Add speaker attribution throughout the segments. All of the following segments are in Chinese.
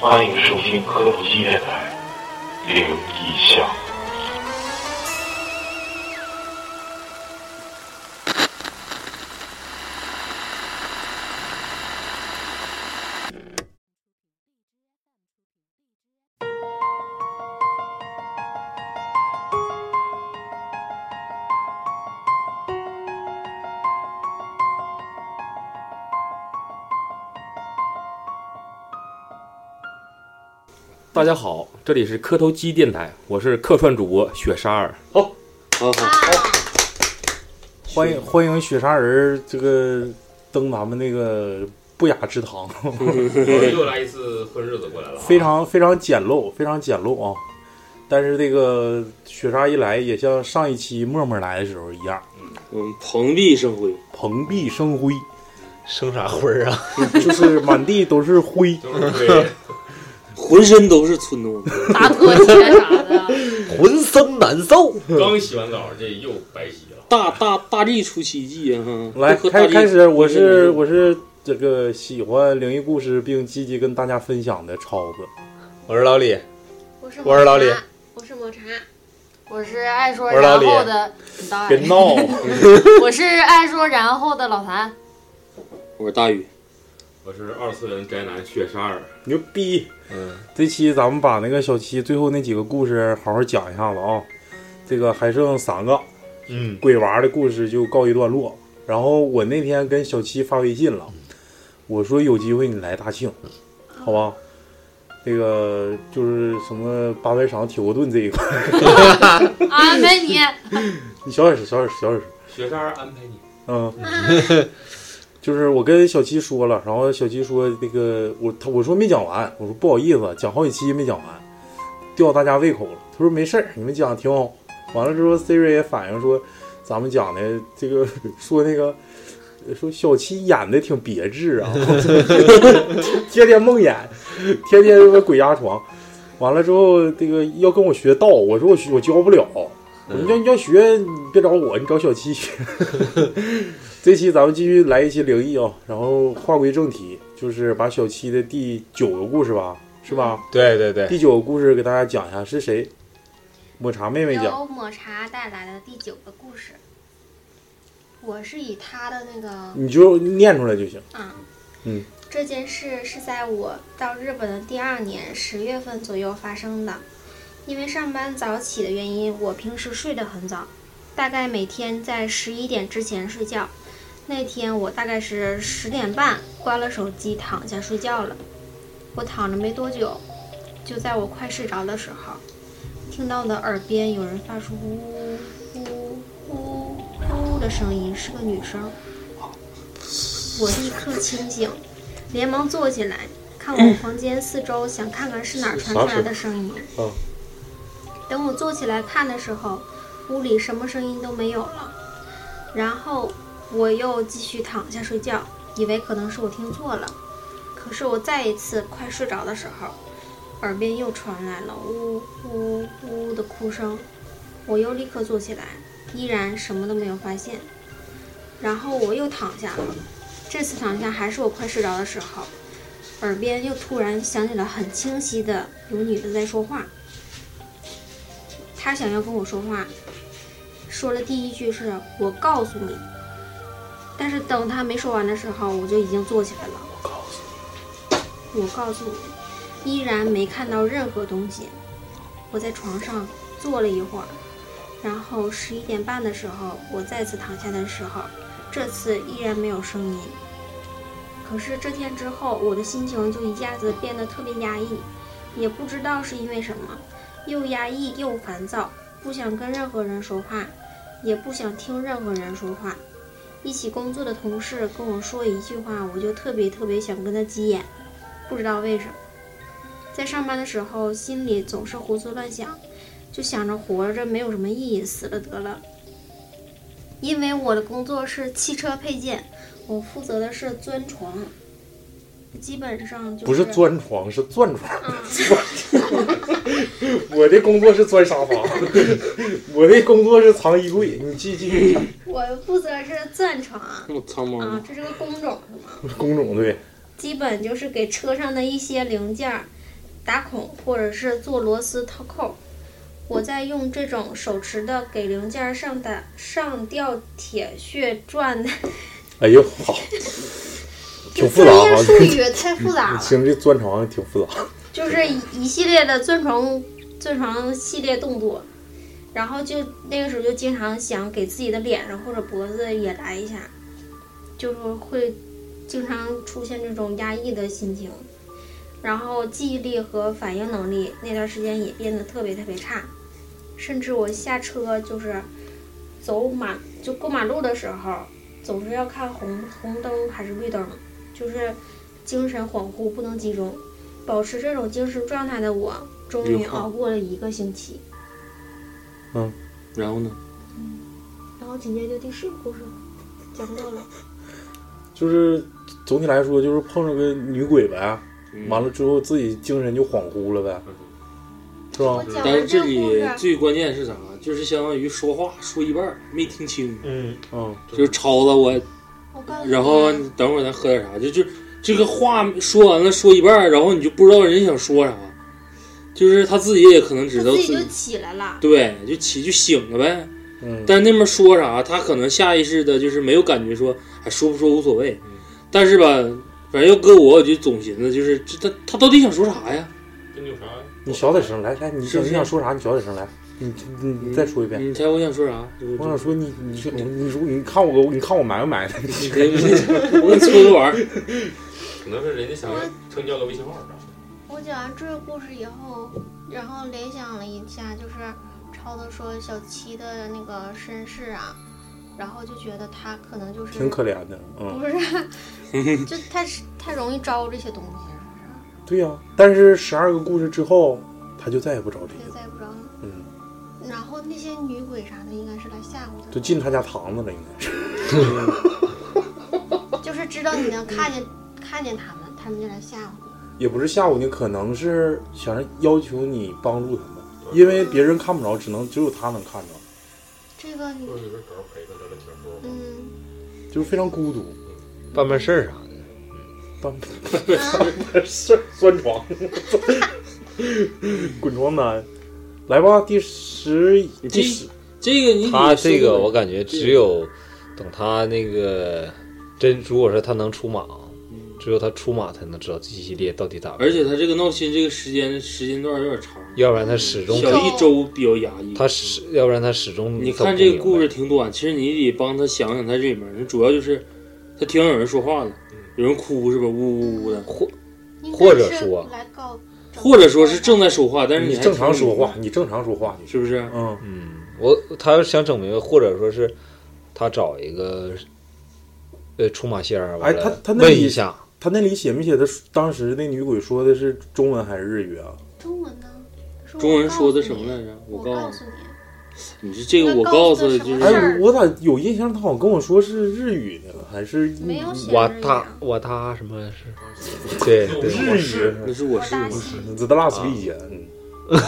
Speaker 1: 欢迎收听科普纪电台《灵异巷》。
Speaker 2: 大家好，这里是磕头机电台，我是客串主播雪沙儿。
Speaker 3: 欢迎欢迎雪山人儿这个登咱们那个不雅之 堂，
Speaker 4: 又来一次混日子过来了啊，。
Speaker 3: 非常非常简陋，非常简陋啊！但是这个雪莎一来，也像上一期沫沫来的时候一样，
Speaker 5: 嗯，蓬荜生辉，
Speaker 3: 蓬荜生辉，
Speaker 6: 生啥灰儿啊？
Speaker 3: 就是满地都是灰
Speaker 4: 就是对，
Speaker 5: 浑身都是村东。
Speaker 7: 打拖鞋啥 的，
Speaker 6: 浑身难受。
Speaker 4: 刚洗完澡这又白洗了，
Speaker 5: 大大大力出奇迹啊！哈
Speaker 3: 来
Speaker 5: 不和
Speaker 3: 开
Speaker 5: 大力
Speaker 3: 开始，我是
Speaker 5: 嗯
Speaker 3: 我是这个喜欢灵异故事并积极跟大家分享的超子，
Speaker 6: 我是老李，
Speaker 8: 我是
Speaker 6: 我是老李，
Speaker 8: 我是抹茶，
Speaker 7: 我是爱说
Speaker 6: 我是老
Speaker 7: 然
Speaker 6: 李
Speaker 7: 后的，你大
Speaker 3: 别
Speaker 7: 爷，
Speaker 3: 闹！啊
Speaker 7: 我是爱说然后的老谭，
Speaker 5: 我是大宇，
Speaker 4: 我是二次元宅男血沙儿，
Speaker 3: 牛逼！
Speaker 6: 嗯，
Speaker 3: 这期咱们把那个小七最后那几个故事好好讲一下子啊。这个还剩三个
Speaker 6: 嗯，
Speaker 3: 鬼娃的故事就告一段落。然后我那天跟小七发微信了，我说有机会你来大庆，好吧？这个就是什么八百场铁锅炖这一块，
Speaker 7: 安排啊你，
Speaker 3: 你小点声，小点声，小点声。
Speaker 4: 血沙儿安排你，
Speaker 3: 嗯， 就是我跟小七说了，然后小七说那个我他我说没讲完，我说不好意思，讲好几期没讲完，吊大家胃口了。他说没事儿，你们讲得挺好。完了之后，Siri 也反映说，咱们讲的这个说那个说小七演的挺别致啊， 天天梦魇，天天他妈鬼压床。完了之后，这个要跟我学道，我说我学我教不了，我说你要你要学，你别找我，你找小七学。这期咱们继续来一期灵异啊、然后话归正题，就是把小七的第九个故事吧，是吧？
Speaker 6: 对对
Speaker 2: 嗯
Speaker 6: 对，
Speaker 3: 第九个故事给大家讲一下是谁？抹茶妹妹讲，
Speaker 8: 由抹茶带来的第九个故事。我是以他的那个
Speaker 3: 你就念出来就行。
Speaker 8: 啊，
Speaker 3: 嗯，
Speaker 8: 这件事是在我到日本的第二年十月份左右发生的。因为上班早起的原因，我平时睡得很早，大概每天在十一点之前睡觉。那天我大概是十点半关了手机，躺下睡觉了。我躺着没多久，就在我快睡着的时候，听到我的耳边有人发出呜呜呜呜的声音，是个女生。我立刻清醒，连忙坐起来，看我房间四周，想看看是哪儿传出来的声音。
Speaker 3: 嗯
Speaker 8: 等我坐起来看的时候，屋里什么声音都没有了。然后我又继续躺下睡觉，以为可能是我听错了。可是我再一次快睡着的时候，耳边又传来了呜呜呜的哭声。我又立刻坐起来，依然什么都没有发现。然后我又躺下了。这次躺下还是我快睡着的时候，耳边又突然响起了很清晰的有女的在说话。她想要跟我说话，说了第一句是“我告诉你”，但是等她没说完的时候，我就已经坐起来了。我告诉你，我告诉你，依然没看到任何东西。我在床上坐了一会儿，然后十一点半的时候，我再次躺下的时候，这次依然没有声音。可是这天之后，我的心情就一下子变得特别压抑，也不知道是因为什么，又压抑又烦躁，不想跟任何人说话，也不想听任何人说话。一起工作的同事跟我说一句话，我就特别特别想跟他急眼，不知道为什么。在上班的时候，心里总是胡思乱想，就想着活着没有什么意义，死了得了。因为我的工作是汽车配件，我负责的是钻床，基本上就
Speaker 3: 不是钻床，是钻床。
Speaker 8: 啊，嗯
Speaker 3: 我的工作是钻沙发， 我的工作是藏衣柜。你继继续讲，
Speaker 8: 我负责是钻床啊，
Speaker 5: 我苍茫
Speaker 8: 这是个工种是吗？
Speaker 3: 工种对，
Speaker 8: 基本就是给车上的一些零件儿打孔或者是做螺丝套扣。我在用这种手持的给零件上打上吊铁屑 转的，
Speaker 3: 哎呦，好， 挺复杂
Speaker 8: 专业
Speaker 3: 啊，
Speaker 8: 术语太 复杂了。
Speaker 3: 行，这钻床挺复杂。
Speaker 8: 就是一一系列的钻床钻床系列动作，然后就那个时候就经常想给自己的脸上或者脖子也来一下，就是会经常出现这种压抑的心情，然后记忆力和反应能力那段时间也变得特别特别差，甚至我下车就是走马就过马路的时候，总是要看红红灯还是绿灯，就是精神恍惚不能集中。保持这种精神状态的我，终于
Speaker 5: 有空
Speaker 8: 熬过了一个星期。
Speaker 5: 然后呢？
Speaker 8: 然后紧接着第四个故事讲到了，
Speaker 3: 就是总体来说，就是碰着个女鬼呗，
Speaker 5: 嗯
Speaker 3: 完了之后自己精神就恍惚了呗，是
Speaker 8: 我
Speaker 3: 吧？
Speaker 8: 讲
Speaker 5: 但是
Speaker 8: 完
Speaker 5: 这
Speaker 8: 这个故
Speaker 5: 里
Speaker 8: 事，
Speaker 5: 最关键是啥？就是相当于说话说一半儿没听清，
Speaker 6: 嗯，
Speaker 3: 嗯，
Speaker 5: 就是吵的我。
Speaker 8: 我告诉你，
Speaker 5: 然后你等会儿咱喝点啥，就就这个话说完了说一半儿，然后你就不知道人家想说啥，就是他自己也可能
Speaker 8: 他
Speaker 5: 知道
Speaker 8: 自
Speaker 5: 自
Speaker 8: 己
Speaker 5: 己
Speaker 8: 就起来了。
Speaker 5: 对，就起就醒了呗。
Speaker 3: 嗯
Speaker 5: 但那边说啥，他可能下意识的就是没有感觉说，哎，说不说无所谓。
Speaker 6: 嗯
Speaker 5: 但是吧，反正要搁我，我就总寻思，就是这他他到底想说啥呀？
Speaker 4: 这你有啥？
Speaker 3: 你小点声，来来，你
Speaker 5: 是不
Speaker 3: 你
Speaker 5: 是
Speaker 3: 想说啥？你小点声来，你你你再说一遍。
Speaker 5: 你猜我想说啥？我
Speaker 3: 我想说你你你你说你看我你看我埋不埋汰？
Speaker 5: 你给我给你搓个玩儿，
Speaker 4: 可能是人家想
Speaker 7: 我
Speaker 4: 成交了微信号吧。
Speaker 7: 我讲完这个故事以后，然后联想了一下，就是超子说小七的那个身世啊，然后就觉得他可能就是
Speaker 3: 挺可怜的，嗯，
Speaker 7: 不是， 就他是他容易招这些东西，
Speaker 3: 对呀、但是十二个故事之后，他就再也不找
Speaker 7: 他
Speaker 3: 这个
Speaker 7: 就
Speaker 3: 了，
Speaker 7: 再也不招了。
Speaker 3: 嗯，
Speaker 7: 然后那些女鬼啥的，应该是来吓唬他，
Speaker 3: 就进他家堂子了，应该是。
Speaker 7: 就是知道你能看见看见他们，他们就来吓唬你。
Speaker 3: 也不是吓唬你，可能是想让要求你帮助他们，因为别人看不着，只能只有他能看着，
Speaker 7: 这个
Speaker 6: 嗯
Speaker 7: 你
Speaker 4: 就是有个狗陪着他了，全部。
Speaker 7: 嗯，
Speaker 3: 就是非常孤独。
Speaker 6: 办办事儿啥的。
Speaker 3: 当是钻床， 滚床单，来吧，第十
Speaker 5: 你这
Speaker 3: 第十，
Speaker 5: 这个你
Speaker 6: 他
Speaker 5: 你说
Speaker 6: 这个
Speaker 5: 吧
Speaker 6: 我感觉只有等他那个真，如果说他能出马啊，只有他出马才能知道这系列到底咋回
Speaker 5: 而且
Speaker 6: 事，
Speaker 5: 他这个闹心这个时间时间段有点长，
Speaker 6: 要不然他始终
Speaker 5: 小一周比较压抑。
Speaker 6: 他始，要不然他始终
Speaker 5: 你
Speaker 6: 走
Speaker 5: 看
Speaker 6: 不
Speaker 5: 这个
Speaker 6: 明
Speaker 5: 故
Speaker 6: 白
Speaker 5: 事挺短，其实你得帮他想想他这里面，主要就是他听着有人说话了，
Speaker 6: 嗯
Speaker 5: 有人哭是吧？呜呜呜的，或
Speaker 7: 应该
Speaker 6: 或者
Speaker 7: 是
Speaker 6: 说
Speaker 7: 来告，
Speaker 5: 或者说是正在说话，但是
Speaker 3: 你
Speaker 5: 哎还
Speaker 3: 嗯正常
Speaker 5: 听不
Speaker 3: 说
Speaker 5: 明白
Speaker 3: 话，，你正常说话就是
Speaker 5: 不是？
Speaker 3: 嗯，
Speaker 6: 嗯，我他要想整明白，或者说是他找一个呃出马仙
Speaker 3: 哎
Speaker 6: 儿，完了
Speaker 3: 他他那
Speaker 6: 问
Speaker 3: 里
Speaker 6: 一下，
Speaker 3: 他那里写没写的？当时那女鬼说的是中文还是日语啊？
Speaker 7: 中文呢？我
Speaker 5: 中文说的
Speaker 7: 告诉
Speaker 5: 什
Speaker 7: 你
Speaker 5: 么来着？我
Speaker 7: 我
Speaker 5: 告
Speaker 7: 告
Speaker 5: 诉
Speaker 7: 诉你，
Speaker 5: 你，你是这个
Speaker 7: 那
Speaker 5: 我
Speaker 7: 告
Speaker 5: 告
Speaker 7: 诉
Speaker 5: 诉
Speaker 7: 他
Speaker 5: 他
Speaker 7: 什
Speaker 5: 就
Speaker 7: 么
Speaker 5: 是
Speaker 7: 事儿
Speaker 3: 哎，我咋有印象？他好像跟我说是日语呢，还是
Speaker 7: 没有写
Speaker 6: 我
Speaker 7: 日语
Speaker 6: 他
Speaker 7: 啊
Speaker 6: 我他什么是？对对，
Speaker 3: 日语？
Speaker 5: 那是我是
Speaker 7: 我
Speaker 5: 我
Speaker 7: 大
Speaker 5: 是，
Speaker 7: 喜
Speaker 3: 这 the last week，嗯，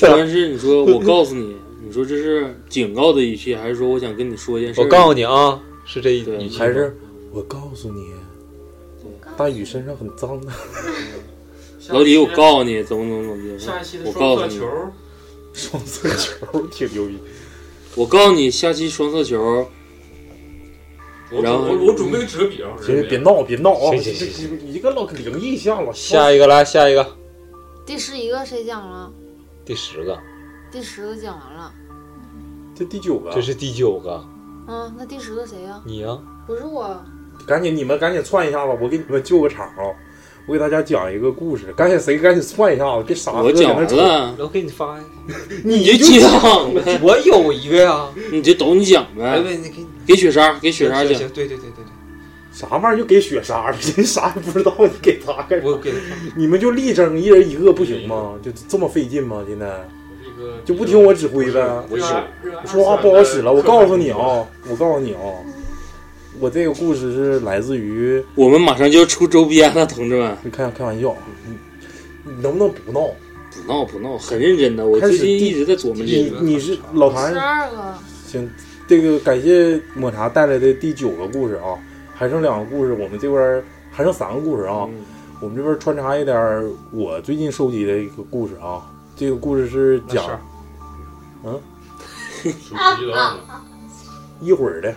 Speaker 5: 但是你说我告诉你，你说这是警告的语气，还是说我想跟你说一件事？
Speaker 6: 我告诉你啊，是这一
Speaker 5: 对
Speaker 6: 语气吗
Speaker 3: 还是我告诉你，大宇身上很脏的，
Speaker 5: 老李，我告诉你，怎么怎么怎么地。
Speaker 4: 下一期的
Speaker 5: 我
Speaker 4: 双
Speaker 5: 告诉
Speaker 4: 色
Speaker 5: 你
Speaker 4: 球，
Speaker 3: 双色球挺牛逼。
Speaker 5: 我告诉你，下期双色球，
Speaker 4: 我
Speaker 5: 然后
Speaker 4: 我我准备个折笔啊。
Speaker 3: 行，别闹，别闹啊！
Speaker 6: 行行行
Speaker 3: 这一个老灵异像了，
Speaker 6: 下一个来下一个
Speaker 7: 第十一个谁讲了？
Speaker 6: 第十个，
Speaker 7: 第十个讲完了。
Speaker 3: 这第九个，
Speaker 6: 这是第九个，
Speaker 7: 嗯，那第十个谁呀、
Speaker 6: 你啊，
Speaker 7: 不是我，
Speaker 3: 赶紧你们赶紧窜一下子，我给你们救个场啊！我给大家讲一个故事，赶紧谁赶紧窜一下子，别傻
Speaker 5: 我
Speaker 3: 子在
Speaker 5: 讲
Speaker 3: 那
Speaker 5: 完
Speaker 3: 瞅，
Speaker 5: 了，
Speaker 6: 我给你发呀，
Speaker 5: 你就讲呗。
Speaker 6: 我有一个呀，
Speaker 5: 你就都你讲呗，
Speaker 6: 对，你给你
Speaker 5: 给雪莎，给雪莎讲。，
Speaker 6: 对对对对对，
Speaker 3: 啥玩意儿就给雪莎了， 人啥也不知道，你给他干啥？
Speaker 6: 我给他
Speaker 3: 你们就力争一人一个不行吗？就这么费劲吗？现在
Speaker 4: 我是一个
Speaker 3: 就不听我指挥呗？
Speaker 4: 我
Speaker 3: 说话不好使了，我告诉你啊、，我告诉你啊、我这个故事是来自于
Speaker 5: 我们马上就要出周边了，同志们，
Speaker 3: 你开开玩笑，啊你你能不能不闹？
Speaker 5: 不闹不闹，很认真的。我
Speaker 3: 开
Speaker 5: 最
Speaker 3: 始
Speaker 5: 近
Speaker 3: 第
Speaker 5: 一直在琢磨这
Speaker 3: 你
Speaker 5: 个，
Speaker 3: 你是老
Speaker 7: 十
Speaker 3: 谭，
Speaker 7: 二个。
Speaker 3: 行，这个感谢抹茶带来的第九个故事啊，还剩两个故事，我们这边儿还剩三个故事啊。
Speaker 5: 嗯
Speaker 3: 我们这边穿插一点儿我最近收集的一个故事啊，这个故事是讲
Speaker 4: 那事儿
Speaker 6: 手
Speaker 2: 啊
Speaker 6: 机都忘了，
Speaker 3: 一会儿的。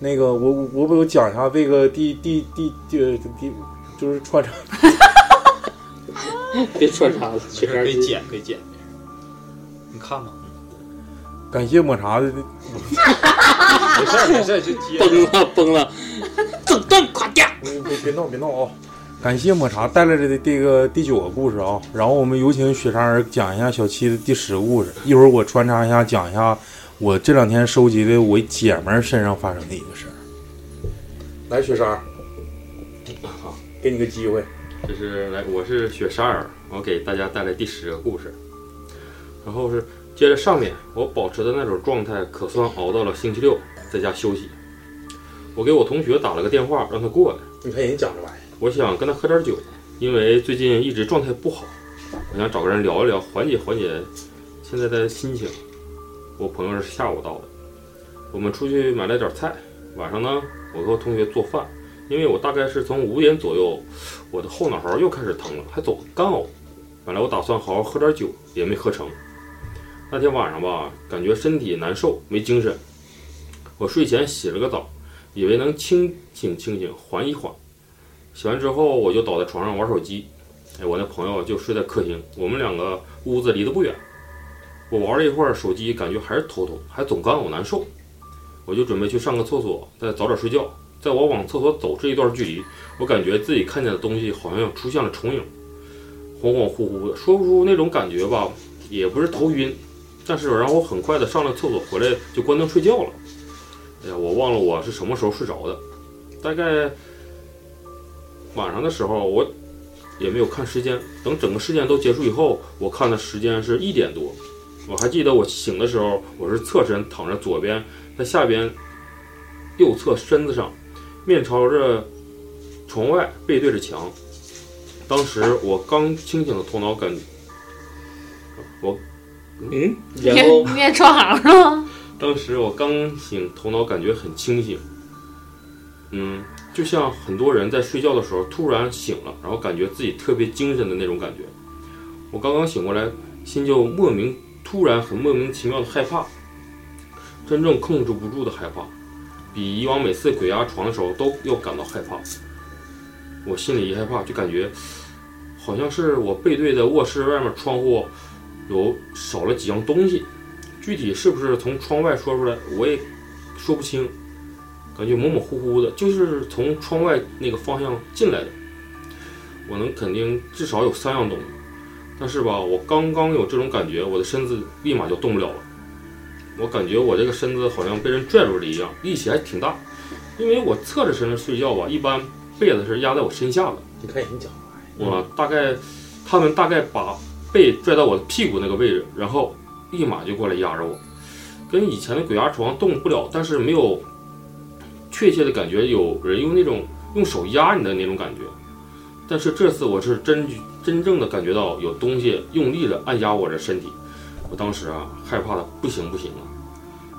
Speaker 3: 那个我我我我讲一下这个第第第第呃第就是穿插
Speaker 5: 别穿插了，
Speaker 6: 没
Speaker 5: 雪
Speaker 6: 事
Speaker 5: 山
Speaker 6: 可以
Speaker 5: 鸡
Speaker 6: 剪，可以剪。你看吧，
Speaker 3: 感谢抹茶的
Speaker 6: 没事儿没事儿就接。
Speaker 5: 崩了崩了， 整顿垮掉。
Speaker 3: 别别别闹别闹啊！感谢抹茶带来的这个第九个故事啊，然后我们有请雪山儿讲一下小七的第十个故事，一会儿我穿插一下讲一下我这两天收集的我姐们儿身上发生的一个事儿。来，雪山儿，给你个机会。
Speaker 2: 这是来，我是雪山儿，我给大家带来第十个故事。然后是接着上面，我保持的那种状态，可算熬到了星期六，在家休息。我给我同学打了个电话，让他过来。
Speaker 3: 你看人讲这玩意
Speaker 2: 我想跟他喝点酒，因为最近一直状态不好，我想找个人聊一聊，缓解缓解现在的心情。我朋友是下午到的，我们出去买了点菜，晚上呢，我和同学做饭，因为我大概是从五点左右，我的后脑勺又开始疼了，还总干呕。本来我打算好好喝点酒，也没喝成。那天晚上吧，感觉身体难受，没精神。我睡前洗了个澡，以为能清醒清醒，缓一缓。洗完之后，我就倒在床上玩手机。哎，我那朋友就睡在客厅，我们两个屋子离得不远。我玩了一会儿手机，感觉还是头痛，还总干呕难受。我就准备去上个厕所，再早点睡觉。在我往厕所走这一段距离，我感觉自己看见的东西好像出现了重影，恍恍惚惚的，说不出那种感觉吧，也不是头晕，但是让我很快的上了厕所，回来就关灯睡觉了。哎呀，我忘了我是什么时候睡着的，大概晚上的时候，我也没有看时间。等整个事件都结束以后，我看的时间是一点多。我还记得我醒的时候，我是侧身躺着，左边在下边右侧身子上，面朝着窗外，背对着墙。当时我刚清醒的头脑感，我
Speaker 5: 嗯，然 后
Speaker 8: 面串行了，
Speaker 2: 当时我刚醒，头脑感觉很清醒，嗯，就像很多人在睡觉的时候突然醒了，然后感觉自己特别精神的那种感觉。我刚刚醒过来，心就莫名突然很莫名其妙的害怕，真正控制不住的害怕，比以往每次鬼压床的时候都要感到害怕。我心里一害怕，就感觉好像是我背对着卧室外面窗户有少了几样东西。具体是不是从窗外说出来，我也说不清，感觉模模糊糊的，就是从窗外那个方向进来的。我能肯定至少有三样东西，但是吧，我刚刚有这种感觉，我的身子立马就动不了了。我感觉我这个身子好像被人拽住了一样，力气还挺大，因为我侧着身子睡觉吧，一般被子是压在我身下的。
Speaker 3: 你看人讲，
Speaker 2: 我大概，他们大概把被拽到我的屁股那个位置，然后立马就过来压着我，跟以前的鬼压床动不了，但是没有确切的感觉有人用那种用手压你的那种感觉。但是这次我是真真正的感觉到有东西用力的按压我的身体，我当时啊害怕的不行不行了，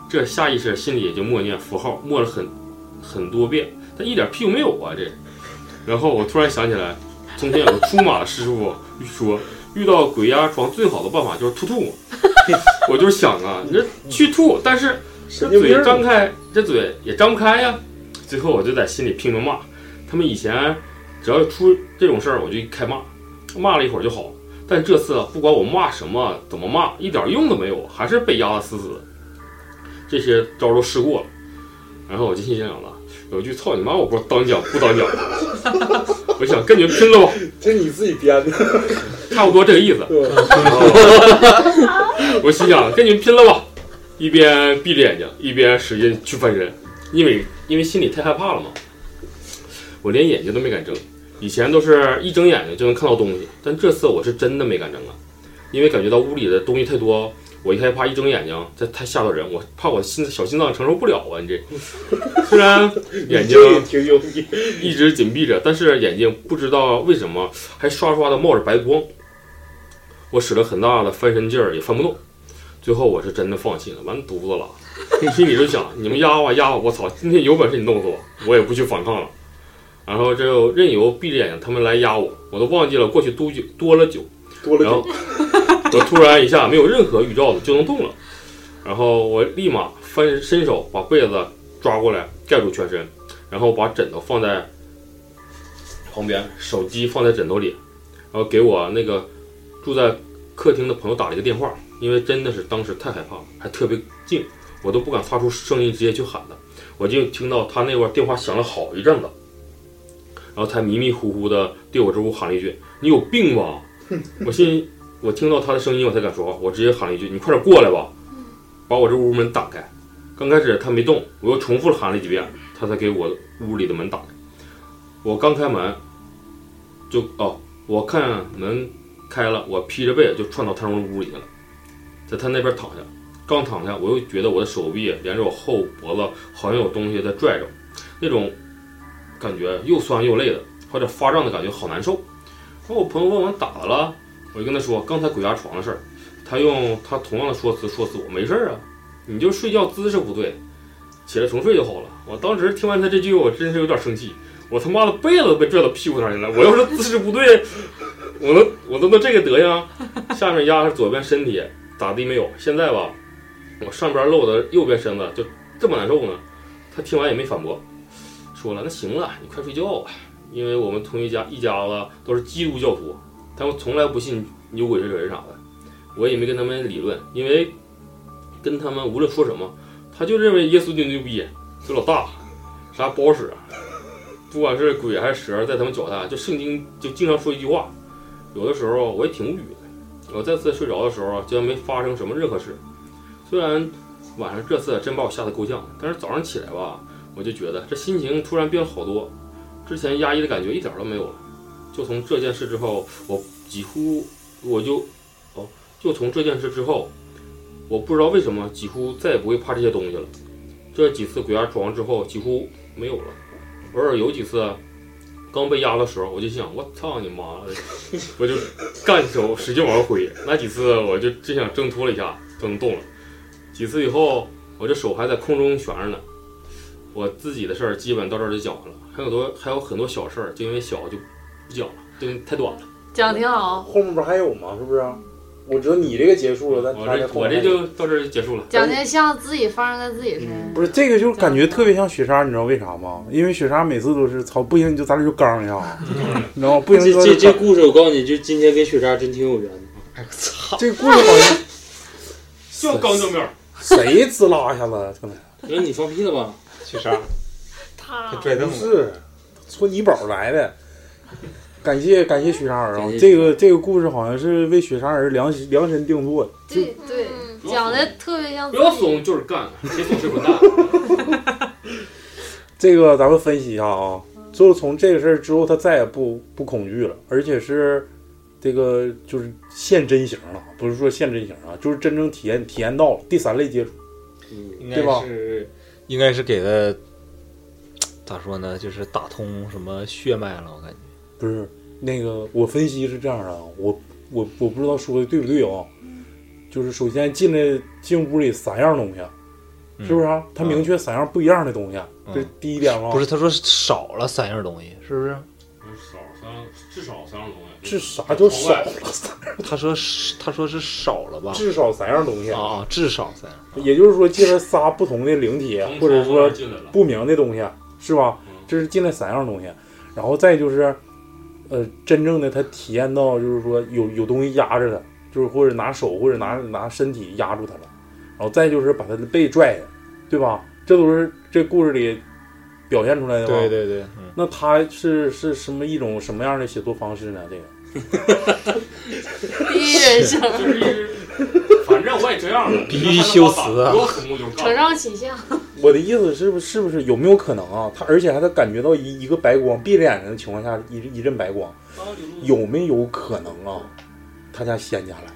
Speaker 2: 这下意识心里也就默念符号，默了很很多遍，但一点屁用没有啊这。然后我突然想起来，从前有个出马的师傅说，遇到鬼压床最好的办法就是吐 吐沫。我就想啊，你这去吐，但是这
Speaker 3: 神经病
Speaker 2: 嘴张开，这嘴也张不开呀。最后我就在心里拼命骂，他们以前只要出这种事儿，我就开骂，骂了一会儿就好。但这次啊不管我骂什么，怎么骂，一点用都没有，还是被压得死死的。这些招都试过了，然后我就心想了，有句操你妈，我不知道当讲不当讲， 我想跟你们拼了吧。
Speaker 3: 这你自己编的，
Speaker 2: 差不多这个意思。 我心想，跟你们拼了吧！一边闭着眼睛，一边使劲去翻身，因为因为心里太害怕了嘛。我连眼睛都没敢睁，以前都是一睁眼睛就能看到东西，但这次我是真的没敢睁啊，因为感觉到屋里的东西太多，我一害怕一睁眼睛，这太吓到人，我怕我心小心脏承受不了啊！你这虽然眼睛
Speaker 3: 挺牛逼。
Speaker 2: 一直紧闭着，但是眼睛不知道为什么还刷刷的冒着白光。我使了很大的翻身劲儿也翻不动，最后我是真的放弃了，完犊子了。心里就想，你们压我压我，我操！今天有本事你弄死我，我也不去反抗了。然后这又任由闭着眼睛他们来压我，我都忘记了过去多久多了久，
Speaker 9: 多了
Speaker 2: 然后
Speaker 9: 就
Speaker 2: 我突然一下没有任何预兆的就能动了，然后我立马翻伸手把被子抓过来盖住全身，然后把枕头放在旁边，手机放在枕头里，然后给我那个住在客厅的朋友打了一个电话，因为真的是当时太害怕了，还特别静，我都不敢发出声音直接去喊他，我就听到他那块电话响了好一阵子，然后才迷迷糊糊的对我这屋喊了一句：“你有病吧？” 我心我听到他的声音，我才敢说话。我直接喊了一句：“你快点过来吧！”把我这屋门打开。刚开始他没动，我又重复了喊了几遍，他才给我屋里的门打开。我刚开门，就哦，我看门开了，我披着被就窜到他那屋里去了，在他那边躺下。刚躺下，我又觉得我的手臂连着我后脖子好像有东西在拽着，那种感觉又酸又累的，还有点发胀的感觉，好难受。然后我朋友问我咋的了，我就跟他说刚才鬼压床的事儿，他用他同样的说辞说辞我没事儿啊，你就睡觉姿势不对，起来重睡就好了。我当时听完他这句，我真是有点生气，我他妈的被子都被拽到屁股上去了，我要是姿势不对，我能我都能这个德行啊？下面压着左边身体咋地没有？现在吧，我上边露的右边身子就这么难受呢。他听完也没反驳，说了那行了，你快睡觉吧，因为我们同学家一家子都是基督教徒，他们从来不信牛鬼蛇神啥的，我也没跟他们理论，因为跟他们无论说什么，他就认为耶稣就牛逼，就老大，啥不好使，啊不管是鬼还是蛇，在他们脚下，就圣经就经常说一句话，有的时候我也挺无语的。我再次睡着的时候，竟啊然没发生什么任何事，虽然晚上这次真把我吓得够呛，但是早上起来吧，我就觉得这心情突然变好多，之前压抑的感觉一点儿都没有了。就从这件事之后，我几乎我就哦，就从这件事之后，我不知道为什么几乎再也不会怕这些东西了。这几次鬼压床之后，几乎没有了。偶尔有几次啊刚被压的时候，我就想我操你妈的，我就干手使劲往上挥。那几次我就真想挣脱了一下，就能动了。几次以后，我这手还在空中悬着呢。我自己的事儿基本到这儿就讲完了，还有多还有很多小事儿，就因为小就不讲了，就太短了。
Speaker 10: 讲得挺好，
Speaker 9: 后面不是还有吗？是不是？我知道你这个结束了，但
Speaker 2: 我
Speaker 9: 他
Speaker 2: 这
Speaker 9: 后
Speaker 2: 我
Speaker 9: 面
Speaker 2: 这
Speaker 9: 还有
Speaker 2: 就到这儿就结束了。
Speaker 10: 讲的像自己发生在自己身
Speaker 6: 嗯
Speaker 10: 上。
Speaker 3: 不是这个，就是感觉特别像雪莎，你知道为啥吗？因为雪莎每次都是操，不行你就咱俩就刚一下， 你知道吗？不行
Speaker 5: 这
Speaker 3: 就
Speaker 5: 这这故事我告诉你，就今天跟雪莎真挺有缘的。
Speaker 3: 这故事好像
Speaker 2: 就刚正面，
Speaker 3: 谁滋啦一下子，
Speaker 5: 你
Speaker 3: 刚才
Speaker 5: 说你放屁了吧？
Speaker 6: 去啥？
Speaker 10: 他
Speaker 6: 他啊拽凳
Speaker 3: 不
Speaker 6: 子。
Speaker 3: 是搓泥宝来的。感谢感谢雪莎儿啊
Speaker 5: 感谢！
Speaker 3: 这个这个故事好像是为雪莎儿量量身定做的。
Speaker 10: 对对，讲的特别像
Speaker 2: 不
Speaker 10: 自
Speaker 2: 要
Speaker 10: 己。
Speaker 2: 怂就是干，谁怂谁滚 蛋。
Speaker 3: 这个咱们分析一下啊，就是从这个事儿之后，他再也不不恐惧了，而且是这个就是现真形了，不是说现真形啊，就是真正体验体验到了第三类接触。
Speaker 6: 应
Speaker 3: 对吧
Speaker 6: 该是应该是给他咋说呢？就是打通什么血脉了，我感觉。
Speaker 3: 不是那个，我分析是这样的啊，我我我不知道说的对不对啊，就是首先进来进屋里三样东西，
Speaker 6: 嗯
Speaker 3: 是不是、啊？他明确三样不一样的东西，啊
Speaker 6: 嗯
Speaker 3: 这是第一点吗？啊
Speaker 6: 不是，他说少了三样东西，是不是？
Speaker 2: 少三，至少三样东西。
Speaker 3: 至啥叫少了三，
Speaker 6: 他说是，他说是少了吧？
Speaker 3: 至少三样东西，
Speaker 6: 啊，至少三样。
Speaker 3: 也就是说进来仨不同的灵体，啊或者说
Speaker 2: 进来了，
Speaker 3: 不明的东西，是吧
Speaker 2: 嗯？
Speaker 3: 这是进来三样东西，然后再就是，呃，真正的他体验到就是说有有东西压着他，就是或者拿手或者拿拿身体压住他了，然后再就是把他的背拽下，对吧？这都是这故事里表现出来的吧？
Speaker 6: 对对对，嗯，
Speaker 3: 那他是是什么一种什么样的写作方式呢？这个
Speaker 10: 第一人称，
Speaker 2: 就是反正我也这样了，
Speaker 6: 必须修辞啊
Speaker 2: 我怂就干。
Speaker 10: 承上启下。
Speaker 3: 我的意思是不是不是有没有可能啊？他而且还他感觉到一一个白光，闭着眼睛的情况下一一阵白光，有没有可能啊？他家仙家来了。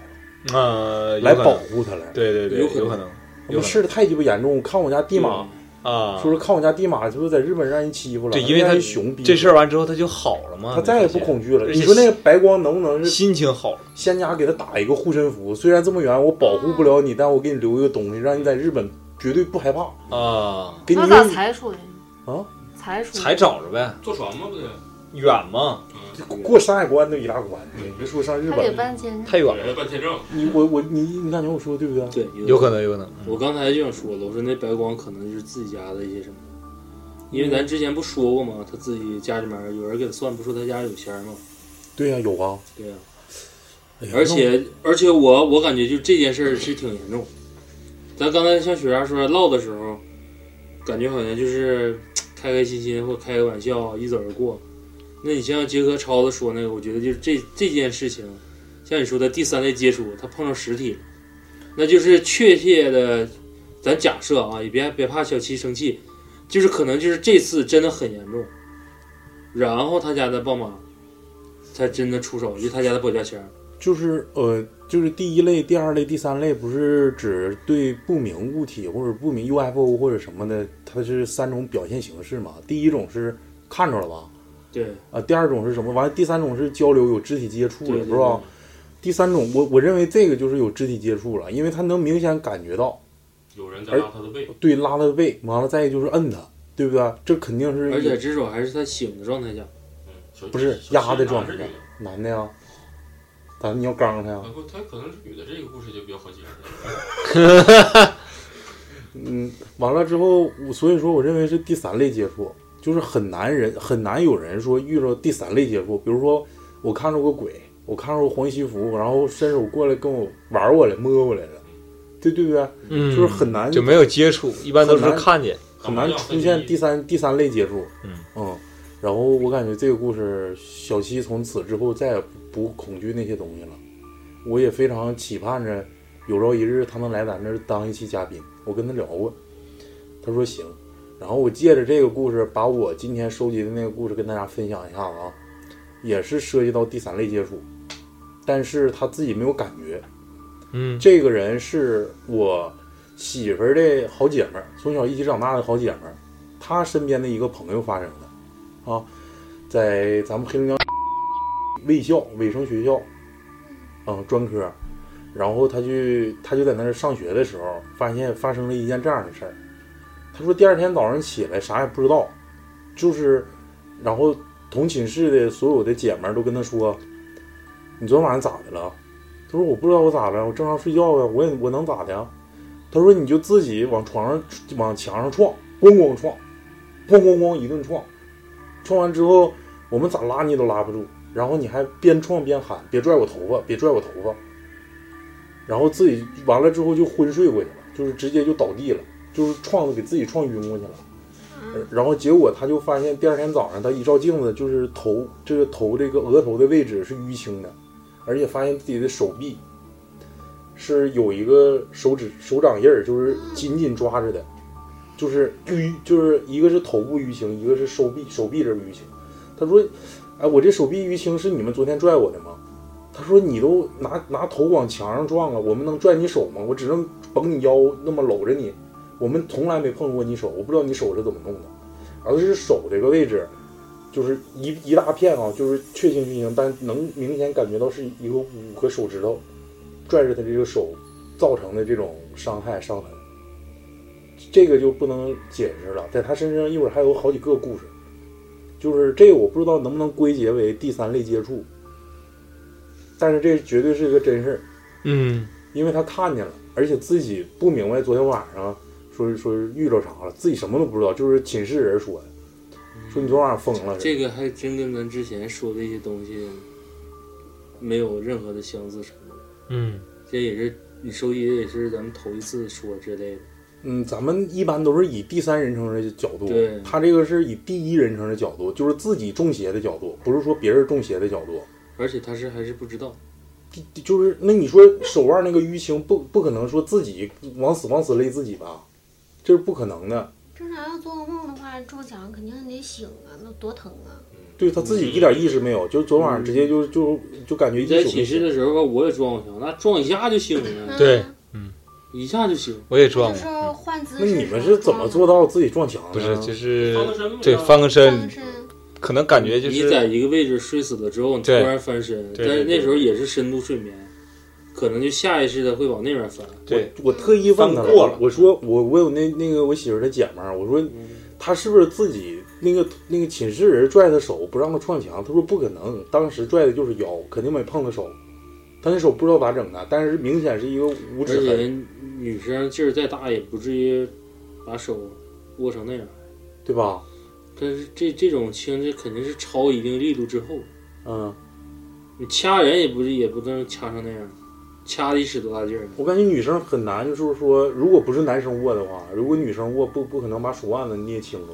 Speaker 6: 呃，
Speaker 3: 嗯
Speaker 6: 有
Speaker 3: 来
Speaker 6: 可
Speaker 3: 保
Speaker 6: 能
Speaker 3: 护他来。
Speaker 6: 对对对，
Speaker 5: 有
Speaker 6: 有
Speaker 5: 可能
Speaker 6: 能
Speaker 3: 我们事的太鸡巴严重，看我家地马，
Speaker 6: 啊。
Speaker 3: 说是看我家地马是不是在日本让人欺负了？
Speaker 6: 对，因为
Speaker 3: 让
Speaker 6: 他
Speaker 3: 人熊逼
Speaker 6: 这事儿嗯完之后，他就好了嘛。
Speaker 3: 他再也不恐惧了。
Speaker 6: 而
Speaker 3: 你
Speaker 6: 且
Speaker 3: 说那个白光能不能是
Speaker 6: 心情好了。
Speaker 3: 仙家给他打一个护身符？虽然这么远，我保护不了你，但我给你留一个东西，让你在日本绝对不害怕，
Speaker 6: 啊，
Speaker 3: 给你
Speaker 10: 那
Speaker 3: 一
Speaker 10: 咋
Speaker 3: 个
Speaker 10: 才出去？
Speaker 3: 啊？
Speaker 10: 才出
Speaker 6: 才找着呗，
Speaker 4: 坐船吗？不得
Speaker 6: 远吗？
Speaker 3: 过山海关都一大关，你别说上日
Speaker 10: 还得
Speaker 3: 本，
Speaker 10: 办签证，
Speaker 6: 太远了。
Speaker 4: 办签证，
Speaker 3: 你我我你你感觉我说的对不对？
Speaker 5: 对，
Speaker 6: 有可能，有可能。
Speaker 5: 我刚才就想说了，我说那白光可能就是自己家的一些什么，因为咱之前不说过嘛，他自己家里面有人给他算，不说他家有仙儿吗？
Speaker 3: 对呀、有啊。
Speaker 5: 对呀、
Speaker 3: 哎呀
Speaker 5: 而且而且我我感觉就这件事儿是挺严重。咱刚才像雪儿说唠的时候，感觉好像就是开开心心或开个玩笑啊一走而过。那你像结合超子说那个，我觉得就是这这件事情，像你说的第三类接触，他碰上实体了，那就是确切的，咱假设啊，也别别怕小七生气，就是可能就是这次真的很严重，然后他家的豹妈才真的出手，就他家的保家仙儿。
Speaker 3: 就是呃，就是第一类、第二类、第三类，不是指对不明物体或者不明 UFO 或者什么的，它是三种表现形式嘛。第一种是看着了吧，
Speaker 5: 对，
Speaker 3: 啊，第二种是什么？完了，第三种是交流有肢体接触
Speaker 5: 对
Speaker 3: 了，
Speaker 5: 对
Speaker 3: 是吧？第三种，我我认为这个就是有肢体接触了，因为他能明显感觉到，
Speaker 4: 有人在拉他的背，
Speaker 3: 对，拉他的背，完了再一个就是摁他，对不对？这肯定是
Speaker 5: 而且至少还是他醒的状态下，
Speaker 4: 嗯小
Speaker 3: 不是
Speaker 4: 小
Speaker 3: 压的状态
Speaker 4: 是女的，
Speaker 3: 男的呀，咱你要刚他呀
Speaker 4: 啊，不，他可能是女的，这个故事就比较好解释。
Speaker 3: 嗯，完了之后，我所以说，我认为是第三类接触，就是很难人很难有人说遇着第三类接触。比如说，我看着个鬼，我看着个黄西服，然后伸手过来跟我玩我来摸我来了，对对不对？
Speaker 6: 嗯
Speaker 3: 就是很难
Speaker 6: 就没有接触，一般都是
Speaker 3: 很难
Speaker 6: 看见。
Speaker 3: 很难出现第三第三类接触。
Speaker 6: 嗯
Speaker 3: 然后我感觉这个故事，小七从此之后再也不恐惧那些东西了。我也非常期盼着有朝一日他能来咱这儿当一期嘉宾。我跟他聊过，他说行。然后我借着这个故事，把我今天收集的那个故事跟大家分享一下子啊，也是涉及到第三类接触，但是他自己没有感觉。
Speaker 6: 嗯，
Speaker 3: 这个人是我媳妇儿的好姐们儿，从小一起长大的好姐们儿，她身边的一个朋友发生的，啊，在咱们黑龙江卫校 卫生学校，嗯，专科，然后她去，她就在那儿上学的时候，发现发生了一件这样的事儿。她说第二天早上起来啥也不知道，就是，然后同寝室的所有的姐们儿都跟她说：“你昨天晚上咋的了？”他说我不知道我咋了，我正常睡觉呀，我也我能咋的呀？他说你就自己往床上往墙上撞，咣咣撞，咣咣咣一顿撞，撞完之后我们咋拉你都拉不住，然后你还边撞边喊别拽我头发，别拽我头发，然后自己完了之后就昏睡过去了，就是直接就倒地了，就是撞的给自己撞晕过去了。呃然后结果他就发现第二天早上他一照镜子，就是头这个头这个额头的位置是淤青的，而且发现自己的手臂是有一个手指手掌印儿，就是紧紧抓着的，就是淤，就是一个是头部淤青，一个是手臂手臂这儿淤青。他说：“哎，我这手臂淤青是你们昨天拽我的吗？”他说：“你都拿拿头往墙上撞了，啊我们能拽你手吗？我只能绷你腰，那么搂着你。我们从来没碰过你手，我不知道你手是怎么弄的。而是手这个位置，就是一一大片啊，就是确信运行，但能明显感觉到是一个五个手指头拽着他这个手造成的这种伤害伤痕，这个就不能解释了。在他身上一会儿还有好几个故事，就是这个我不知道能不能归结为第三类接触，但是这绝对是一个真事儿。
Speaker 6: 嗯，
Speaker 3: 因为他看见了，而且自己不明白昨天晚上说说遇着啥了，自己什么都不知道，就是寝室人说的，说你昨晚上疯了似的。
Speaker 5: 这个还真跟咱之前说的一些东西没有任何的相似程度。
Speaker 6: 嗯，
Speaker 5: 这也是你收集的，也是咱们头一次说之类的。
Speaker 3: 嗯，咱们一般都是以第三人称的角度
Speaker 5: 对，
Speaker 3: 他这个是以第一人称的角度，就是自己中邪的角度，不是说别人中邪的角度。
Speaker 5: 而且他是还是不知道，
Speaker 3: 就是那你说手腕那个淤青，不不可能说自己往死往死勒自己吧，这是不可能的。
Speaker 8: 正常要做个梦的话，撞墙肯定得醒啊，那多疼啊！
Speaker 3: 对他自己一点意识没有，就是昨晚上直接就就就感觉一
Speaker 5: 你在
Speaker 3: 宿没
Speaker 5: 寝室
Speaker 3: 醒。
Speaker 5: 的时候吧，我也撞过墙，那撞一下就醒了，
Speaker 6: 对，
Speaker 5: 一下就醒。
Speaker 6: 我也
Speaker 8: 就
Speaker 6: 撞
Speaker 8: 是
Speaker 6: 过，
Speaker 8: 换姿
Speaker 3: 嗯那
Speaker 8: 势。
Speaker 3: 你们是怎么？做到自己撞墙
Speaker 6: 不
Speaker 3: 的
Speaker 6: 是
Speaker 3: 呢？
Speaker 6: 就是
Speaker 4: 翻个身呗
Speaker 6: 对翻个身
Speaker 8: 翻，身，嗯
Speaker 6: 可能感觉就
Speaker 5: 你在
Speaker 6: 是
Speaker 5: 一个位置睡死了之后，你突
Speaker 6: 对
Speaker 5: 然翻身，
Speaker 6: 对对
Speaker 5: 但是那
Speaker 6: 对
Speaker 5: 时候也是深度睡眠，可能就下意识的会往那边翻。
Speaker 6: 对
Speaker 3: 我特意问他
Speaker 6: 翻过了
Speaker 5: 嗯
Speaker 3: 我说我我有那那个我媳妇儿的姐们儿，我说她是不是自己那个那个寝室人拽他手不让他撞墙，他说不可能，当时拽的就是腰，肯定没碰他手，他那手不知道咋整的，但是明显是一个五
Speaker 5: 而
Speaker 3: 指
Speaker 5: 且
Speaker 3: 痕，
Speaker 5: 女生劲儿再大也不至于把手握成那样。
Speaker 3: 对吧？
Speaker 5: 但是这这种轻，这肯定是超一定力度之后，
Speaker 3: 嗯，
Speaker 5: 你掐人也不是也不能掐成那样，掐得使多大劲儿呢？
Speaker 3: 我感觉女生很难，就是说，如果不是男生握的话，如果女生握不不可能把手腕子捏青了，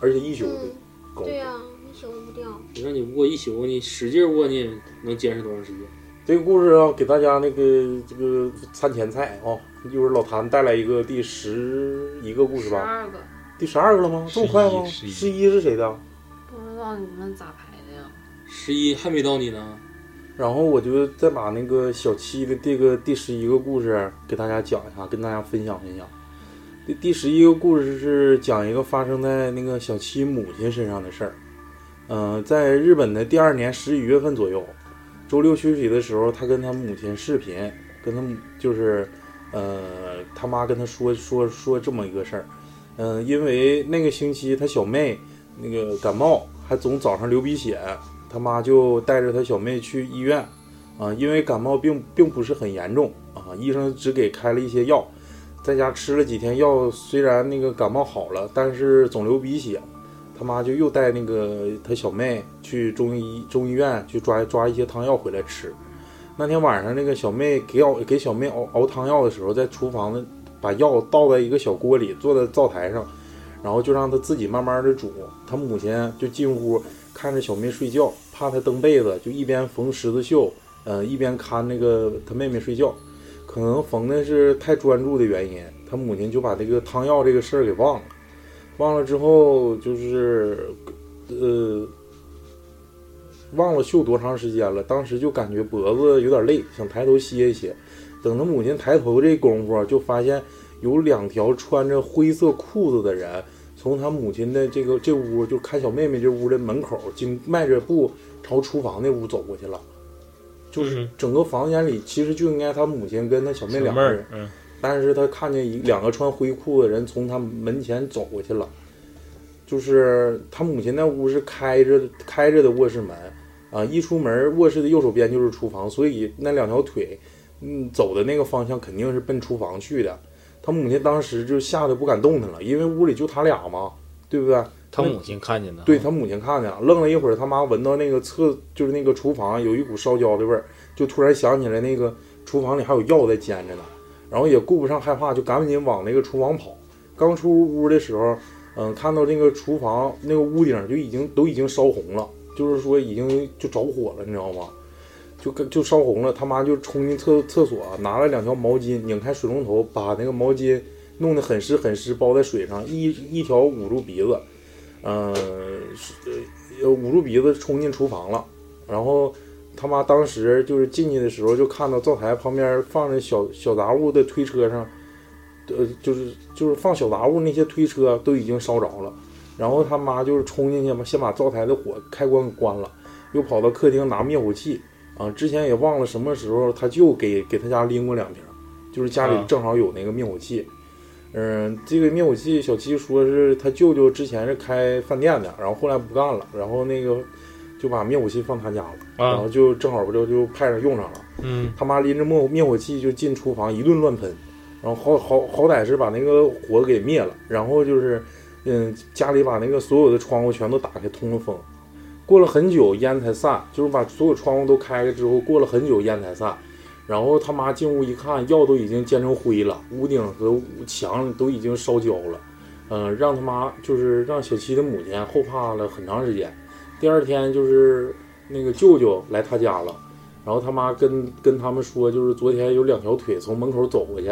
Speaker 3: 而且一宿的
Speaker 8: 嗯
Speaker 3: 狗，
Speaker 7: 对呀、一宿不掉。
Speaker 5: 你让你握一宿，你使劲握，你也能坚持多长时间？
Speaker 3: 这个故事啊，给大家那个这个餐前菜啊、一会儿老谭带来一个第十一个故事
Speaker 10: 十
Speaker 3: 吧，
Speaker 10: 二个，
Speaker 3: 第十二个了吗？这么快吗？
Speaker 5: 十一
Speaker 3: 十一是谁的？
Speaker 10: 不知道你们咋排的呀？
Speaker 5: 十一还没到你呢，
Speaker 3: 然后我就再把那个小七的这个第十一个故事给大家讲一下，跟大家分享分享。第第十一个故事是讲一个发生在那个小七母亲身上的事儿。嗯、在日本的第二年十一月份左右，周六休息的时候，他跟他母亲视频，跟他母就是，呃，他妈跟他说说说这么一个事儿。嗯、因为那个星期他小妹那个感冒，还总早上流鼻血，他妈就带着他小妹去医院。啊、因为感冒并并不是很严重啊、医生只给开了一些药，在家吃了几天药，虽然那个感冒好了，但是总流鼻血，他妈就又带那个他小妹去中医中医院去抓抓一些汤药回来吃。那天晚上，那个小妹给熬给小妹熬熬汤药的时候，在厨房的把药倒在一个小锅里，坐在灶台上，然后就让她自己慢慢的煮。她母亲就进屋看着小妹睡觉，怕她蹬被子，就一边缝十字绣，呃，一边看那个她妹妹睡觉。可能缝的是太专注的原因，她母亲就把这个汤药这个事儿给忘了。忘了之后就是，呃，忘了绣多长时间了，当时就感觉脖子有点累，想抬头歇一歇。等他母亲抬头这功夫啊，就发现有两条穿着灰色裤子的人从他母亲的这个这屋，就看小妹妹这屋的门口，经迈着步朝厨房那屋走过去了。就是整个房间里其实就应该他母亲跟嗯他小妹两个人，
Speaker 6: 嗯，
Speaker 3: 但是他看见一两个穿灰裤的人从他门前走过去了，就是他母亲那屋是开着开着的卧室门，啊，一出门卧室的右手边就是厨房，所以那两条腿，嗯，走的那个方向肯定是奔厨房去的。他母亲当时就吓得不敢动弹了，因为屋里就他俩嘛，对不对？
Speaker 6: 他母亲看见的，
Speaker 3: 对他母亲看见了，愣了一会儿，他妈闻到那个厕就是那个厨房有一股烧焦的味儿，就突然想起来那个厨房里还有药在煎着呢，然后也顾不上害怕，就赶紧往那个厨房跑。刚出屋的时候，嗯，看到那个厨房那个屋顶就已经都已经烧红了，就是说已经就着火了，你知道吗？就跟就烧红了，他妈就冲进厕厕所，拿了两条毛巾，拧开水龙头，把那个毛巾弄得很湿很湿，包在水上，一一条捂住鼻子，呃，是呃捂住鼻子冲进厨房了。然后他妈当时就是进去的时候，就看到灶台旁边放着小小杂物的推车上，呃，就是就是放小杂物那些推车都已经烧着了。然后他妈就是冲进去嘛，先把灶台的火开关给关了，又跑到客厅拿灭火器。啊，之前也忘了什么时候他舅给给他家拎过两瓶，就是家里
Speaker 6: 啊
Speaker 3: 正好有那个灭火器。嗯，这个灭火器，小七说是他舅舅之前是开饭店的，然后后来不干了，然后那个就把灭火器放他家了，
Speaker 6: 啊
Speaker 3: 然后就正好不就就派上用上了。
Speaker 6: 嗯，
Speaker 3: 他妈拎着灭火灭火器就进厨房一顿乱喷，然后好好好歹是把那个火给灭了，然后就是，嗯，家里把那个所有的窗户全都打开通了风。过了很久，烟才散，就是把所有窗户都开开之后，过了很久，烟才散。然后他妈进屋一看，药都已经煎成灰了，屋顶和墙都已经烧焦了，嗯、让他妈就是让小七的母亲后怕了很长时间。第二天就是那个舅舅来他家了，然后他妈跟跟他们说，就是昨天有两条腿从门口走过去，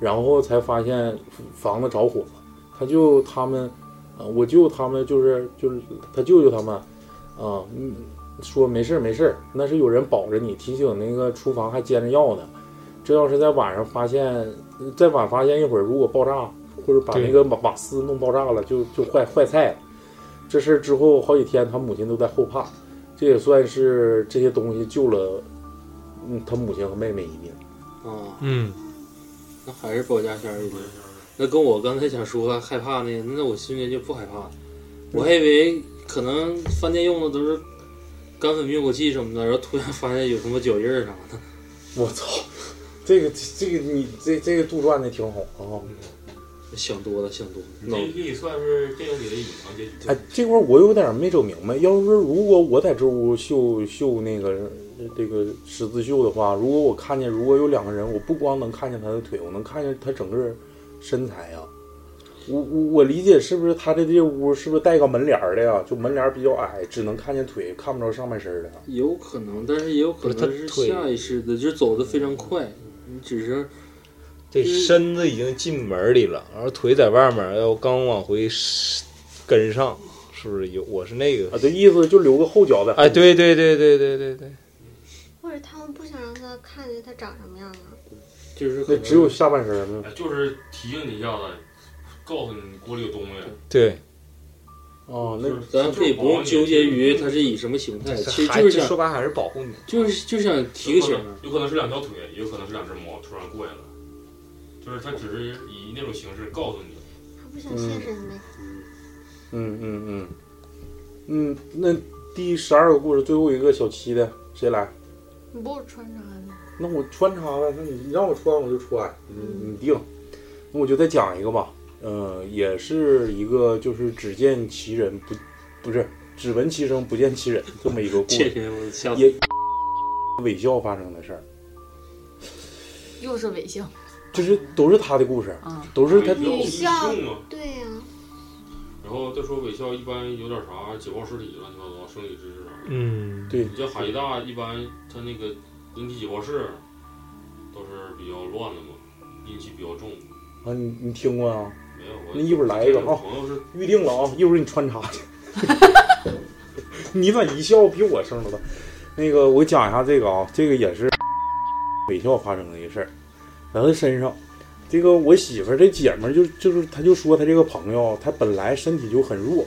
Speaker 3: 然后才发现房子着火了。他舅他们，呃，我舅他们就是就是他舅舅他们，啊、嗯，说没事儿没事儿，那是有人保着你，提醒那个厨房还煎着药呢。这要是在晚上发现，再晚发现一会儿，如果爆炸或者把
Speaker 6: 对
Speaker 3: 那个瓦瓦斯弄爆炸了，就就坏坏菜了。这事儿之后好几天，他母亲都在后怕，这也算是这些东西救了，嗯，他母亲和妹妹一命。
Speaker 5: 啊，
Speaker 6: 嗯，
Speaker 5: 那还是保家仙儿一点。那跟我刚才想说害怕那，那我瞬间就不害怕了。我还以为可能饭店用的都是干粉灭火器什么的，然后突然发现有什么脚印儿啥的。
Speaker 3: 我操，这个这个你这这个杜撰的挺好啊。
Speaker 5: 想多了，想多了。
Speaker 4: 这可以算是电影里的隐藏结局。
Speaker 3: 哎，这块儿我有点没整明白。要是如果我在这屋绣绣那个这个十字绣的话，如果我看见如果有两个人，我不光能看见他的腿，我能看见他整个身材呀、我我我理解是不是他的这屋是不是带个门帘儿的呀？就门帘儿比较矮，只能看见腿，看不着上半身儿的呀。啊
Speaker 5: 有可能，但是也有可能是下意识的，就是走的非常快，你只是
Speaker 6: 这身子已经进门里了，然后腿在外面，要刚往回跟上，是不是有？我是那个
Speaker 3: 啊，这意思就留个后脚在。
Speaker 6: 哎，对对对对对对对，
Speaker 7: 或者他们不想让他看见他长什么样啊？
Speaker 5: 就是
Speaker 3: 那只有下半身儿呢。
Speaker 4: 哎就是提醒你一下子，告诉你锅里有东西。
Speaker 6: 对，
Speaker 3: 哦，那
Speaker 5: 咱可以不用纠结于他是以什么形态，其实
Speaker 6: 还
Speaker 5: 就是想
Speaker 6: 说白还是保护你。
Speaker 5: 就是就是想提个醒
Speaker 4: 有可能有可能是两条腿，也有可能是两只猫突然过来了，就是它只是以那种形式告诉你。
Speaker 7: 他不想现身呗。
Speaker 3: 嗯嗯嗯，嗯，那第十二个故事最后一个小七的谁来？
Speaker 7: 你不是穿插吗？
Speaker 3: 那我穿插呗，那你让我穿我就穿，你你定。那我就再讲一个吧，呃，也是一个就是只见其人不不是只闻其声不见其人这么一个故
Speaker 5: 这
Speaker 3: 事，
Speaker 5: 人我吓死
Speaker 3: 也伪笑发生的事儿，
Speaker 10: 又是伪性，
Speaker 3: 就是都是他的故事
Speaker 10: 啊，
Speaker 3: 都是他
Speaker 4: 伪
Speaker 7: 女
Speaker 4: 笑
Speaker 7: 校
Speaker 4: 一定啊，
Speaker 7: 对呀、
Speaker 4: 然后再说伪校一般有点啥解剖尸体乱七八糟生理知识啥的。
Speaker 6: 嗯，
Speaker 3: 对
Speaker 4: 啊你像海医大一般，它那个人体解剖室都是比较乱的嘛，阴气比较重。
Speaker 3: 啊，你你听过啊？
Speaker 4: 没有我
Speaker 3: 那一会儿来一个
Speaker 4: 这
Speaker 3: 啊
Speaker 4: 朋友是
Speaker 3: 预定了啊，一会儿你穿插去。 你咋一笑比我声都大？那个，我讲一下这个啊，这个也是 伪笑发生的一个事儿，在他身上。这个我媳妇儿这姐们儿就就是，她就说她这个朋友，她本来身体就很弱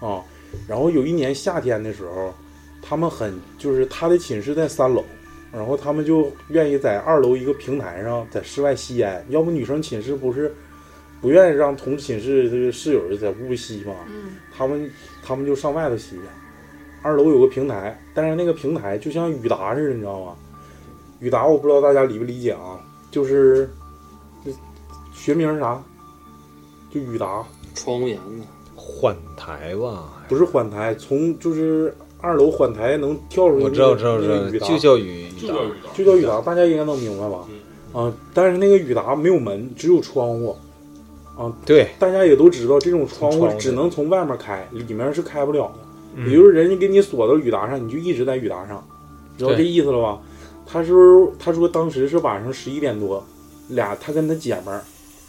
Speaker 3: 啊，然后有一年夏天的时候，他们很就是她的寝室在三楼，然后他们就愿意在二楼一个平台上在室外吸烟，要不女生寝室不是不愿意让同寝室这个室友在屋吸嘛，
Speaker 10: 嗯，
Speaker 3: 他们他们就上外头吸去。二楼有个平台，但是那个平台就像雨达似的，你知道吗？雨达我不知道大家理不理解啊，就是就学名是啥？就雨达，
Speaker 5: 窗户沿子，
Speaker 6: 缓台吧，
Speaker 3: 不是缓台，从就是二楼缓台能跳出去、那个，
Speaker 6: 我知道知道知
Speaker 3: 那
Speaker 6: 道
Speaker 3: 个雨，达
Speaker 6: 就叫雨
Speaker 4: 就叫雨达，
Speaker 3: 就叫雨达，大家应该能明白吧？啊，但是那个雨达没有门，只有窗户。
Speaker 6: 对，
Speaker 3: 大家也都知道，这种窗户
Speaker 6: 从窗户
Speaker 3: 只能从外面开，里面是开不了的。
Speaker 6: 嗯
Speaker 3: 也就是人家给你锁到雨达上，你就一直在雨达上，知道
Speaker 6: 对
Speaker 3: 这意思了吧？他说，他说当时是晚上十一点多，俩他跟他姐们儿，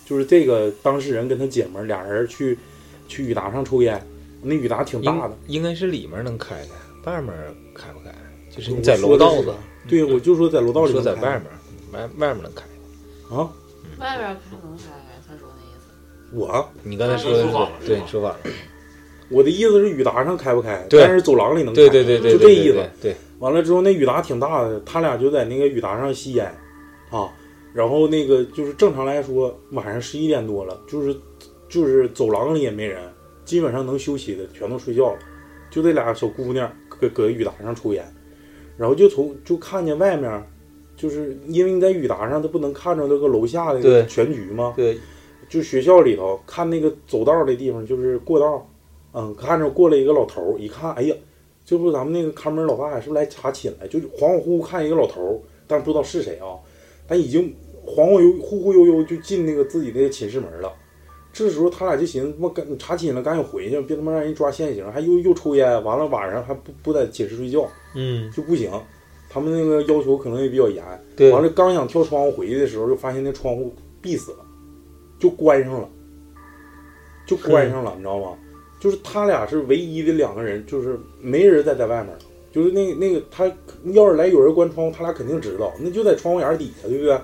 Speaker 3: 就是这个当事人跟他姐们儿俩人去去雨达上抽烟，那雨达挺大的
Speaker 6: 应。应该是里面能开开，外面开不开？就是
Speaker 3: 我
Speaker 6: 你嗯在
Speaker 3: 说
Speaker 6: 楼
Speaker 3: 的
Speaker 6: 道
Speaker 3: 是
Speaker 6: 子，
Speaker 3: 对，我就说在楼道
Speaker 6: 我
Speaker 3: 里
Speaker 6: 说
Speaker 3: 能
Speaker 6: 在
Speaker 3: 开
Speaker 6: 外面，外外面能开。
Speaker 3: 啊，
Speaker 10: 外边可能开开，他说那意思。
Speaker 3: 我
Speaker 6: 你刚才说的
Speaker 4: 说反了
Speaker 6: 是对，你说反了，
Speaker 3: 我的意思是雨达上开不开，
Speaker 6: 对
Speaker 3: 但是走廊里能开，
Speaker 6: 对对对对，
Speaker 3: 就这
Speaker 6: 对
Speaker 3: 意思。，
Speaker 6: 对对，
Speaker 3: 完了之后，那雨达挺大的，他俩就在那个雨达上吸烟，啊，然后那个就是正常来说，晚上十一点多了，就是就是走廊里也没人，基本上能休息的全都睡觉了，就这俩小姑娘搁搁雨达上抽烟，然后就从就看见外面，就是因为你在雨达上，他不能看着那个楼下的
Speaker 6: 对
Speaker 3: 全局吗？
Speaker 6: 对
Speaker 3: 就学校里头看那个走道的地方，就是过道，嗯，看着过来一个老头儿，一看，哎呀，这不是咱们那个看门老大爷是不是来查寝来？就恍恍惚惚看一个老头儿，但不知道是谁啊，但已经晃晃悠忽忽悠悠就进那个自己的寝室门了。这时候他俩就寻思，我赶紧查寝了，赶紧回去，别他妈让人抓现行，还又又抽烟，完了晚上还不不在寝室睡觉，
Speaker 6: 嗯，
Speaker 3: 就不行。他们那个要求可能也比较严。
Speaker 6: 对
Speaker 3: 完了刚想跳窗户回去的时候，就发现那窗户闭死了，就关上了，就关上了，你知道吗？就是他俩是唯一的两个人，就是没人再在外面了。就是那那个他要是来有人关窗户，他俩肯定知道，那就在窗户眼儿底下，对不对？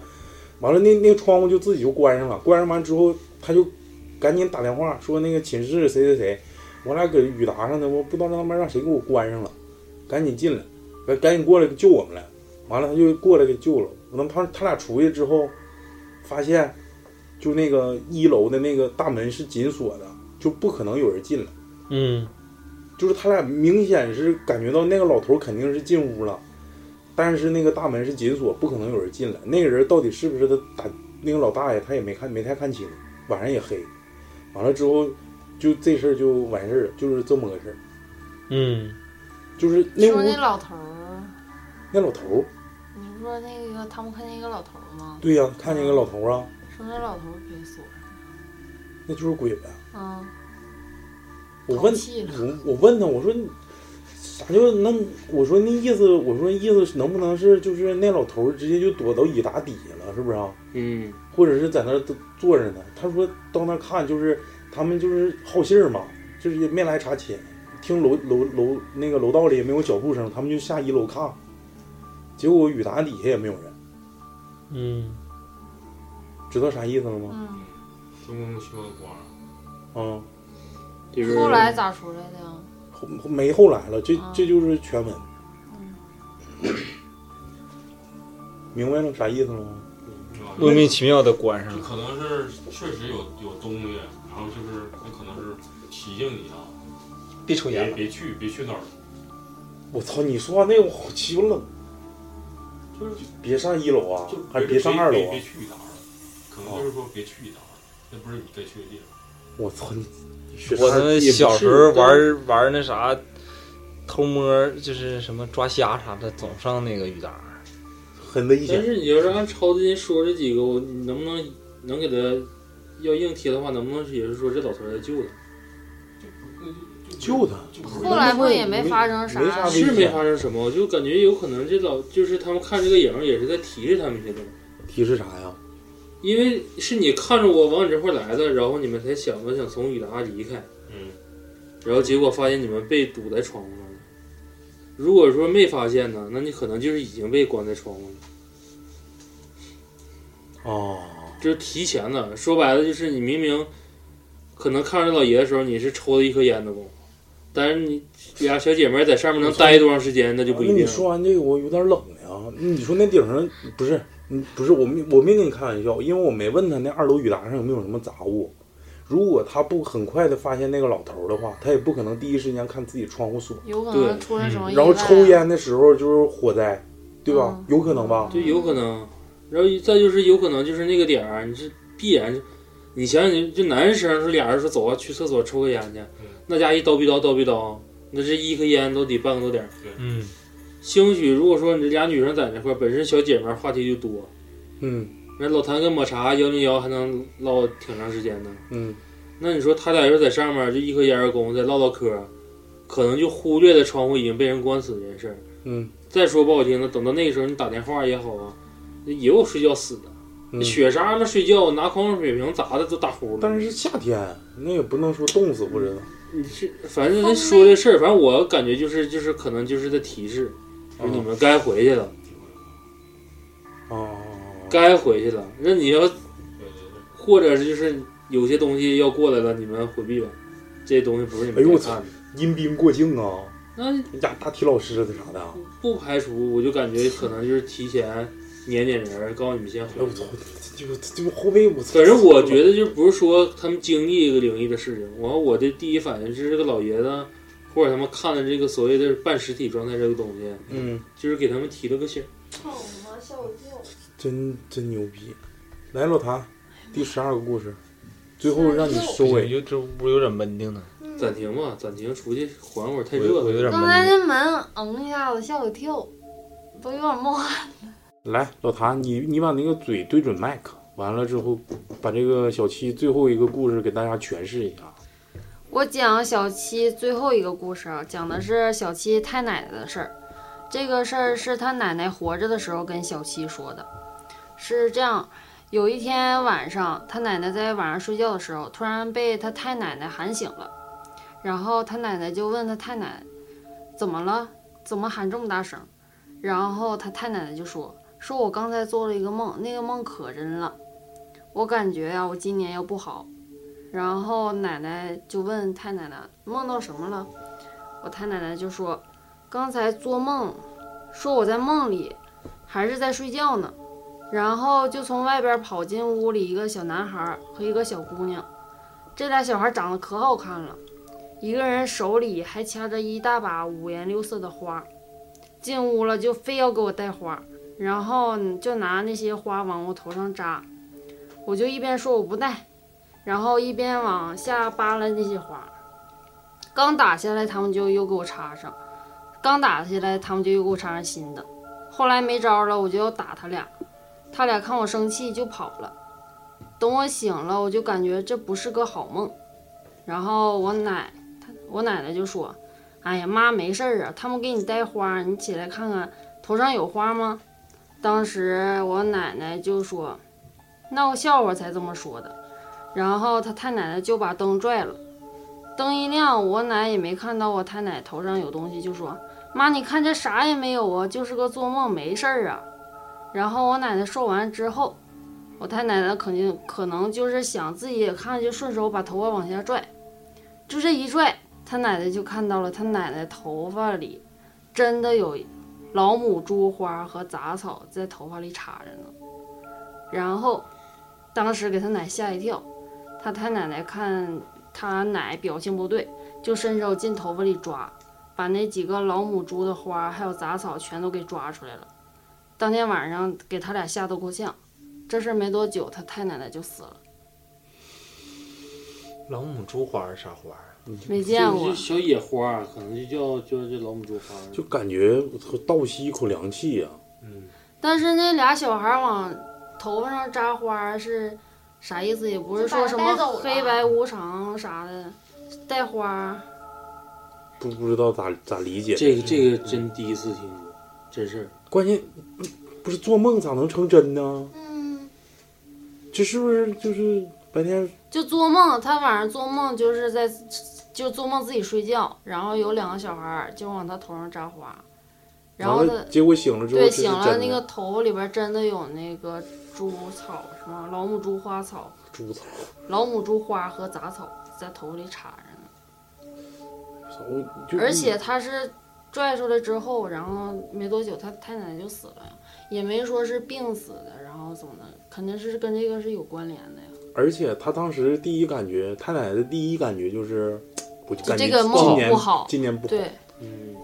Speaker 3: 完了那那窗户就自己就关上了，关上完之后他就赶紧打电话说那个寝室谁谁谁，我俩搁雨达上呢，我不知道他妈让谁给我关上了，赶紧进来，呃赶赶紧过来救我们来。完了他就过来给救了。我能他他俩出去之后，发现就那个一楼的那个大门是紧锁的，就不可能有人进来。
Speaker 6: 嗯，
Speaker 3: 就是他俩明显是感觉到那个老头肯定是进屋了，但是那个大门是紧锁，不可能有人进来。那个人到底是不是他打那个老大爷，他也没看没太看清，晚上也黑。完了之后，就这事儿就完事儿了，就是这么个事儿。
Speaker 6: 嗯，
Speaker 3: 就是
Speaker 10: 你
Speaker 3: 那
Speaker 10: 说
Speaker 3: 屋
Speaker 10: 那老头儿，
Speaker 3: 那老头儿，
Speaker 10: 你不说那个他们看见一个老头儿吗？
Speaker 3: 对呀、看见个老头儿啊，
Speaker 10: 说那老头儿给锁上。
Speaker 3: 那就是鬼啊呗。
Speaker 10: 嗯，
Speaker 3: 我问
Speaker 10: 淘气了
Speaker 3: 我我问他，我说你啥叫那？我说那意思，我说意思是能不能是就是那老头儿直接就躲到椅打底下了，是不是啊？
Speaker 5: 嗯，
Speaker 3: 或者是在那儿都坐着呢？他说到那儿看就是他们就是好信儿嘛，就是也没来查寝，听楼楼楼那个楼道里也没有脚步声，他们就下一楼看，结果雨打底下也没有人，
Speaker 6: 嗯，
Speaker 3: 知道啥意思了吗？
Speaker 10: 嗯，
Speaker 4: 听过没？西瓜瓜儿，
Speaker 3: 啊、
Speaker 6: 就是
Speaker 10: 后来咋出来的呀？
Speaker 3: 后没后来了，这
Speaker 10: 啊
Speaker 3: 这就是全文，
Speaker 10: 嗯
Speaker 3: 明白了啥意思了吗？
Speaker 6: 莫名其妙的关上
Speaker 4: 就
Speaker 6: 了。
Speaker 4: 可能是确实有有东西，然后就是他可能是提醒你啊，
Speaker 6: 别抽烟
Speaker 4: 别别去，别去那儿，
Speaker 3: 我操！你说完那个，我好气我冷。
Speaker 4: 就是
Speaker 3: 别上一楼啊
Speaker 4: 就，
Speaker 3: 还是别上二楼
Speaker 4: 别
Speaker 3: 啊
Speaker 4: 别！去哪儿，可能就是说别去哪儿，那不是你该去的地方。
Speaker 3: 我操你！
Speaker 6: 我他妈小时候玩玩那啥，偷摸就是什么抓虾啥的，总上那个鱼竿。
Speaker 3: 狠的一
Speaker 5: 但是你要是按超子今说这几个，我你能不能能给他要硬贴的话，能不能也是说这老头儿在救他？
Speaker 3: 救他，
Speaker 10: 后来不也没发生啥？
Speaker 5: 是没发生什么，我就感觉有可能这老就是他们看这个影儿也是在提示他们一些东西，
Speaker 3: 提示啥呀？
Speaker 5: 因为是你看着我往你这块儿来的，然后你们才想着想从雨达离开，
Speaker 4: 嗯，
Speaker 5: 然后结果发现你们被堵在窗户上了。如果说没发现呢，那你可能就是已经被关在窗户了。
Speaker 3: 哦，
Speaker 5: 就是提前的，说白了就是你明明可能看着老爷的时候，你是抽了一颗烟的功夫，但是你俩小姐妹在上面能待多长时间，那就不一
Speaker 3: 那
Speaker 5: 定
Speaker 3: 你
Speaker 5: 了。
Speaker 3: 说完这个，我有点冷了呀。你说那顶上不是，嗯不是我没我没跟你开玩笑，因为我没问他那二楼雨达上有没有什么杂物。如果他不很快的发现那个老头儿的话，他也不可能第一时间看自己窗户锁。
Speaker 10: 有可能出了什么意外
Speaker 3: 然后抽烟的时候就是火灾，对吧？有可能吧？
Speaker 5: 对，有可能。然后再就是有可能就是那个点儿，啊你是必然是，你想想，你就男生说俩人说走啊，去厕所抽个烟去，那家一叨逼叨叨逼叨，那这一颗烟都得半个多点儿。
Speaker 6: 嗯
Speaker 5: 兴许如果说你这俩女生在那块儿，本身小姐妹儿话题就多，
Speaker 3: 嗯
Speaker 5: 那老谭跟抹茶幺零幺还能唠挺长时间呢。
Speaker 3: 嗯，
Speaker 5: 那你说他俩要是在上面就一颗烟儿功夫再唠唠嗑儿，可能就忽略了窗户已经被人关死这件事儿。
Speaker 3: 嗯
Speaker 5: 再说不好听的，等到那个时候你打电话也好啊，也有睡觉死的，
Speaker 3: 嗯
Speaker 5: 雪莎那睡觉拿矿泉水瓶砸的都打呼噜。
Speaker 3: 但是夏天那也不能说冻死或者
Speaker 5: 你是反正他说这事儿，反正我感觉就是就是可能就是在提示，就
Speaker 3: 嗯
Speaker 5: 是你们该回去了，
Speaker 3: 哦，
Speaker 5: 该回去了。那你要，或者是就是有些东西要过来了，你们回避吧，这东西不是你
Speaker 3: 哎
Speaker 5: 们
Speaker 3: 呦我
Speaker 5: 该
Speaker 3: 操
Speaker 5: 看的，，
Speaker 3: 阴兵过境啊！
Speaker 5: 那
Speaker 3: 呀，大体老师这啥的啊，
Speaker 5: 不排除我就感觉可能就是提前撵撵人儿，告诉你们先回去。
Speaker 3: 哎这个这个后背我操
Speaker 5: 反正我觉得就不是说他们经历一个灵异的事情，我我的第一反应是这个老爷子或者他们看的这个所谓的半实体状态这个东西，
Speaker 3: 嗯，
Speaker 5: 就是给他们提了个醒儿。
Speaker 7: 操你妈！吓我一跳！
Speaker 3: 真真牛逼。来，老谭，第十二个故事，最
Speaker 10: 啊
Speaker 3: 后让你收尾。
Speaker 6: 就这屋有点闷挺呢，
Speaker 5: 暂停吧，暂停，出去缓会儿，太
Speaker 6: 我
Speaker 5: 热了，
Speaker 6: 我有点
Speaker 10: 刚才那门嗯一下子吓我一跳，都有点冒汗。
Speaker 3: 来，老谭，你你把那个嘴对准麦克，完了之后，把这个小七最后一个故事给大家诠释一下。
Speaker 8: 我讲小七最后一个故事啊，讲的是小七太奶奶的事儿。这个事儿是他奶奶活着的时候跟小七说的，是这样：有一天晚上，他奶奶在晚上睡觉的时候，突然被他太奶奶喊醒了，然后他奶奶就问他太奶怎么了，怎么喊这么大声？然后他太奶奶就说：说我刚才做了一个梦，那个梦可真了，我感觉呀、我今年要不好，然后奶奶就问太奶奶梦到什么了，我太奶奶就说，刚才做梦，说我在梦里还是在睡觉呢，然后就从外边跑进屋里一个小男孩儿和一个小姑娘，这俩小孩长得可好看了，
Speaker 10: 一个人手里还掐着一大把五颜六色的花，进屋了就非要给我带花，然后就拿那些花往我头上扎，我就一边说我不带，然后一边往下扒拉那些花，刚打下来他们就又给我插上，刚打下来他们就又给我插上新的，后来没招了我就要打他俩，他俩看我生气就跑了，等我醒了我就感觉这不是个好梦，然后我奶。我奶奶就说：“哎呀妈，没事儿啊，他们给你带花，你起来看看头上有花吗？”当时我奶奶就说：“闹个笑话才这么说的。”然后他太奶奶就把灯拽了，灯一亮，我奶也没看到我太奶头上有东西，就说：“妈，你看这啥也没有啊，就是个做梦，没事儿啊。”然后我奶奶说完之后，我太奶奶肯定可能就是想自己也看，就顺手把头发往下拽，就这一拽。他奶奶就看到了，他奶奶头发里真的有老母猪花和杂草在头发里插着呢。然后，当时给他奶吓一跳，他太奶奶看他奶表情不对，就伸手进头发里抓，把那几个老母猪的花还有杂草全都给抓出来了。当天晚上给他俩吓得够呛。这事没多久，他太奶奶就死了。
Speaker 6: 老母猪花是啥花？
Speaker 10: 没见过
Speaker 5: 就小野花，可能就叫叫这老母猪花。
Speaker 3: 就感觉我操倒吸一口凉气呀、
Speaker 10: 但是那俩小孩往头发上扎花是啥意思？也不是说什么黑白无常啥的，带花。
Speaker 3: 不不知道咋咋理解。
Speaker 5: 这个这个真第一次听说，真是。
Speaker 3: 关键不不是做梦咋能成真呢？
Speaker 10: 嗯，
Speaker 3: 这是不是就是白天
Speaker 10: 就做梦，他晚上做梦就是在就做梦自己睡觉，然后有两个小孩儿就往他头上扎花，然后
Speaker 3: 完
Speaker 10: 他
Speaker 3: 了结果醒了之后
Speaker 10: 对
Speaker 3: 这是
Speaker 10: 醒了
Speaker 3: 真
Speaker 10: 那
Speaker 3: 的
Speaker 10: 个头发里边真的有那个猪草什么老母猪花草、
Speaker 3: 猪草。
Speaker 10: 老母猪花和杂草在头发里插着呢。
Speaker 3: 操我就嗯
Speaker 10: 而且他是拽出来之后，然后没多久他太奶奶就死了，也没说是病死的，然后怎么的，肯定是跟这个是有关联的呀。
Speaker 3: 而且他当时第一感觉，他奶奶的第一感觉就是，我就
Speaker 10: 就
Speaker 3: 感觉
Speaker 10: 这个
Speaker 3: 今
Speaker 10: 梦
Speaker 3: 年
Speaker 10: 不好，
Speaker 3: 今年不好。
Speaker 10: 对，
Speaker 5: 嗯，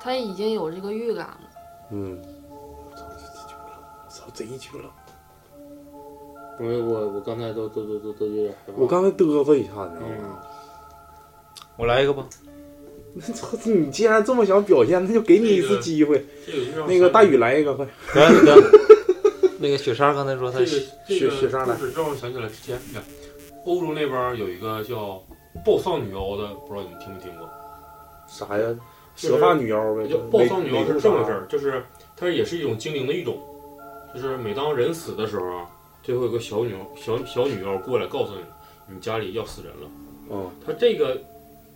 Speaker 10: 他已经有这个预感了。
Speaker 3: 嗯，操，贼绝了！
Speaker 5: 不是我我刚才都都都都都有点害怕。
Speaker 3: 我刚才嘚瑟一下，你知道吗？
Speaker 5: 嗯
Speaker 6: 我来一个吧。嗯
Speaker 3: 操，你既然这么想表现，那就给你一次机会。
Speaker 6: 嗯
Speaker 3: 那个大宇来一个，快！
Speaker 6: 来来，那个雪莎刚才说她
Speaker 2: 这个这
Speaker 3: 雪雪莎来
Speaker 2: 个故事让我想起来之前，欧洲那边有一个叫暴丧女妖的，不知道你们听没听过？
Speaker 3: 啥呀？
Speaker 2: 就是
Speaker 3: 蛇发女妖呗。
Speaker 2: 就暴丧女妖是这么回事儿，就是它也是一种精灵的一种，就是每当人死的时候啊，最后有个小女小小女妖过来告诉你，你家里要死人了。
Speaker 3: 嗯，
Speaker 2: 它这个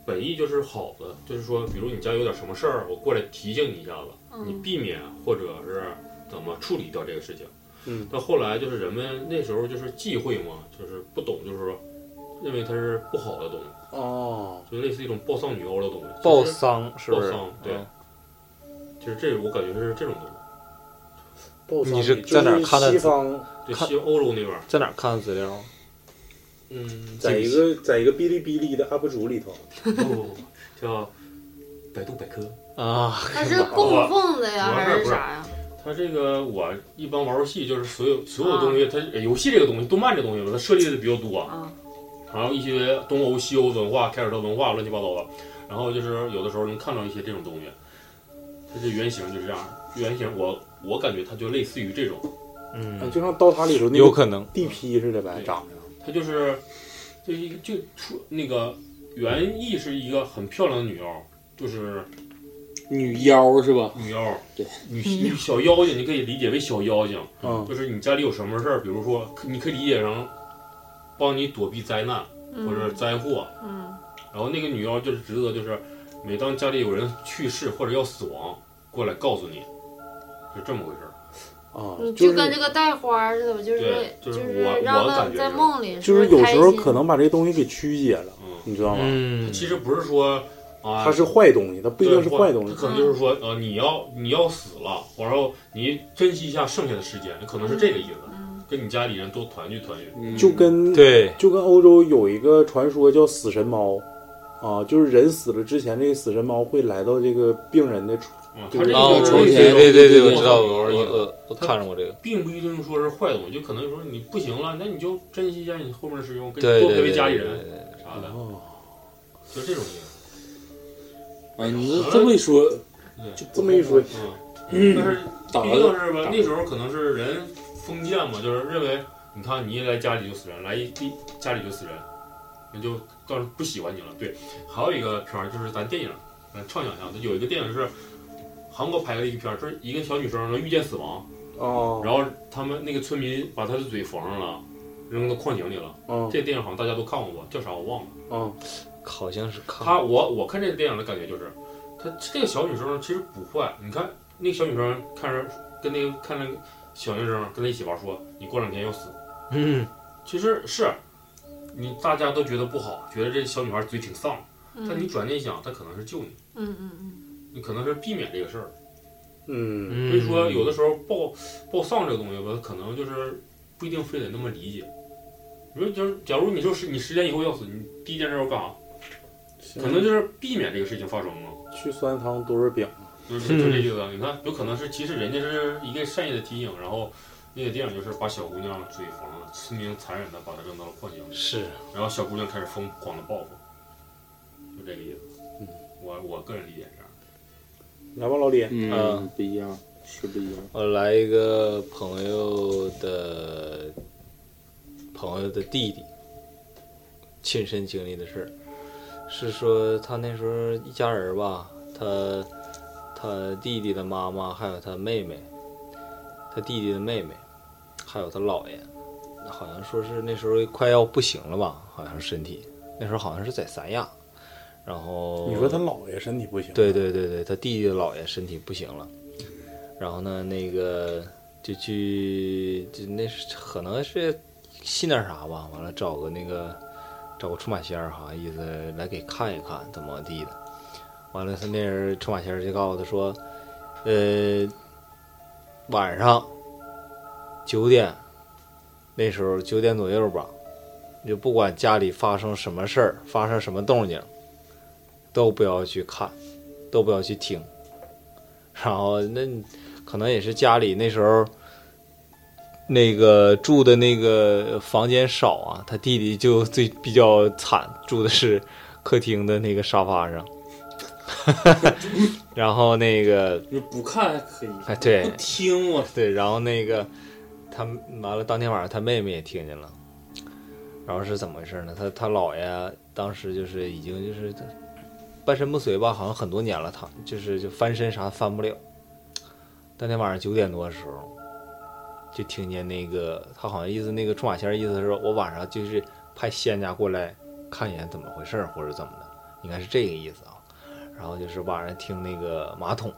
Speaker 2: 本意就是好的，就是说，比如你家有点什么事儿，我过来提醒你一下子，
Speaker 10: 嗯
Speaker 2: 你避免或者是怎么处理掉这个事情。
Speaker 3: 嗯，
Speaker 2: 但后来就是人们那时候就是忌讳嘛，就是不懂，就是说认为它是不好的东西，
Speaker 3: 哦，
Speaker 2: 就类似一种暴丧女妖的东西。
Speaker 6: 暴
Speaker 2: 就是
Speaker 6: 丧是不是
Speaker 2: 暴丧？对
Speaker 6: 嗯，
Speaker 2: 就是这我感觉是这种东西。
Speaker 3: 暴丧
Speaker 6: 你是
Speaker 3: 女
Speaker 6: 在哪儿
Speaker 3: 就是
Speaker 6: 看的
Speaker 3: 西方
Speaker 2: 对，
Speaker 6: 看
Speaker 2: 西欧洲那边儿，
Speaker 6: 在哪儿看的资料？
Speaker 2: 嗯，
Speaker 3: 在一个在一个哔哩哔哩的 UP 主里头，
Speaker 2: 不不不不叫百度百科。
Speaker 6: 啊，
Speaker 10: 他是供奉的呀，
Speaker 2: 我
Speaker 10: 还啥呀？
Speaker 2: 它这个我一般玩游戏，就是所有所有东西，它哎游戏这个东西，动漫这东西吧，它涉猎的比较多，
Speaker 10: 啊，
Speaker 2: 还有一些东欧、西欧文化、凯尔特文化乱七八糟的。然后就是有的时候能看到一些这种东西，它这原型就是这样，原型我我感觉它就类似于这种，
Speaker 3: 啊
Speaker 6: 嗯，
Speaker 3: 就像刀塔里头那
Speaker 6: 有
Speaker 3: 个
Speaker 6: 可能。
Speaker 3: DP 似的呗，长得。
Speaker 2: 它就是就一个就出那个原意是一个很漂亮的女妖，就是
Speaker 5: 女妖是吧？
Speaker 2: 女妖，
Speaker 5: 对，
Speaker 2: 女女小妖精，你可以理解为小妖精，
Speaker 3: 嗯
Speaker 2: 就是你家里有什么事儿，比如说，可你可以理解成帮你躲避灾难或者是灾祸，
Speaker 10: 嗯
Speaker 2: 然后那个女妖就是职责就是，每当家里有人去世或者要死亡，过来告诉你，是这么回事儿。
Speaker 3: 啊
Speaker 10: 嗯，，
Speaker 3: 就
Speaker 10: 就是跟这个带花似的吧，就是
Speaker 2: 对
Speaker 10: 就
Speaker 2: 就是
Speaker 10: 是
Speaker 2: 我我
Speaker 10: 让他
Speaker 2: 感觉
Speaker 10: 在
Speaker 2: 是
Speaker 10: 梦里
Speaker 3: 就是有
Speaker 10: 开
Speaker 3: 时候
Speaker 10: 心
Speaker 3: 可能把这东西给曲解了，
Speaker 2: 嗯，
Speaker 3: 你知道吗？
Speaker 6: 嗯，
Speaker 2: 其实不是说啊，
Speaker 3: 它是坏东西，它不一定是坏东西
Speaker 2: 它。可能就是说，呃，你要你要死了，然后你珍惜一下剩下的时间，可能是这个意思，跟你家里人多团聚团聚。
Speaker 5: 嗯
Speaker 3: 就跟
Speaker 6: 对
Speaker 3: 就跟欧洲有一个传说叫死神猫，啊，就是人死了之前，这个死神猫会来到这个病人的床，
Speaker 2: 它这个
Speaker 6: 啊，我
Speaker 2: 是
Speaker 6: 重
Speaker 2: 类似
Speaker 6: 前，
Speaker 2: 于
Speaker 6: 对对对，
Speaker 2: 我
Speaker 6: 我知道，
Speaker 2: 我
Speaker 6: 我我
Speaker 2: 我
Speaker 6: 我我看着过这个，
Speaker 2: 并不一定说是坏的东西，就可能有时候你不行了，那你就珍惜一下你后面的使用，跟
Speaker 6: 对
Speaker 2: 多
Speaker 6: 对
Speaker 2: 陪
Speaker 6: 对
Speaker 2: 陪家里
Speaker 6: 对
Speaker 2: 人
Speaker 6: 对对嗯
Speaker 2: 啥的，就这种意思。
Speaker 5: 哎，你这这么一说，
Speaker 2: 对嗯
Speaker 5: 就这么一说，
Speaker 2: 但是
Speaker 5: 打
Speaker 2: 毕
Speaker 5: 了
Speaker 2: 竟是吧
Speaker 5: 打，了
Speaker 2: 那时候可能是人封建嘛，就是认为你看你一来家里就死人，来一一家里就死人，那就当时不喜欢你了。对，还有一个片儿就是咱电影，咱畅想一下，有一个电影是韩国拍的一个片儿，就是一个小女生能遇见死亡，
Speaker 3: 啊
Speaker 11: 哦
Speaker 2: 然后他们那个村民把她的嘴缝上了，扔到矿井里了。
Speaker 3: 啊
Speaker 11: 哦
Speaker 2: 这电影好像大家都看过吧？叫啥我忘了。
Speaker 11: 哦，
Speaker 6: 好像是看
Speaker 2: 她我我看这个电影的感觉就是，她这个小女生其实不坏。你看那个小女生看着跟那个看那个小学生跟她一起玩说，你过两天要死。
Speaker 6: 嗯，
Speaker 2: 其实是你大家都觉得不好，觉得这小女孩嘴挺丧，
Speaker 10: 嗯
Speaker 2: 但你转念一想，她可能是救你，
Speaker 10: 嗯嗯
Speaker 2: 你可能是避免这个事儿。
Speaker 11: 嗯
Speaker 2: 所以说有的时候报报丧这个东西吧，可能就是不一定非得那么理解。你说，就是假如你说是你十年以后要死，你第一件事要干啥？可能就是避免这个事情发生嘛，
Speaker 3: 去酸汤多肉饼，
Speaker 2: 就是就这意思。你看，有可能是其实人家是一个善意的提醒，然后那个电影就是把小姑娘嘴缝了，村民残忍的把她扔到了矿井里，
Speaker 6: 是，
Speaker 2: 然后小姑娘开始疯狂的报复，就这个意思。嗯，我我个人理解是这样。
Speaker 3: 来吧，老李，啊
Speaker 5: 嗯，不一样，是不一样。
Speaker 6: 我来一个朋友的朋友的弟弟亲身经历的事儿，是说他那时候一家人儿吧，他他弟弟的妈妈，还有他妹妹，他弟弟的妹妹，还有他姥爷，好像说是那时候快要不行了吧，好像是身体，那时候好像是在三亚，然后
Speaker 3: 你说他姥爷身体不行，
Speaker 6: 哦对对对对，他弟弟的姥爷身体不行了，然后呢，那个就去就那是可能是信点啥吧，完了找个那个找个出马仙儿哈，意思来给看一看怎么地的。完了，他那人出马仙儿就告诉他说，呃，晚上九点那时候九点左右吧，你就不管家里发生什么事儿，发生什么动静，都不要去看，都不要去听。然后那你可能也是家里那时候那个住的那个房间少啊，他弟弟就最比较惨，住的是客厅的那个沙发上。 然后那个
Speaker 5: 你不看还可以，
Speaker 6: 哎，对，
Speaker 5: 不听我
Speaker 6: 对，然后那个他完了，当天晚上他妹妹也听见了，然后是怎么回事呢？他他姥爷当时就是已经就是半身不遂吧，好像很多年了，他就是就翻身啥翻不了。当天晚上九点多的时候，就听见那个他好像意思那个出马仙儿意思是我晚上就是派仙家过来看一眼怎么回事儿或者怎么的，应该是这个意思啊。然后就是晚上听那个马桶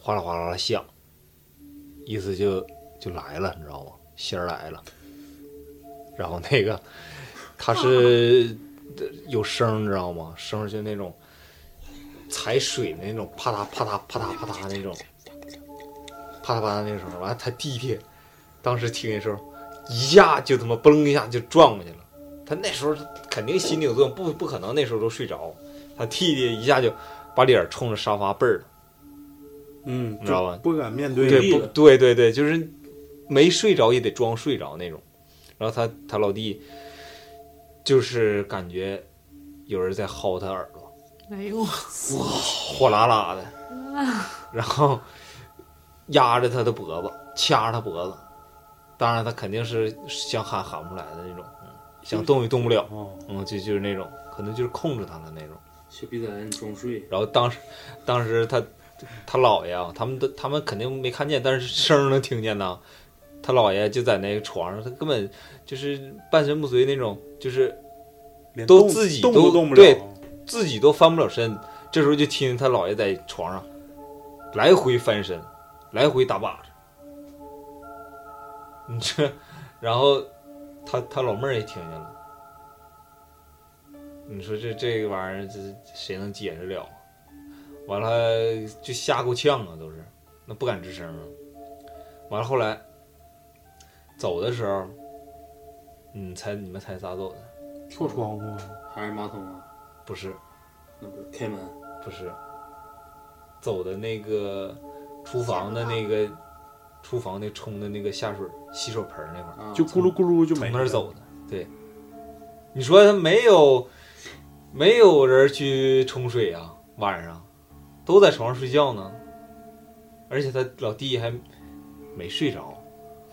Speaker 6: 哗啦哗啦响，意思就就来了，你知道吗？仙儿来了，然后那个他是有声儿，你知道吗？声儿就那种踩水的那种，啪嗒啪嗒啪嗒啪嗒那种，啪嗒啪嗒那种。完了，他弟弟当时听的时候，一下就他妈嘣一下就撞过去了。他那时候肯定心里有作用，不不可能那时候都睡着。他弟弟一下就把脸冲着沙发背儿了，
Speaker 3: 嗯，
Speaker 6: 你知道吧？
Speaker 3: 不敢面对，
Speaker 6: 对不对对对，就是没睡着也得装睡着那种。然后他他老弟就是感觉有人在薅他耳朵，
Speaker 10: 嗯，哎呦，
Speaker 6: 哇，火辣辣的，然后压着他的脖子，掐着他脖子。当然，他肯定是想喊喊不出来的那种，嗯想动也动不了，
Speaker 3: 啊
Speaker 6: 嗯，就就是那种，可能就是控制他的那种。
Speaker 5: 小逼崽，你装睡，
Speaker 6: 然后当时，当时他他姥爷啊，他们都他们肯定没看见，但是声儿能听见呐。他姥爷就在那个床上，他根本就是半身不遂那种，就是
Speaker 3: 连
Speaker 6: 都
Speaker 3: 动
Speaker 6: 自己
Speaker 3: 动
Speaker 6: 都
Speaker 3: 都动不了
Speaker 6: 对自己都翻不了身。这时候就听他姥爷在床上来回翻身，来回打把子。 你这，然后他他老妹儿也听见了。你说这这个玩意儿，这谁能解释了啊？完了就吓够呛啊，都是那不敢吱声啊。完了后来走的时候，你猜你们猜咋走的？
Speaker 3: 跳窗户啊，
Speaker 5: 还是马桶啊？
Speaker 6: 不是，
Speaker 5: 那不是开门，
Speaker 6: 不是，走的那个厨房的那个厨房那冲的那个下水洗手盆那块儿，
Speaker 5: 啊、
Speaker 3: 就咕噜咕噜就
Speaker 6: 从
Speaker 3: 没
Speaker 6: 那儿
Speaker 3: 了
Speaker 6: 走的。对，你说他没有没有人去冲水啊？晚上都在床上睡觉呢，而且他老弟还没睡着，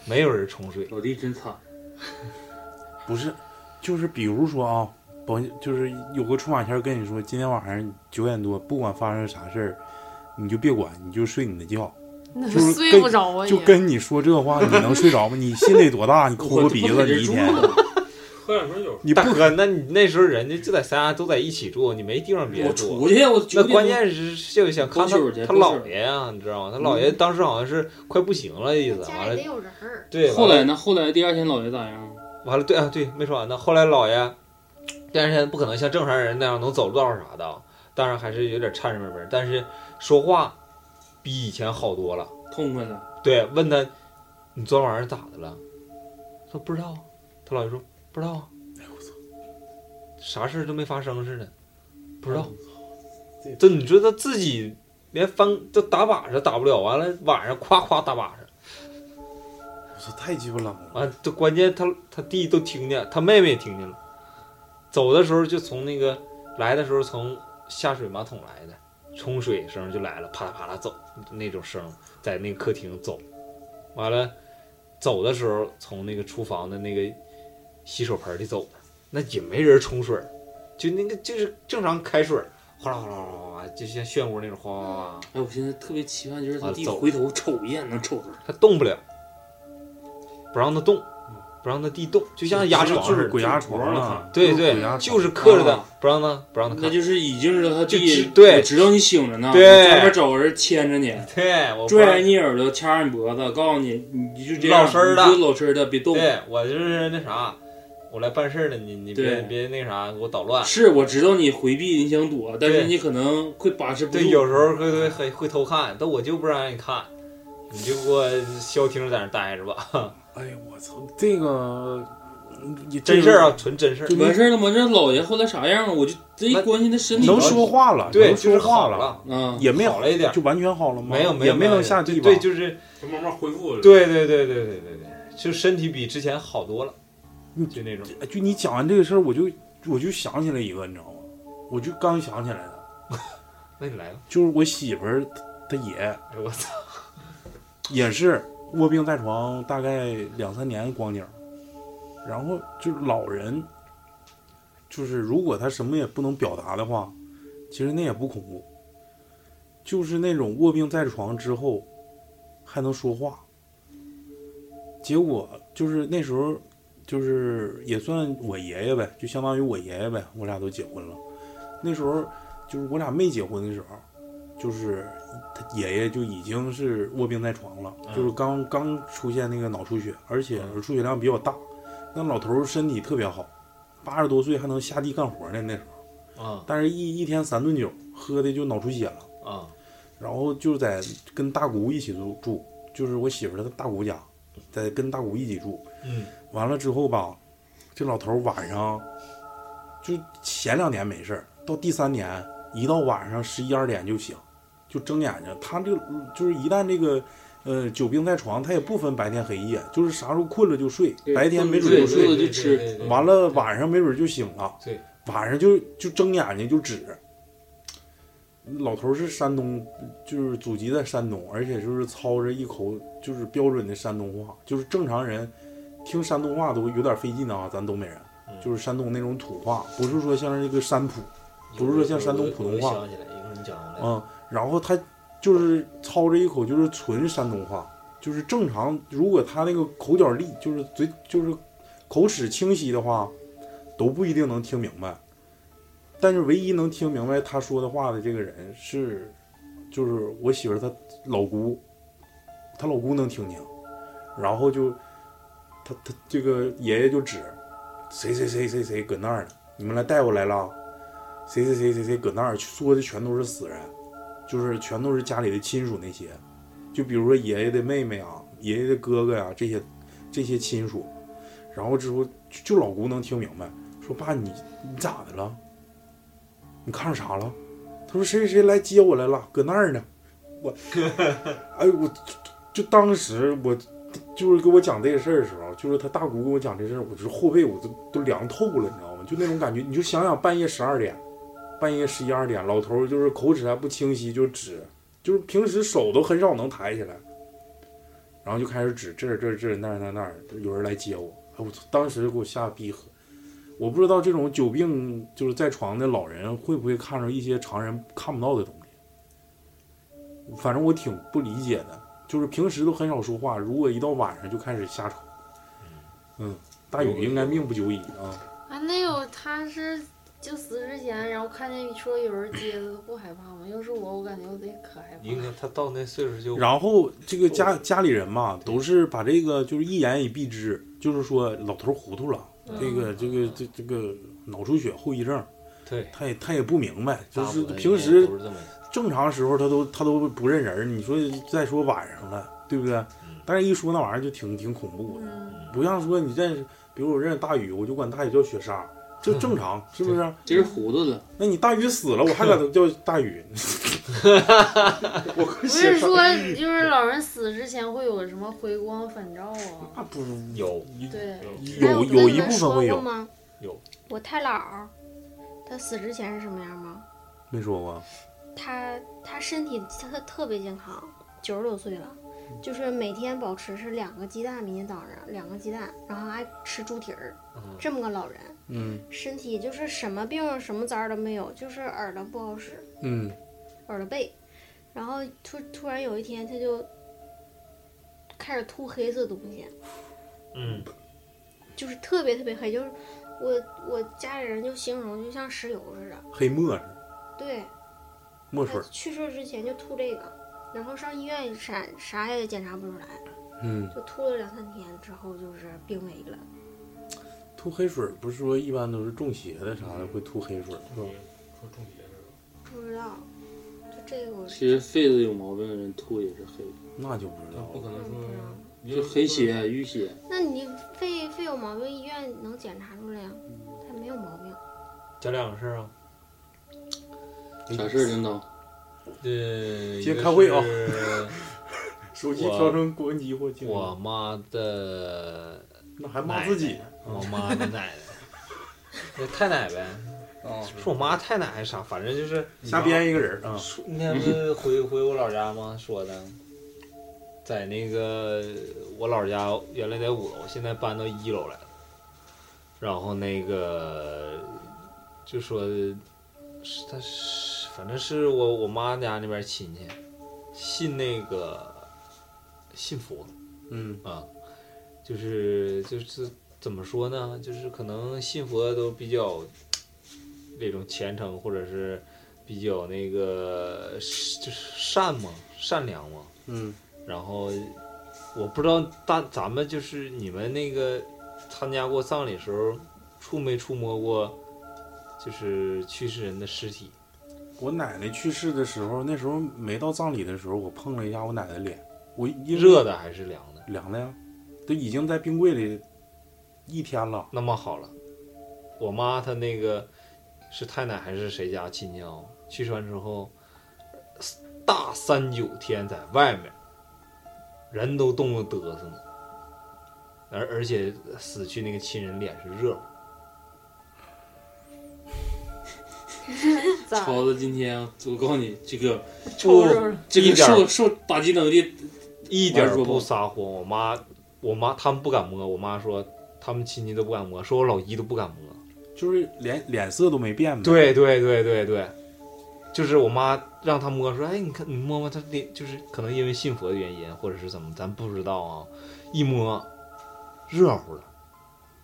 Speaker 6: 没有人冲水。
Speaker 5: 老弟真惨，
Speaker 3: 不是，就是比如说啊，保就是有个出马仙儿跟你说，今天晚上九点多，不管发生啥事儿，你就别管，你就睡你的觉，
Speaker 10: 那
Speaker 3: 就是
Speaker 10: 睡不着啊
Speaker 3: 就
Speaker 10: 你。
Speaker 3: 跟你说这话，你能睡着吗？你心得多大？你抠个鼻子，你一天，
Speaker 4: 喝两瓶酒，
Speaker 3: 你不
Speaker 6: 大哥，那你那时候人家就在三亚都在一起住，你没地方别
Speaker 5: 我
Speaker 6: 住。啊
Speaker 5: 出去，啊我
Speaker 6: 那
Speaker 5: 九点
Speaker 6: 关键是就想看他
Speaker 5: 光去
Speaker 6: 他姥爷呀、你知道吗？他姥
Speaker 5: 嗯
Speaker 6: 爷当时好像是快不行了，意思
Speaker 7: 家
Speaker 6: 完
Speaker 7: 里得
Speaker 6: 了，
Speaker 7: 有人儿，
Speaker 6: 对，
Speaker 5: 后
Speaker 6: 完
Speaker 5: 来
Speaker 6: 了
Speaker 5: 呢？后来第二天老爷咋样？
Speaker 6: 完了，对啊，对，没说完呢。后来姥爷第二天不可能像正常人那样能走路道啥的啊，当然还是有点颤颤巍巍，但是说话比以前好多了。
Speaker 5: 痛快了，
Speaker 6: 对，问他你昨晚上咋的了？他说不知道啊。他姥爷说不知道啊。啥事儿都没发生似的，不知道。这你说他自己连翻都打把式打不了，完了晚上夸夸打把式，
Speaker 3: 我操，太鸡巴冷了。
Speaker 6: 完这啊关键他他弟都听见，他妹妹也听见了。走的时候就从那个来的时候从下水马桶来的，冲水声就来了，啪啦啪啦走那种声，在那个客厅走。完了走的时候从那个厨房的那个洗手盆里走的，那也没人冲水，就那个就是正常开水，哗啦哗啦哗啦哗啦，就像漩涡那种哗哗哗哗。
Speaker 5: 哎，我现在特别期盼，就是他
Speaker 6: 啊
Speaker 5: 弟
Speaker 6: 走
Speaker 5: 回头瞅一眼能瞅着，
Speaker 6: 他动不了，不让他动，不让他弟动，就像压床
Speaker 3: 嗯就
Speaker 6: 似
Speaker 3: 是
Speaker 6: 的。
Speaker 3: 鬼压床了，
Speaker 6: 对
Speaker 3: 就是
Speaker 6: 对
Speaker 3: 鬼压，床
Speaker 6: 就是克着他
Speaker 5: 啊，
Speaker 6: 不让他不让他
Speaker 5: 那
Speaker 6: 看。
Speaker 5: 就是已经是他
Speaker 6: 就
Speaker 5: 弟
Speaker 6: 知，对
Speaker 5: 我知道你醒着呢，
Speaker 6: 对
Speaker 5: 我专门找个人牵着你，
Speaker 6: 对，我不
Speaker 5: 拽着
Speaker 6: 让
Speaker 5: 你耳朵，掐着你脖子，告诉你，你就这
Speaker 6: 老
Speaker 5: 样，
Speaker 6: 实儿的
Speaker 5: 你就老实儿的，别动。
Speaker 6: 对我就是那啥，我来办事儿了，你你别
Speaker 5: 对
Speaker 6: 别那啥，给我捣乱。
Speaker 5: 是我知道你回避，你想躲，但是
Speaker 6: 对
Speaker 5: 你可能会把持不住。
Speaker 6: 对，有时候会会会会偷看，但我就不让你看，你就给我消停在那儿待 着吧。
Speaker 3: 哎呀，我操，这个嗯也
Speaker 6: 真事儿啊，纯真事儿
Speaker 3: 就。
Speaker 5: 完事儿了吗？这老爷后来啥样啊？我就贼
Speaker 6: 那
Speaker 5: 关心他身体。
Speaker 3: 能说话了，
Speaker 6: 对，
Speaker 3: 能
Speaker 6: 就是
Speaker 3: 说话
Speaker 6: 好
Speaker 3: 了，
Speaker 6: 了，
Speaker 5: 啊，
Speaker 3: 也没
Speaker 6: 好了一点儿
Speaker 3: 就完全好了吗？
Speaker 6: 没有
Speaker 3: 也没
Speaker 6: 有有
Speaker 3: 能下地吧？
Speaker 6: 对，对就是
Speaker 4: 就慢慢恢复了。
Speaker 6: 对对对对对对对，就身体比之前好多了，
Speaker 3: 嗯
Speaker 6: 就 那种。
Speaker 3: 就你讲完这个事儿，我就我就想起来一个，你知道吗？我就刚想起来的，
Speaker 6: 那你来吧，
Speaker 3: 就是我媳妇儿她她爷
Speaker 6: 哎我操，
Speaker 3: 也是卧病在床，大概两三年光景儿。然后就是老人，就是如果他什么也不能表达的话，其实那也不恐怖，就是那种卧病在床之后还能说话。结果就是那时候，就是也算我爷爷呗，就相当于我爷爷呗，我俩都结婚了。那时候就是我俩没结婚的时候，就是他爷爷就已经是卧病在床了，就是刚刚出现那个脑出血，而且出血量比较大。那老头儿身体特别好，八十多岁还能下地干活呢那时候，
Speaker 6: 啊
Speaker 3: 但是一一天三顿酒，喝的就脑出血了。
Speaker 6: 啊
Speaker 3: 然后就在跟大姑一起住住，就是我媳妇儿她大姑家，在跟大姑一起住。
Speaker 6: 嗯，
Speaker 3: 完了之后吧，这老头儿晚上就前两年没事儿，到第三年一到晚上十一二点就醒，就睁眼睛。他这就是一旦这个呃久病在床，他也不分白天黑夜，就是啥时候困了就睡，
Speaker 5: 对
Speaker 3: 白天没准
Speaker 5: 对
Speaker 3: 就睡
Speaker 5: 对，
Speaker 6: 就
Speaker 5: 吃
Speaker 3: 完了晚上没准就醒了，
Speaker 6: 对，
Speaker 3: 晚上就就睁眼睛就指。老头儿是山东，就是祖籍在山东，而且就是操着一口就是标准的山东话，就是正常人听山东话都有点费劲呢啊，咱东北人
Speaker 6: 嗯
Speaker 3: 就是山东那种土话，不是说像那个山普，不是说像山东普通话
Speaker 6: 我我想起来，一会儿你讲我来。
Speaker 3: 嗯，然后他就是操着一口就是纯山东话，就是正常，如果他那个口角力，就是嘴就是口齿清晰的话，都不一定能听明白。但是唯一能听明白他说的话的这个人是，就是我媳妇儿她老姑，她老姑能听清，然后就他他这个爷爷就指谁谁谁谁谁搁那儿呢，你们来带我来了。啊谁谁谁谁谁搁那儿说的全都是死人，就是全都是家里的亲属那些，就比如说爷爷的妹妹啊、爷爷的哥哥呀、这些这些亲属，然后之后就就老姑能听明白，说说爸你你咋的了？你看上啥了？他说谁谁谁来接我来了，搁那儿呢。我，哎我就就当时我就是给我讲这个事儿的时候，就是他大姑跟我讲这事儿，我就是后背我都都凉透了，你知道吗？就那种感觉，你就想想半夜十二点，半夜十一二点，老头儿就是口齿还不清晰，就指，就是平时手都很少能抬起来，然后就开始指这儿这儿这儿那儿那儿那儿，有人来接我，哎我操当时给我吓逼喝。我不知道这种久病就是在床的老人会不会看着一些常人看不到的东西，反正我挺不理解的。就是平时都很少说话，如果一到晚上就开始瞎吵，嗯，大宇应该命不久矣啊。
Speaker 10: 啊，那有他是就死之前，然后看见说有人接他，不害怕吗？要是我，我感觉我得可害怕
Speaker 6: 应
Speaker 10: 了。
Speaker 6: 该他到那岁数就
Speaker 3: 然后这个家家里人嘛，都是把这个就是一言以蔽之，就是说老头糊涂了，
Speaker 10: 嗯
Speaker 3: 这个这个这这个脑出血后遗症，
Speaker 6: 对，
Speaker 3: 他也他也不明白，就
Speaker 6: 大
Speaker 3: 是
Speaker 6: 部分
Speaker 3: 平
Speaker 6: 人
Speaker 3: 时
Speaker 6: 都是这么
Speaker 3: 正常时候他都他都不认人儿，你说再说晚上了，对不对？但是一说那玩意儿就挺挺恐怖的，
Speaker 10: 嗯
Speaker 3: 不像说你认识，比如我认识大宇，我就管大宇叫雪莎，这正常是不是？
Speaker 5: 这是糊涂了，
Speaker 3: 那你大宇死了，我还管他叫大宇，
Speaker 10: 不是说就是老人死之前会有个什么回光返照啊？
Speaker 3: 那不
Speaker 6: 有
Speaker 10: 对，
Speaker 8: 哎
Speaker 3: 有
Speaker 8: 我
Speaker 3: 有
Speaker 8: 跟你
Speaker 3: 一
Speaker 8: 们
Speaker 3: 部分
Speaker 8: 说
Speaker 3: 会
Speaker 8: 过
Speaker 3: 有，
Speaker 8: 吗？
Speaker 6: 有。
Speaker 8: 我太姥儿，她死之前是什么样吗？
Speaker 3: 没说过，
Speaker 8: 她她身体特特别健康，九十多岁了，
Speaker 3: 嗯
Speaker 8: 就是每天保持是两个鸡蛋，每天早上两个鸡蛋，然后还吃猪蹄儿，这么个老人，
Speaker 3: 嗯
Speaker 8: 身体就是什么病什么灾儿都没有，就是耳朵不好使，
Speaker 3: 嗯，
Speaker 8: 耳朵背，然后突突然有一天他就开始吐黑色东西，
Speaker 6: 嗯，
Speaker 8: 就是特别特别黑，就是我我家里人就形容就像石油似的，
Speaker 3: 黑墨似的
Speaker 8: 对，
Speaker 3: 墨水
Speaker 8: 他
Speaker 3: 儿，
Speaker 8: 去世之前就吐这个，然后上医院啥啥也检查不出来，
Speaker 3: 嗯，
Speaker 8: 就吐了两三天之后就是病没了，
Speaker 3: 吐黑水儿不是说一般都是中邪的啥的会吐黑水儿是吧？
Speaker 2: 说中邪是吧？
Speaker 8: 不知道，就这个我
Speaker 5: 其实肺子有毛病的人吐也是黑，
Speaker 3: 那就不知
Speaker 2: 他
Speaker 3: 道
Speaker 2: 不
Speaker 3: 了，
Speaker 2: 可能说你
Speaker 5: 就黑血、啊淤血，
Speaker 8: 那你肺肺有毛病，医院能检查出来呀、他没有毛病，
Speaker 6: 讲两个事儿啊，
Speaker 5: 啥事儿领导？
Speaker 6: 呃，
Speaker 3: 接开会啊
Speaker 6: 啊。
Speaker 3: 手
Speaker 6: 机调
Speaker 3: 成国文机或静
Speaker 6: 我妈的，
Speaker 3: 那还骂自己，
Speaker 6: 我妈的奶奶， 那太奶呗，
Speaker 12: 啊，
Speaker 6: 说我妈太奶还是啥，反正就是
Speaker 3: 瞎编一个人儿啊，
Speaker 6: 说那天不是回回我老家吗？说的，在那个我老家原来在五楼，现在搬到一楼来了。然后那个就说是他是反正是我我妈家那边亲戚，信那个信佛
Speaker 3: 嗯
Speaker 6: 啊，就是就是怎么说呢？就是可能信佛都比较那种虔诚，或者是比较那个是就是善嘛，善良嘛。
Speaker 3: 嗯，
Speaker 6: 然后我不知道大咱们就是你们那个参加过葬礼时候，触没触摸过就是去世人的尸体？
Speaker 3: 我奶奶去世的时候，那时候没到葬礼的时候，我碰了一下我奶奶脸，我一
Speaker 6: 热的还是凉的？
Speaker 3: 凉的呀，都已经在冰柜里一天了。
Speaker 6: 那么好了，我妈她那个是太奶还是谁家亲戚啊？去世完之后，大三九天在外面，人都冻得嘚瑟呢。而而且死去那个亲人脸是热乎，
Speaker 10: 咋？
Speaker 5: 超子今天啊我告诉你，这 个
Speaker 10: 抽着
Speaker 5: 这
Speaker 6: 一
Speaker 5: 个
Speaker 6: 点儿
Speaker 5: 受受打击能力，
Speaker 6: 一点儿
Speaker 5: 完说吧
Speaker 6: 不撒谎。我妈，我妈他们不敢摸，我妈说他们亲戚都不敢摸，说我老姨都不敢摸。
Speaker 3: 就是脸脸色都没变呗。，
Speaker 6: 对对对对对，就是我妈让她摸，说，哎，你看你摸摸她脸，就是可能因为信佛的原因，或者是怎么，咱不知道啊。一摸，热乎了，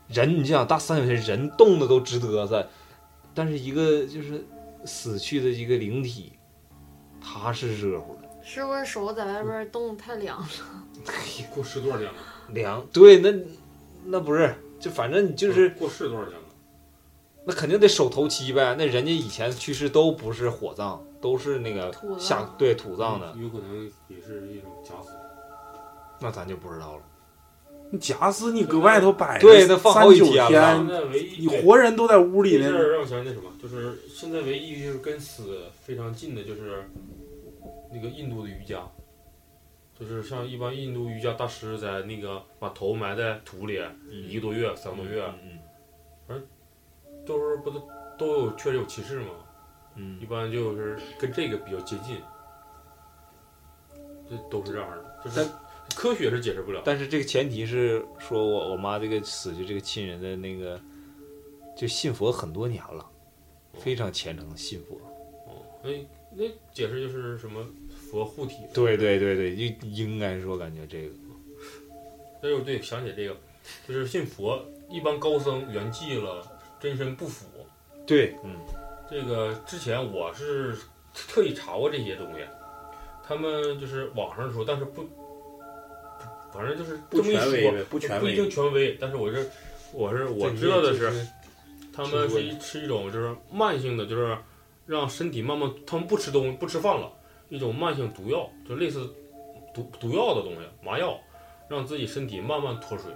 Speaker 6: 人你就想大三九天人冻的都直嘚瑟，但是一个就是死去的一个灵体，他是热乎的，
Speaker 10: 是不是手在外边冻太凉了？
Speaker 2: 过 世多少年了？
Speaker 6: 凉。对，那那不是，就反正你就是
Speaker 2: 过世多少年了？
Speaker 6: 那肯定得手头七呗。那人家以前去世都不是火葬，都是那个
Speaker 10: 土葬
Speaker 6: 下对土葬的。
Speaker 2: 有可能也是一种假死。
Speaker 6: 那咱就不知道了。
Speaker 13: 你假死你搁外头摆着
Speaker 6: 对那放好几
Speaker 13: 三九
Speaker 6: 天了
Speaker 13: 天
Speaker 2: 现，在唯一
Speaker 13: 你活人都在屋里
Speaker 2: 这
Speaker 13: 呢
Speaker 2: 事，儿让我想起那什么，就是现在唯一就是跟死非常近的就是那个印度的瑜伽，就是像一般印度瑜伽大师在那个把头埋在土里一个多月、三个多月，
Speaker 6: 嗯
Speaker 2: 都是不都都有确实有歧视嘛，
Speaker 6: 嗯
Speaker 2: 一般就是跟这个比较接近，这都是这样的，就是科学是解释不了。
Speaker 6: 但是这个前提是说我我妈这个死去这个亲人的那个，就信佛很多年了，非常虔诚的信佛。
Speaker 2: 哦，那那解释就是什么佛护体，
Speaker 6: 对对对对，应应该说感觉这个，
Speaker 2: 哎呦，对，想起这个，就是信佛，一般高僧圆寂了，真身不腐。
Speaker 6: 对，嗯，
Speaker 2: 这个之前我是特意查过这些东西，他们就是网上说，但是不，不反正就是这么一
Speaker 3: 权威呗
Speaker 2: 说，
Speaker 3: 不权
Speaker 2: 不一
Speaker 3: 威
Speaker 2: 定权威。但是我是我是我知道的是，他们是一吃一种就是慢性的，就是让身体慢慢，他们不吃东不吃饭了，一种慢性毒药，就类似毒毒药的东西，麻药，让自己身体慢慢脱水，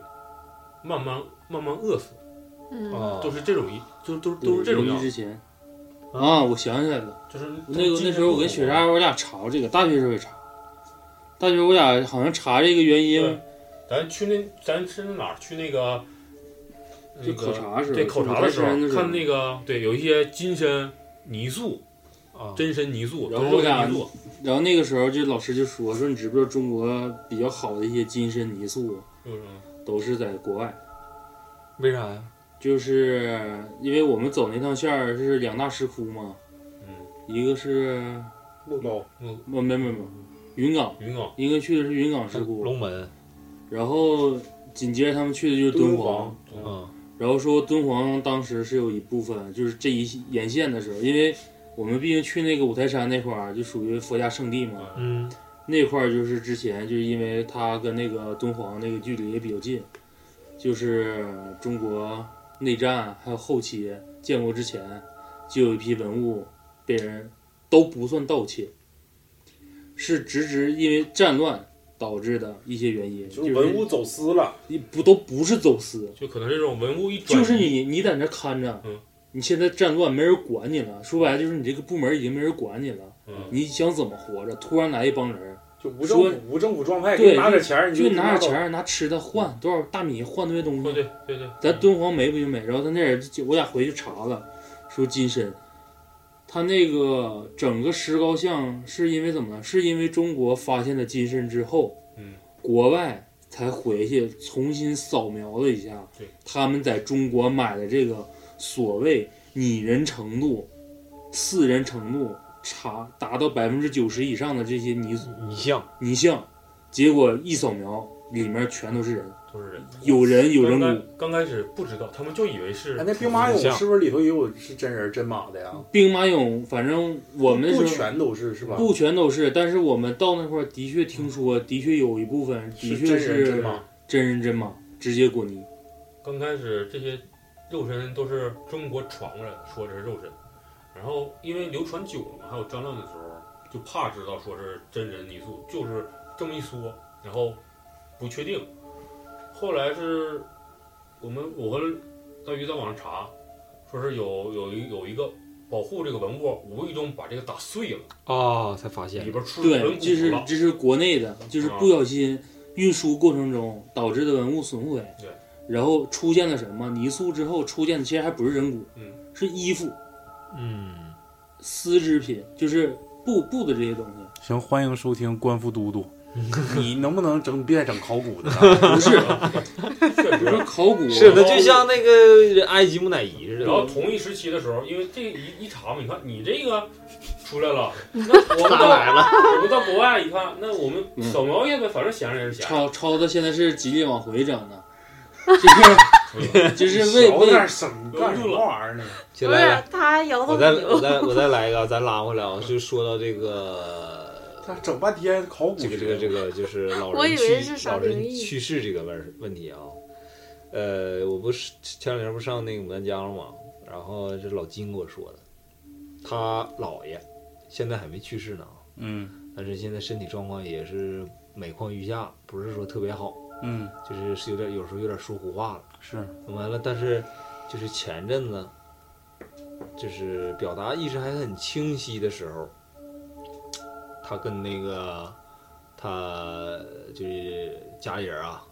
Speaker 2: 慢慢慢慢饿死，
Speaker 14: 嗯，
Speaker 6: 啊，
Speaker 2: 都是这种一，就都都是这种
Speaker 5: 入
Speaker 2: 药
Speaker 5: 狱，之前啊，我想起来了，
Speaker 2: 就是
Speaker 5: 嗯那个那时候我跟雪莎我俩查过这个，大学时候也查，大学我俩好像查这个原因
Speaker 2: 对咱去那咱是那哪儿去那个，
Speaker 5: 就考察时候
Speaker 2: 对考察的时候
Speaker 5: 五台山的时候
Speaker 2: 看那个对有一些金身泥塑
Speaker 6: 啊
Speaker 2: 真身泥塑，
Speaker 5: 然后
Speaker 2: 都
Speaker 5: 我
Speaker 2: 是
Speaker 5: 俩
Speaker 2: 泥塑，
Speaker 5: 然后那个时候这老师就说说你知不知道中国比较好的一些金身泥塑
Speaker 2: 是不是？
Speaker 5: 都是在国外，
Speaker 6: 为啥呀？
Speaker 5: 就是因为我们走那趟线儿是两大石窟嘛，
Speaker 2: 嗯，
Speaker 5: 一个是
Speaker 3: 路高，
Speaker 5: 哦没没没没云冈，
Speaker 2: 云冈
Speaker 5: 应该去的是云冈石窟，
Speaker 6: 龙门，
Speaker 5: 然后紧接着他们去的就是敦煌，
Speaker 6: 嗯
Speaker 5: 然后说敦煌当时是有一部分，就是这一沿线的时候，因为我们毕竟去那个五台山那块儿就属于佛家圣地嘛，
Speaker 6: 嗯
Speaker 5: 那块儿就是之前就是因为它跟那个敦煌那个距离也比较近，就是中国内战还有后期建国之前，就有一批文物被人都不算盗窃，是直直因为战乱导致的一些原因，就
Speaker 3: 就是文物走私了，
Speaker 5: 你不都不是走私，
Speaker 2: 就可能这种文物一转移
Speaker 5: 就是你你在那看着，
Speaker 2: 嗯
Speaker 5: 你现在战乱没人管你了，说白了就是你这个部门已经没人管你了，
Speaker 2: 嗯
Speaker 5: 你想怎么活着？突然来一帮人，
Speaker 3: 就无政
Speaker 5: 说
Speaker 3: 府无政府状态，
Speaker 5: 对
Speaker 3: 给你拿点钱儿，你
Speaker 5: 就拿
Speaker 3: 拿
Speaker 5: 点钱儿拿吃的换多少大米换那些东
Speaker 2: 哦对
Speaker 5: 西，
Speaker 2: 对对对，
Speaker 5: 咱敦煌没不就没？然后他那人就我俩回去查了，说金身，他那个整个石膏像是因为怎么了？是因为中国发现了金身之后，
Speaker 2: 嗯，
Speaker 5: 国外才回去重新扫描了一下，
Speaker 2: 对，
Speaker 5: 他们在中国买的这个所谓拟人程度、四人程度查达到百分之九十以上的这些泥
Speaker 6: 嗯你像
Speaker 5: 泥像，结果一扫描里面全都是人，
Speaker 2: 都是人。
Speaker 5: 有人有人
Speaker 2: 刚
Speaker 5: 骨
Speaker 2: 开。刚开始不知道，他们就以为是
Speaker 3: 哎，那兵马
Speaker 6: 像
Speaker 3: 俑是不是里头也有是真人真马的呀？
Speaker 5: 兵马俑，反正我们
Speaker 3: 不
Speaker 5: 那时候
Speaker 3: 全都是是吧？
Speaker 5: 不全都是，但是我们到那块儿的确听说，的确有一部分的
Speaker 3: 是
Speaker 5: 确
Speaker 3: 真
Speaker 5: 是
Speaker 3: 人真马，
Speaker 5: 真人真马，直接滚泥。
Speaker 2: 刚开始这些肉身都是中国传过来的，说这是肉身，然后因为流传久了嘛，还有战乱的时候，就怕知道说是真人泥塑，就是这么一说，然后不确定。后来是我们我和大鱼在网上查，说是有有一有一个保护这个文物，无意中把这个打碎了，
Speaker 6: 啊，才发
Speaker 2: 里
Speaker 6: 现
Speaker 2: 边出人
Speaker 5: 对，
Speaker 2: 骨
Speaker 5: 这是
Speaker 2: 了。
Speaker 5: 这是国内的，就是
Speaker 2: 啊
Speaker 5: 不小心运输过程中导致的文物损毁。
Speaker 2: 对，
Speaker 5: 然后出现了什么泥塑之后出现的其实还不是人骨，
Speaker 2: 嗯
Speaker 5: 是衣服、
Speaker 6: 嗯，
Speaker 5: 丝织品，就是布布的这些东西。
Speaker 13: 行，欢迎收听官夫 嘟嘟。你能不能整别再整考古的了？
Speaker 5: 不是， 比如说考古啊
Speaker 6: 是的，就像那个埃及木乃伊似
Speaker 2: 然后
Speaker 6: 的，
Speaker 2: 同一时期的时候，因为这一一查嘛，你看你这个出来了，那 我们到来了，我们到国外一看，那我们
Speaker 5: 嗯
Speaker 2: 扫描一下呗，反正闲着也是闲着。
Speaker 5: 超超子现在是极力往回整的，就是就是 为
Speaker 3: 小点
Speaker 5: 为
Speaker 3: 儿什么干什么玩意儿呢？
Speaker 6: 起
Speaker 10: 不
Speaker 6: 来
Speaker 10: 是
Speaker 6: 了。
Speaker 10: 他摇
Speaker 6: 我
Speaker 10: 头
Speaker 6: 再
Speaker 10: 牛
Speaker 6: 我，再我再来一个，咱拉回来啊，就说到这个
Speaker 3: 他整半天考古
Speaker 6: 这
Speaker 3: 学，
Speaker 6: 个这个这个就是老
Speaker 10: 我
Speaker 6: 人
Speaker 10: 以
Speaker 6: 去
Speaker 10: 为是啥
Speaker 6: 老人
Speaker 10: 灵异
Speaker 6: 去世这个问问题啊，呃，我不是前两天不上那个牡丹江了吗？然后这老金给我说的，他姥爷现在还没去世呢啊，
Speaker 13: 嗯
Speaker 6: 但是现在身体状况也是每况愈下，不是说特别好。
Speaker 15: 嗯，
Speaker 6: 就是是有点有时候有点说胡话了。
Speaker 15: 是，
Speaker 6: 完了，但是就是前阵子，就是表达意识还很清晰的时候，他跟那个他就是家里人啊，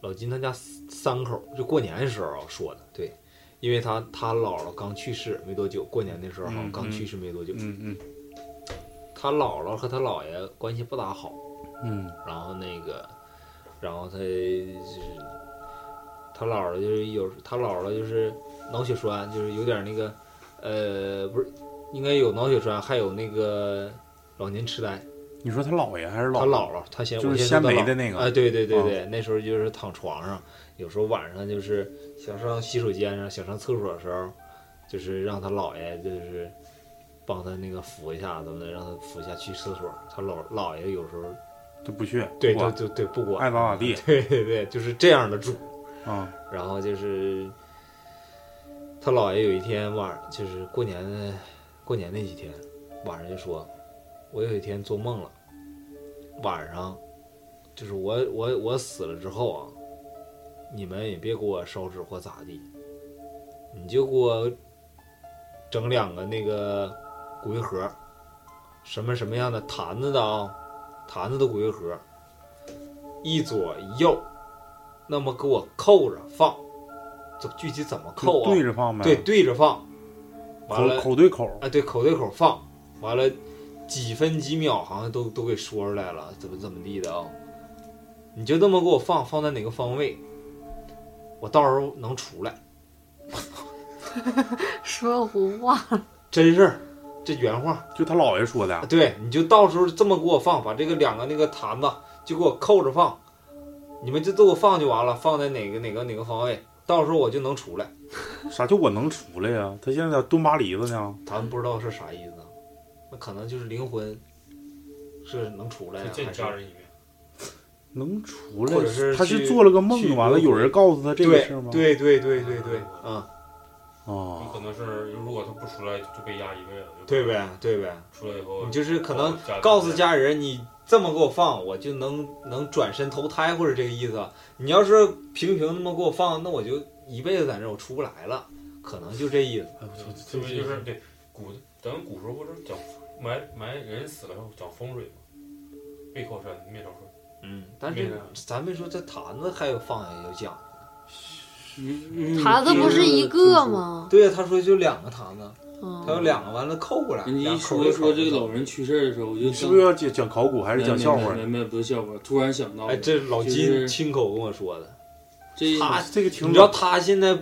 Speaker 6: 老金他家三口就过年的时候说的，对，因为他他姥姥刚去世没多久，过年的时候好像
Speaker 15: 嗯
Speaker 6: 刚去世没多久，
Speaker 15: 嗯嗯
Speaker 6: 他姥姥和他姥爷关系不咋好，
Speaker 15: 嗯
Speaker 6: 然后那个，然后他就是他姥姥就是有他姥姥就是脑血栓，就是有点那个，呃，不是应该有脑血栓，还有那个老年痴呆。
Speaker 15: 你说他姥爷还是
Speaker 6: 他
Speaker 15: 姥
Speaker 6: 姥姥，他先
Speaker 15: 就是
Speaker 6: 我先说
Speaker 15: 鲜梅
Speaker 6: 他姥
Speaker 15: 的那个
Speaker 3: 呃
Speaker 6: 哎，对对对
Speaker 15: 啊
Speaker 6: 对，那时候就是躺床上，有时候晚上就是想上洗手间啊，想上厕所的时候，就是让他姥爷就是帮他那个扶一下，怎么的，让他扶一下去厕所。他姥姥爷有时候
Speaker 15: 就不去，
Speaker 6: 对
Speaker 15: 不
Speaker 6: 对
Speaker 15: 管
Speaker 6: 对对，不管
Speaker 15: 爱咋咋地
Speaker 6: 对对对，就是这样的主。
Speaker 15: 啊，
Speaker 6: 然后就是他姥爷有一天晚上，就是过年的过年那几天晚上就说，我有一天做梦了，晚上就是我我我死了之后啊，你们也别给我烧纸或咋地，你就给我整两个那个骨灰盒，什么什么样的坛子的啊，坛子的骨灰盒，一左一右，那么给我扣着放，这具体怎么扣啊？
Speaker 15: 就对着放呗
Speaker 6: 对，对着放，完了
Speaker 15: 口口对口，
Speaker 6: 啊，对，口对口放，完了几分几秒好像都都给说出来了，怎么怎么地的啊、你就这么给我放，放在哪个方位，我到时候能出来，
Speaker 10: 说胡话，
Speaker 6: 真事儿，啊这原话。
Speaker 15: 就他姥爷说的，
Speaker 6: 对，你就到时候这么给我放，把这个两个那个坛子就给我扣着放，你们就都给我放就完了，放在哪个哪个哪个方位，到时候我就能出来。
Speaker 15: 啥叫我能出来呀、他现在在蹲巴黎子呢，
Speaker 6: 咱们不知道是啥意思，啊那可能就是灵魂是能出来呀、啊
Speaker 4: 见
Speaker 6: 还
Speaker 4: 你
Speaker 6: 是
Speaker 4: 家人一面，
Speaker 15: 能出来
Speaker 6: 或者是
Speaker 15: 他是
Speaker 6: 去
Speaker 15: 做了个梦
Speaker 6: 去，
Speaker 15: 完了有人告诉他这个
Speaker 6: 对
Speaker 15: 事儿吗？
Speaker 6: 对对对对对，啊、
Speaker 15: 啊，
Speaker 5: 哦
Speaker 4: 可能是如果他不出来就被压一辈子，有可能
Speaker 6: 对呗对呗，
Speaker 4: 出来以后
Speaker 6: 你就是可
Speaker 4: 哦
Speaker 6: 能
Speaker 4: 家里
Speaker 6: 告诉家人，你这么给我放，我就能能转身投胎，或者这个意思。你要是平平那么给我放，那我就一辈子在这儿，我出不来了，可能就这意思。
Speaker 5: 哎
Speaker 4: 特别就是对古，咱们古时候不是讲埋埋人死了以后讲风水吗？背靠山，面朝水，
Speaker 6: 嗯，但
Speaker 4: 没
Speaker 6: 是
Speaker 4: 啥
Speaker 6: 咱们说这坛子还有放下有讲，
Speaker 5: 嗯
Speaker 10: 坛子不是一个吗？
Speaker 6: 对呀，他说就两个坛子，
Speaker 10: 嗯
Speaker 6: 他有两个完了扣过来，
Speaker 5: 你
Speaker 6: 俩
Speaker 5: 一
Speaker 6: 扣
Speaker 5: 说
Speaker 6: 一
Speaker 5: 说
Speaker 6: 扣
Speaker 5: 这个
Speaker 6: 一扣
Speaker 5: 老人去世的时候，我就
Speaker 15: 你是不是要讲讲考古还是讲笑话
Speaker 5: 没
Speaker 15: 呢？
Speaker 5: 没没不是笑话，突然想到了，
Speaker 6: 哎，这是老
Speaker 5: 就
Speaker 6: 金
Speaker 5: 是
Speaker 6: 亲口跟我说的。
Speaker 5: 这
Speaker 6: 他
Speaker 15: 这个挺
Speaker 6: 你知道他现在，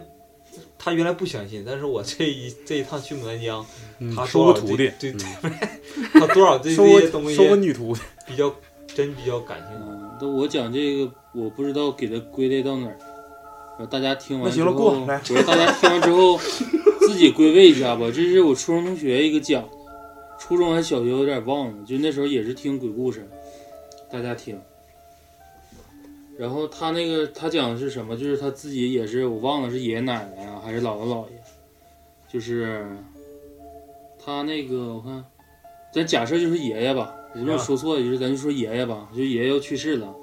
Speaker 6: 他原来不相信，但是我这一这一趟去牡丹江，
Speaker 15: 嗯
Speaker 6: 他
Speaker 15: 收
Speaker 6: 多
Speaker 15: 个
Speaker 6: 少
Speaker 15: 徒
Speaker 6: 对
Speaker 15: 弟，嗯
Speaker 6: 对对， 他多少对
Speaker 15: 收
Speaker 6: 这些东
Speaker 15: 个收个
Speaker 6: 西
Speaker 15: 女 徒弟，
Speaker 6: 比较真比较感兴趣。
Speaker 5: 嗯那我讲这个，我不知道给它归类到哪儿。呃大家听完
Speaker 15: 那
Speaker 5: 之
Speaker 15: 行
Speaker 5: 后，
Speaker 15: 了过来
Speaker 5: 我说大家听完 之后自己归位一下吧。这是我初中同学一个讲的，初中还小学有点忘了，就那时候也是听鬼故事，大家听。然后他那个他讲的是什么？就是他自己也是我忘了是爷爷奶奶啊，还是姥姥姥爷，就是他那个我看，咱假设就是爷爷吧，无论说错，也就是咱就说爷爷吧，就爷爷要去世了，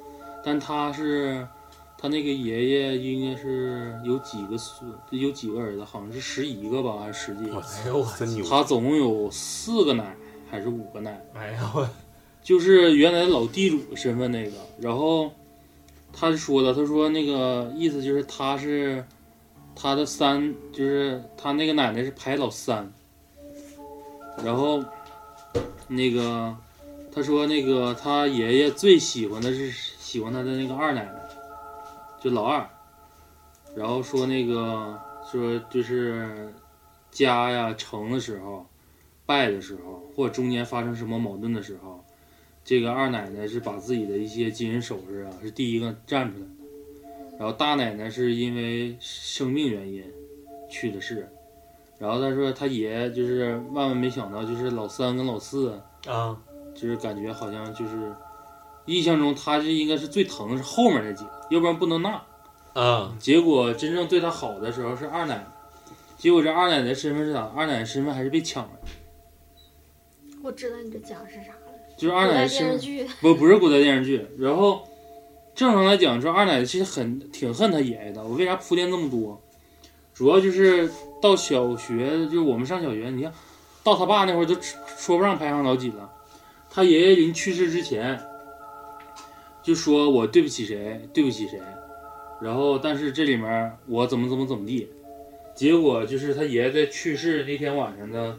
Speaker 5: 但他是他那个爷爷应该是有几个孙，有几个儿子，好像是十一个吧，还是十几个？
Speaker 6: 哎呦我，
Speaker 15: 真牛！
Speaker 5: 他总共有四个奶还是五个奶？
Speaker 6: 哎呀我，
Speaker 5: 就是原来老地主身份那个。然后他就说了，他说那个意思就是他是他的三，就是他那个奶奶是排老三。然后那个他说那个他爷爷最喜欢的是喜欢他的那个二奶奶，就老二。然后说那个说就是家呀成的时候，败的时候，或者中间发生什么矛盾的时候，这个二奶奶是把自己的一些金银首饰啊，是第一个站出来的。然后大奶奶是因为生病原因去的世，然后他说他爷就是万万没想到，就是老三跟老四，
Speaker 6: 啊，
Speaker 5: 就是感觉好像就是印象中他是应该是最疼的是后面那几个，要不然不能纳。
Speaker 6: 啊，
Speaker 5: 结果真正对他好的时候是二奶奶，结果这二奶奶身份是咋？二奶奶身份还是被抢了，
Speaker 7: 我知道你这讲的是啥了，
Speaker 5: 就是
Speaker 7: 古
Speaker 5: 二奶奶
Speaker 7: 代
Speaker 5: 身
Speaker 7: 电
Speaker 5: 份
Speaker 7: 视剧
Speaker 5: 不不是古代电视剧。然后正常来讲，说二奶其实很挺恨她爷爷的。我为啥铺垫这么多？主要就是到小学，就是我们上小学，你看到他爸那会儿都说不上排行老几了。他爷爷临去世之前，就说我对不起谁，对不起谁。然后，但是这里面我怎么怎么怎么地，结果就是他爷爷在去世那天晚上呢，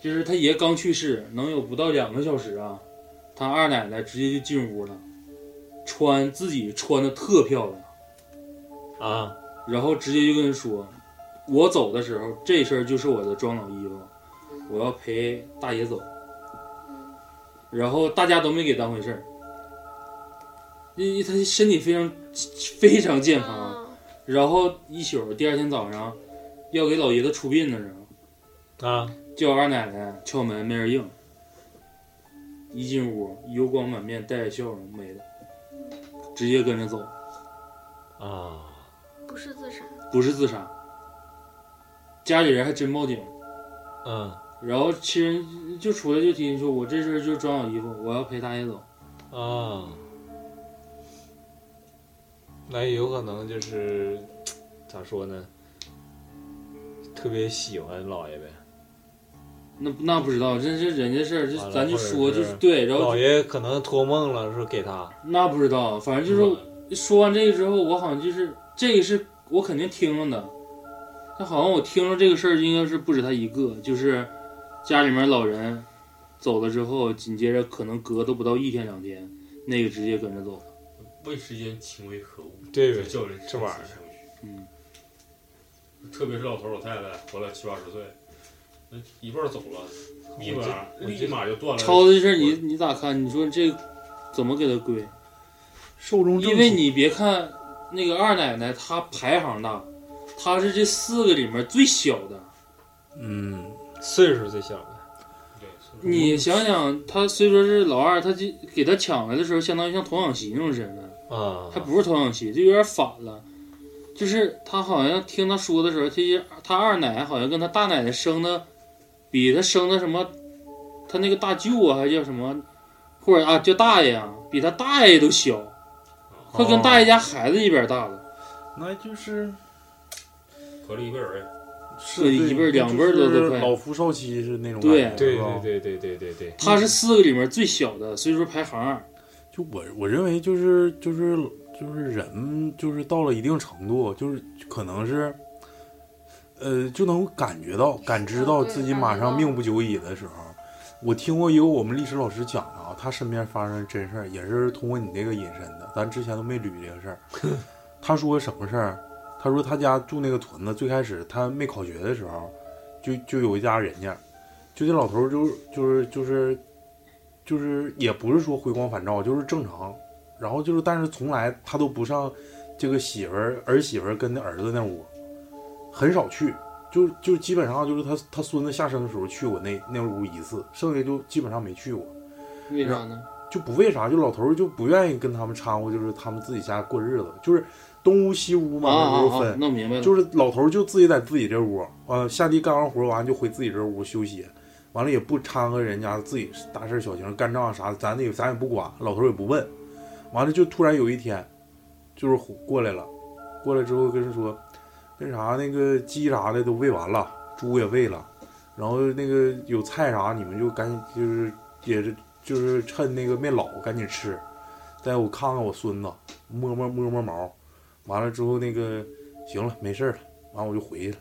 Speaker 5: 就是他爷刚去世，能有不到两个小时啊，他二奶奶直接就进屋了，穿自己穿的特漂亮，
Speaker 6: 啊，
Speaker 5: 然后直接就跟人说，我走的时候这身儿就是我的装老衣服，我要陪大爷走，然后大家都没给当回事儿，因为他身体非常非常健康，然后一宿第二天早上要给老爷子出殡的时候。
Speaker 6: 啊，
Speaker 5: 叫二奶奶敲门没人应，一进屋油光满面，带着笑容没了，直接跟着走，
Speaker 6: 啊，
Speaker 16: 不是自杀，
Speaker 5: 不是自杀。家里人还真报警，
Speaker 6: 嗯，
Speaker 5: 然后亲人就出来就提说，我这身就是装好衣服，我要陪大爷走。
Speaker 6: 啊，那有可能就是咋说呢？特别喜欢姥爷呗，
Speaker 5: 那那不知道，这是人家事儿，就
Speaker 6: 完了
Speaker 5: 咱就
Speaker 6: 或者
Speaker 5: 说就是对，然后
Speaker 6: 姥爷可能托梦了，说给他，
Speaker 5: 那不知道，反正
Speaker 6: 嗯
Speaker 5: 就是说完这个之后，我好像就是这个是我肯定听了的，但好像我听了这个事儿，应该是不止他一个，就是家里面老人走了之后，紧接着可能隔都不到一天两天，那个直接跟着走了。
Speaker 2: 问世间情为何物？
Speaker 6: 对
Speaker 2: 就
Speaker 6: 呗
Speaker 2: 叫人
Speaker 6: 这玩意儿
Speaker 2: 生死相许。
Speaker 5: 嗯，
Speaker 2: 特别是老头儿老太太活了七八十岁，那一半儿走了，立
Speaker 6: 我
Speaker 2: 马
Speaker 6: 这我
Speaker 2: 立
Speaker 6: 这
Speaker 2: 马就断了。
Speaker 5: 超子这事儿你你咋看？你说这怎么给他归？
Speaker 3: 寿终正
Speaker 5: 因为
Speaker 3: 寝。
Speaker 5: 你别看那个二奶奶她排行大，她是这四个里面最小的。
Speaker 3: 嗯，
Speaker 6: 岁数最小的，
Speaker 2: 对，是不是
Speaker 5: 你想想，他虽说是老二，他就给他抢来的时候，相当于像童养媳那种身份，
Speaker 6: 啊
Speaker 5: 他，不是童养媳，就有点反了。就是他好像听他说的时候，其实他二奶好像跟他大奶奶生的，比他生的什么，他那个大舅啊，还叫什么，或者啊叫大爷啊，比他大爷都小，
Speaker 6: 哦
Speaker 5: 快跟大爷家孩子一边大了，
Speaker 3: 那就是
Speaker 2: 隔了一个人儿，
Speaker 5: 对
Speaker 3: 对
Speaker 5: 一辈儿两辈儿都
Speaker 3: 就是
Speaker 5: 快
Speaker 3: 老夫少妻是那种
Speaker 5: 对
Speaker 3: 感觉
Speaker 6: 对
Speaker 3: 是吧
Speaker 6: 对对对对对对，
Speaker 5: 他是四个里面最小的，所以说排行二。
Speaker 3: 就我我认为就是就是就是人就是到了一定程度，就是可能是，呃，就能感觉到感知到
Speaker 10: 哦对
Speaker 3: 自己
Speaker 10: 感
Speaker 3: 马
Speaker 10: 觉
Speaker 3: 上
Speaker 10: 到
Speaker 3: 命不久矣的时候，我听过一个我们历史老师讲的啊，他身边发生的真事儿，也是通过你这个引申的，咱之前都没捋这个事儿。他说什么事儿？他说他家住那个屯子，最开始他没考学的时候，就就有一家人家，就这老头儿就就是就是就是也不是说回光返照，就是正常。然后就是，但是从来他都不上这个媳妇儿儿媳妇儿跟那儿子那屋，很少去，就就基本上就是他他孙子下生的时候去过那那屋一次，剩下就基本上没去过。
Speaker 5: 为啥呢？
Speaker 3: 就不为啥，就老头儿就不愿意跟他们掺和，就是他们自己家过日子，就是东屋西屋
Speaker 5: 啊
Speaker 3: 嘛，那
Speaker 5: 啊
Speaker 3: 时候分。
Speaker 5: 啊！弄明白了，
Speaker 3: 就是老头儿就自己在自己这屋，完、了下地干完活儿完就回自己这屋休息，完了也不掺和人家自己大事儿小情儿干仗啥的，咱也咱也不管，老头儿也不问。完了就突然有一天，就是过来了，过来之后跟人说，那啥那个鸡啥的都喂完了，猪也喂了，然后那个有菜啥你们就赶紧就是也是就是趁那个没老赶紧吃，再我看看我孙子，摸摸摸摸毛，完了之后那个。行了，没事儿了，完我就回去了。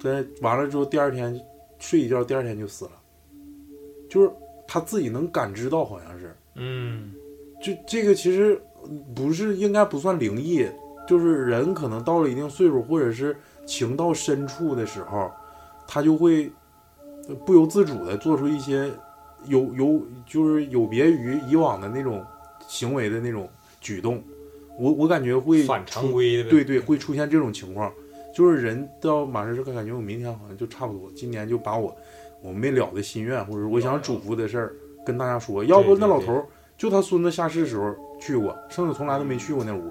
Speaker 3: 这完了之后，第二天睡一觉，第二天就死了。就是他自己能感知到，好像是，
Speaker 6: 嗯，
Speaker 3: 就这个其实嗯不是应该不算灵异，就是人可能到了一定岁数，或者是情到深处的时候，他就会呃不由自主的做出一些有有就是有别于以往的那种行为的那种举动。我我感觉会
Speaker 6: 反常
Speaker 3: 出
Speaker 6: 规的呗，
Speaker 3: 对对，会出现这种情况，就是人到马上就感觉我明天好像就差不多，今年就把我我没了的心愿，或者是我想嘱咐的事儿跟大家说。要不
Speaker 6: 对
Speaker 3: 那
Speaker 6: 对
Speaker 3: 老
Speaker 6: 对
Speaker 3: 头儿就他孙子下世时候去过，甚至从来都没去过那屋。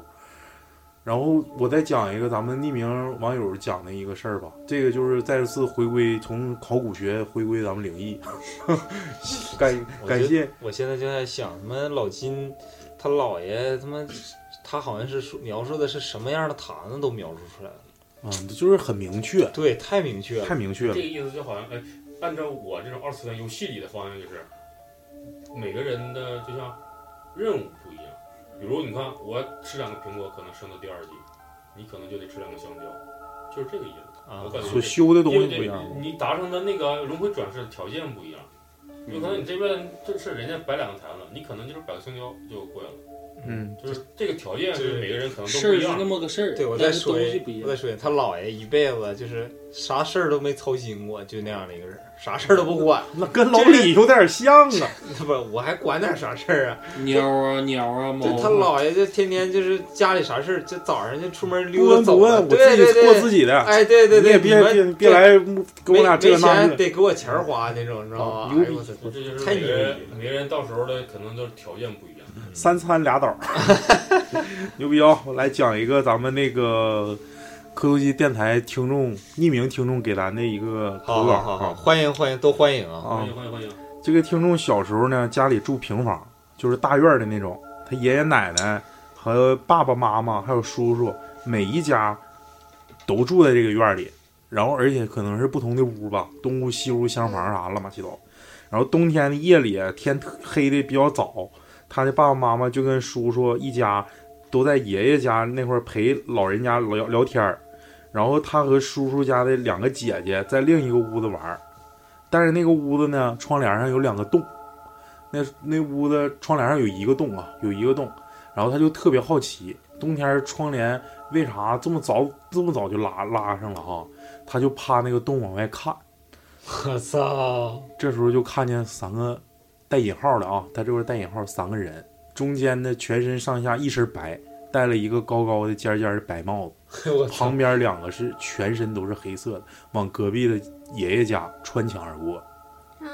Speaker 3: 然后我再讲一个咱们匿名网友讲的一个事儿吧，这个就是再次回归从考古学回归咱们灵异，感
Speaker 6: 我觉得
Speaker 3: 感谢
Speaker 6: 我现在就在想，他妈老金他姥爷他妈，他好像是说描述的是什么样的坛子都描述出来了。
Speaker 3: 啊，就是很明确，
Speaker 6: 对，太明确了，
Speaker 3: 太明确了
Speaker 2: 这个。意思就好像，哎，按照我这种二次元游戏里的方向，就是每个人的就像任务不一样。比如你看，我吃两个苹果可能升到第二级，你可能就得吃两个香蕉，就是这个意思。
Speaker 6: 啊
Speaker 2: 我感觉
Speaker 3: 所
Speaker 2: 是
Speaker 3: 修的东西
Speaker 2: 因为
Speaker 3: 不一样
Speaker 2: 你你达成的那个轮回转世的条件不一样。
Speaker 3: 嗯
Speaker 2: 有可能你这边这是人家摆两个坛子，你可能就是摆个香蕉就过来了。
Speaker 3: 嗯，
Speaker 2: 就是这个条件是每个人可能都
Speaker 5: 事
Speaker 2: 不
Speaker 5: 儿
Speaker 2: 一
Speaker 5: 是
Speaker 2: 样。
Speaker 5: 那么个事儿，
Speaker 6: 对我再
Speaker 5: 但是
Speaker 6: 说
Speaker 5: 东
Speaker 6: 一
Speaker 5: 西不一，
Speaker 6: 我再
Speaker 5: 样。
Speaker 6: 说一，他姥爷一辈子就是啥事儿都没操心过，就那样的一个人，啥事儿都不管。
Speaker 3: 那跟老李有点像啊。
Speaker 6: 不，我还管点啥事儿啊？
Speaker 5: 鸟啊鸟啊猫
Speaker 6: 就
Speaker 5: 啊，
Speaker 6: 他姥爷就天天就是家里啥事儿，就早上就出门
Speaker 3: 不
Speaker 6: 溜达
Speaker 3: 闻不
Speaker 6: 走了
Speaker 3: 问，我啊自
Speaker 6: 对对
Speaker 3: 己过
Speaker 6: 对，
Speaker 3: 自己的。
Speaker 6: 哎，对对
Speaker 3: 你也
Speaker 6: 对，
Speaker 3: 别
Speaker 6: 你们
Speaker 3: 别别来跟我俩这个
Speaker 6: 没
Speaker 3: 那
Speaker 6: 没钱
Speaker 3: 个。啊
Speaker 6: 得给我钱花那种，你知道吗？
Speaker 3: 牛逼
Speaker 6: 哎呦我操
Speaker 2: 这就是
Speaker 6: 太
Speaker 2: 每
Speaker 6: 牛
Speaker 2: 个人
Speaker 6: 逼了！
Speaker 2: 每个人到时候的可能都是条件不一样。
Speaker 3: 三餐俩倒， 牛逼啊、我来讲一个咱们那个科头机电台听众匿名听众给咱的一个
Speaker 6: 好
Speaker 3: 投稿
Speaker 6: 好好好，
Speaker 3: 啊
Speaker 6: 欢迎欢迎，都欢迎啊！
Speaker 3: 啊
Speaker 2: 欢迎！欢迎欢迎！
Speaker 3: 这个听众小时候呢，家里住平房，就是大院的那种。他爷爷奶奶和爸爸妈妈还有叔叔，每一家都住在这个院里，然后而且可能是不同的屋吧，东屋西屋厢房啊啥乱七八糟。然后冬天的夜里，天特黑的比较早，他的爸爸妈妈就跟叔叔一家都在爷爷家那块儿陪老人家聊聊天儿，然后他和叔叔家的两个姐姐在另一个屋子玩儿，但是那个屋子呢，窗帘上有两个洞，那那屋子窗帘上有一个洞啊，有一个洞，然后他就特别好奇，冬天窗帘为啥这么早这么早就拉拉上了哈？他就趴那个洞往外看，
Speaker 6: 我操！
Speaker 3: 这时候就看见三个带引号的啊，他这块带引号三个人，中间的全身上下一身白，戴了一个高高的尖尖的白帽子。
Speaker 6: 我操！
Speaker 3: 旁边两个是全身都是黑色的，往隔壁的爷爷家穿墙而过。
Speaker 10: 嗯，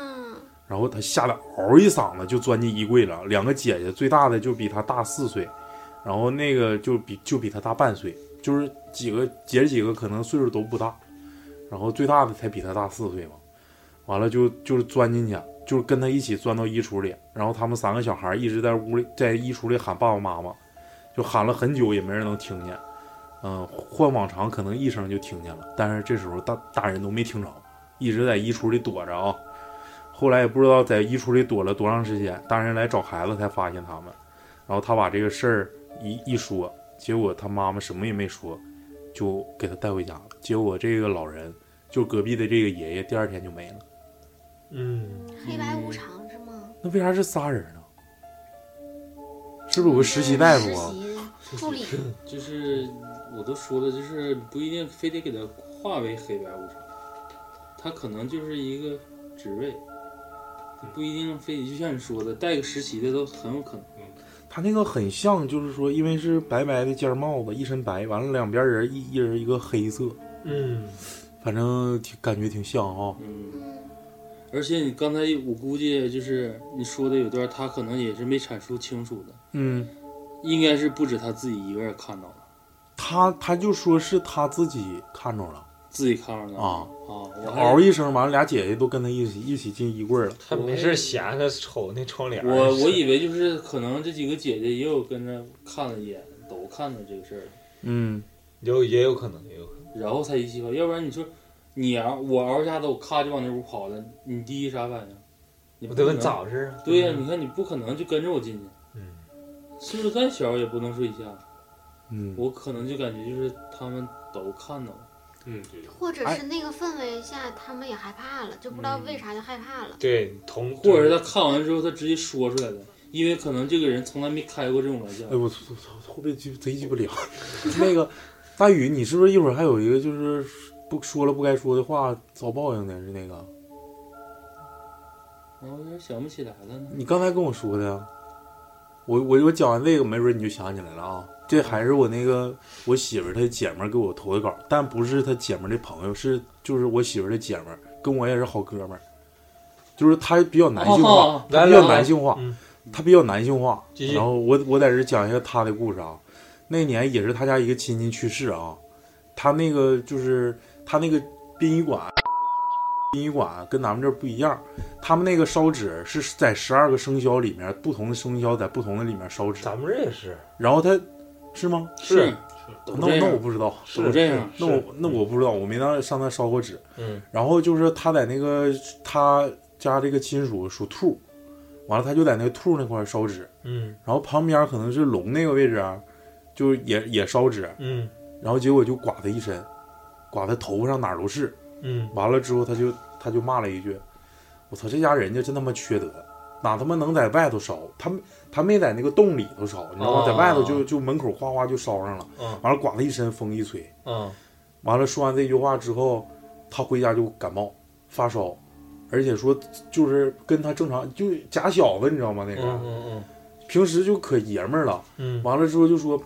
Speaker 3: 然后他吓得嗷一嗓子就钻进衣柜了。两个姐姐最大的就比他大四岁，然后那个就比就比他大半岁，就是几个姐几个可能岁数都不大，然后最大的才比他大四岁嘛。完了就就是钻进去，就是跟他一起钻到衣橱里，然后他们三个小孩一直在屋里在衣橱里喊爸爸妈妈，就喊了很久也没人能听见。嗯，换往常可能一声就听见了，但是这时候大大人都没听着，一直在衣橱里躲着啊。后来也不知道在衣橱里躲了多长时间，大人来找孩子才发现他们，然后他把这个事儿一一说，结果他妈妈什么也没说，就给他带回家了。结果这个老人就隔壁的这个爷爷第二天就没了。
Speaker 6: 嗯，
Speaker 10: 黑白无常是吗？
Speaker 3: 那为啥是仨人呢？是不是有个实习大夫
Speaker 8: 嗯
Speaker 3: 啊？
Speaker 10: 实习助理，
Speaker 5: 就是我都说了，就是不一定非得给它划为黑白无常，它可能就是一个职位，不一定非得就像你说的带个实习的都很有可能。
Speaker 3: 他那个很像，就是说，因为是白白的尖帽子，一身白，完了两边人一一人一个黑色，
Speaker 6: 嗯，
Speaker 3: 反正挺感觉挺像啊、
Speaker 5: 嗯，
Speaker 10: 嗯，
Speaker 5: 而且你刚才我估计就是你说的有段，他可能也是没阐述清楚的，
Speaker 3: 嗯，
Speaker 5: 应该是不止他自己一个人看到了，
Speaker 3: 他他就说是他自己看着了。
Speaker 5: 自己看着的
Speaker 3: 啊
Speaker 5: 我还
Speaker 3: 嗷一声，完了俩姐姐都跟他一起一起进衣柜了。
Speaker 6: 他没事闲着瞅那窗帘儿。
Speaker 5: 我我以为就是可能这几个姐姐也有跟着看了一眼，都看着这个事儿，
Speaker 3: 嗯，
Speaker 6: 有也有可能，也有可能。
Speaker 5: 然后才一起跑，要不然你说你嗷我嗷一下子我咔就往那屋跑了，你第一啥反应？你
Speaker 6: 我
Speaker 5: 不
Speaker 6: 得问
Speaker 5: 可能
Speaker 6: 咋回事啊？
Speaker 5: 对呀、你看你不可能就跟着我进去，
Speaker 6: 嗯，
Speaker 5: 岁数再小也不能说一下，
Speaker 3: 嗯，
Speaker 5: 我可能就感觉就是他们都看到了，
Speaker 2: 嗯，对。
Speaker 10: 或者是那个氛围下，他们也害怕了，就不知道为啥就害怕了。
Speaker 6: 对，同
Speaker 5: 或者是他看完之后他直接说出来的，因为可能这个人从来没开过这种玩笑
Speaker 3: 哎，我操，我操，后背鸡贼鸡巴凉。 那个大宇，你是不是一会儿还有一个就是不说了不该说的话遭报应的是那个？
Speaker 5: 然后有点想不起来了呢。
Speaker 3: 你刚才跟我说的呀，我我我讲完这个，没准你就想起来了啊。这还是我那个我媳妇儿她姐们儿给我投的稿，但不是她姐们儿的朋友，是就是我媳妇儿的姐们儿，跟我也是好哥们儿，就是她比较男性化，
Speaker 5: 哦
Speaker 3: 她比较男性化
Speaker 6: 嗯，
Speaker 3: 她比较男性化。
Speaker 6: 继续
Speaker 3: 然后我我在这讲一下她的故事啊，那年也是她家一个亲戚去世啊，她那个就是她那个殡仪馆殡仪馆跟咱们这儿不一样，他们那个烧纸是在十二个生肖里面，不同的生肖在不同的里面烧纸。
Speaker 6: 咱们这也是，
Speaker 3: 然后他是吗？
Speaker 5: 是是都这
Speaker 3: 那我
Speaker 5: 样
Speaker 3: 那我不知道，
Speaker 5: 哦都这样
Speaker 3: 那我那我不知道，我没当上他烧过纸。
Speaker 6: 嗯，
Speaker 3: 然后就是他在那个他家这个亲属属兔，完了他就在那个兔那块儿烧纸，
Speaker 6: 嗯
Speaker 3: 然后旁边可能是龙那个位置啊，就也也烧纸，
Speaker 6: 嗯
Speaker 3: 然后结果就刮他一身，刮他头发上哪儿都是。
Speaker 6: 嗯
Speaker 3: 完了之后，他就他就骂了一句：“我操，这家人家真他妈缺德，哪他妈能在外头烧？他们他没在那个洞里头烧，你知道吗？
Speaker 6: 哦
Speaker 3: 在外头就就门口哗哗就烧上了。
Speaker 6: 嗯
Speaker 3: 完了，刮他一身，风一吹。
Speaker 6: 嗯
Speaker 3: 完了，说完这句话之后，他回家就感冒发烧，而且说就是跟他正常就假小子，你知道吗？那个、
Speaker 6: 嗯
Speaker 3: 平时就可爷们儿了。
Speaker 6: 嗯
Speaker 3: 完了之后就说，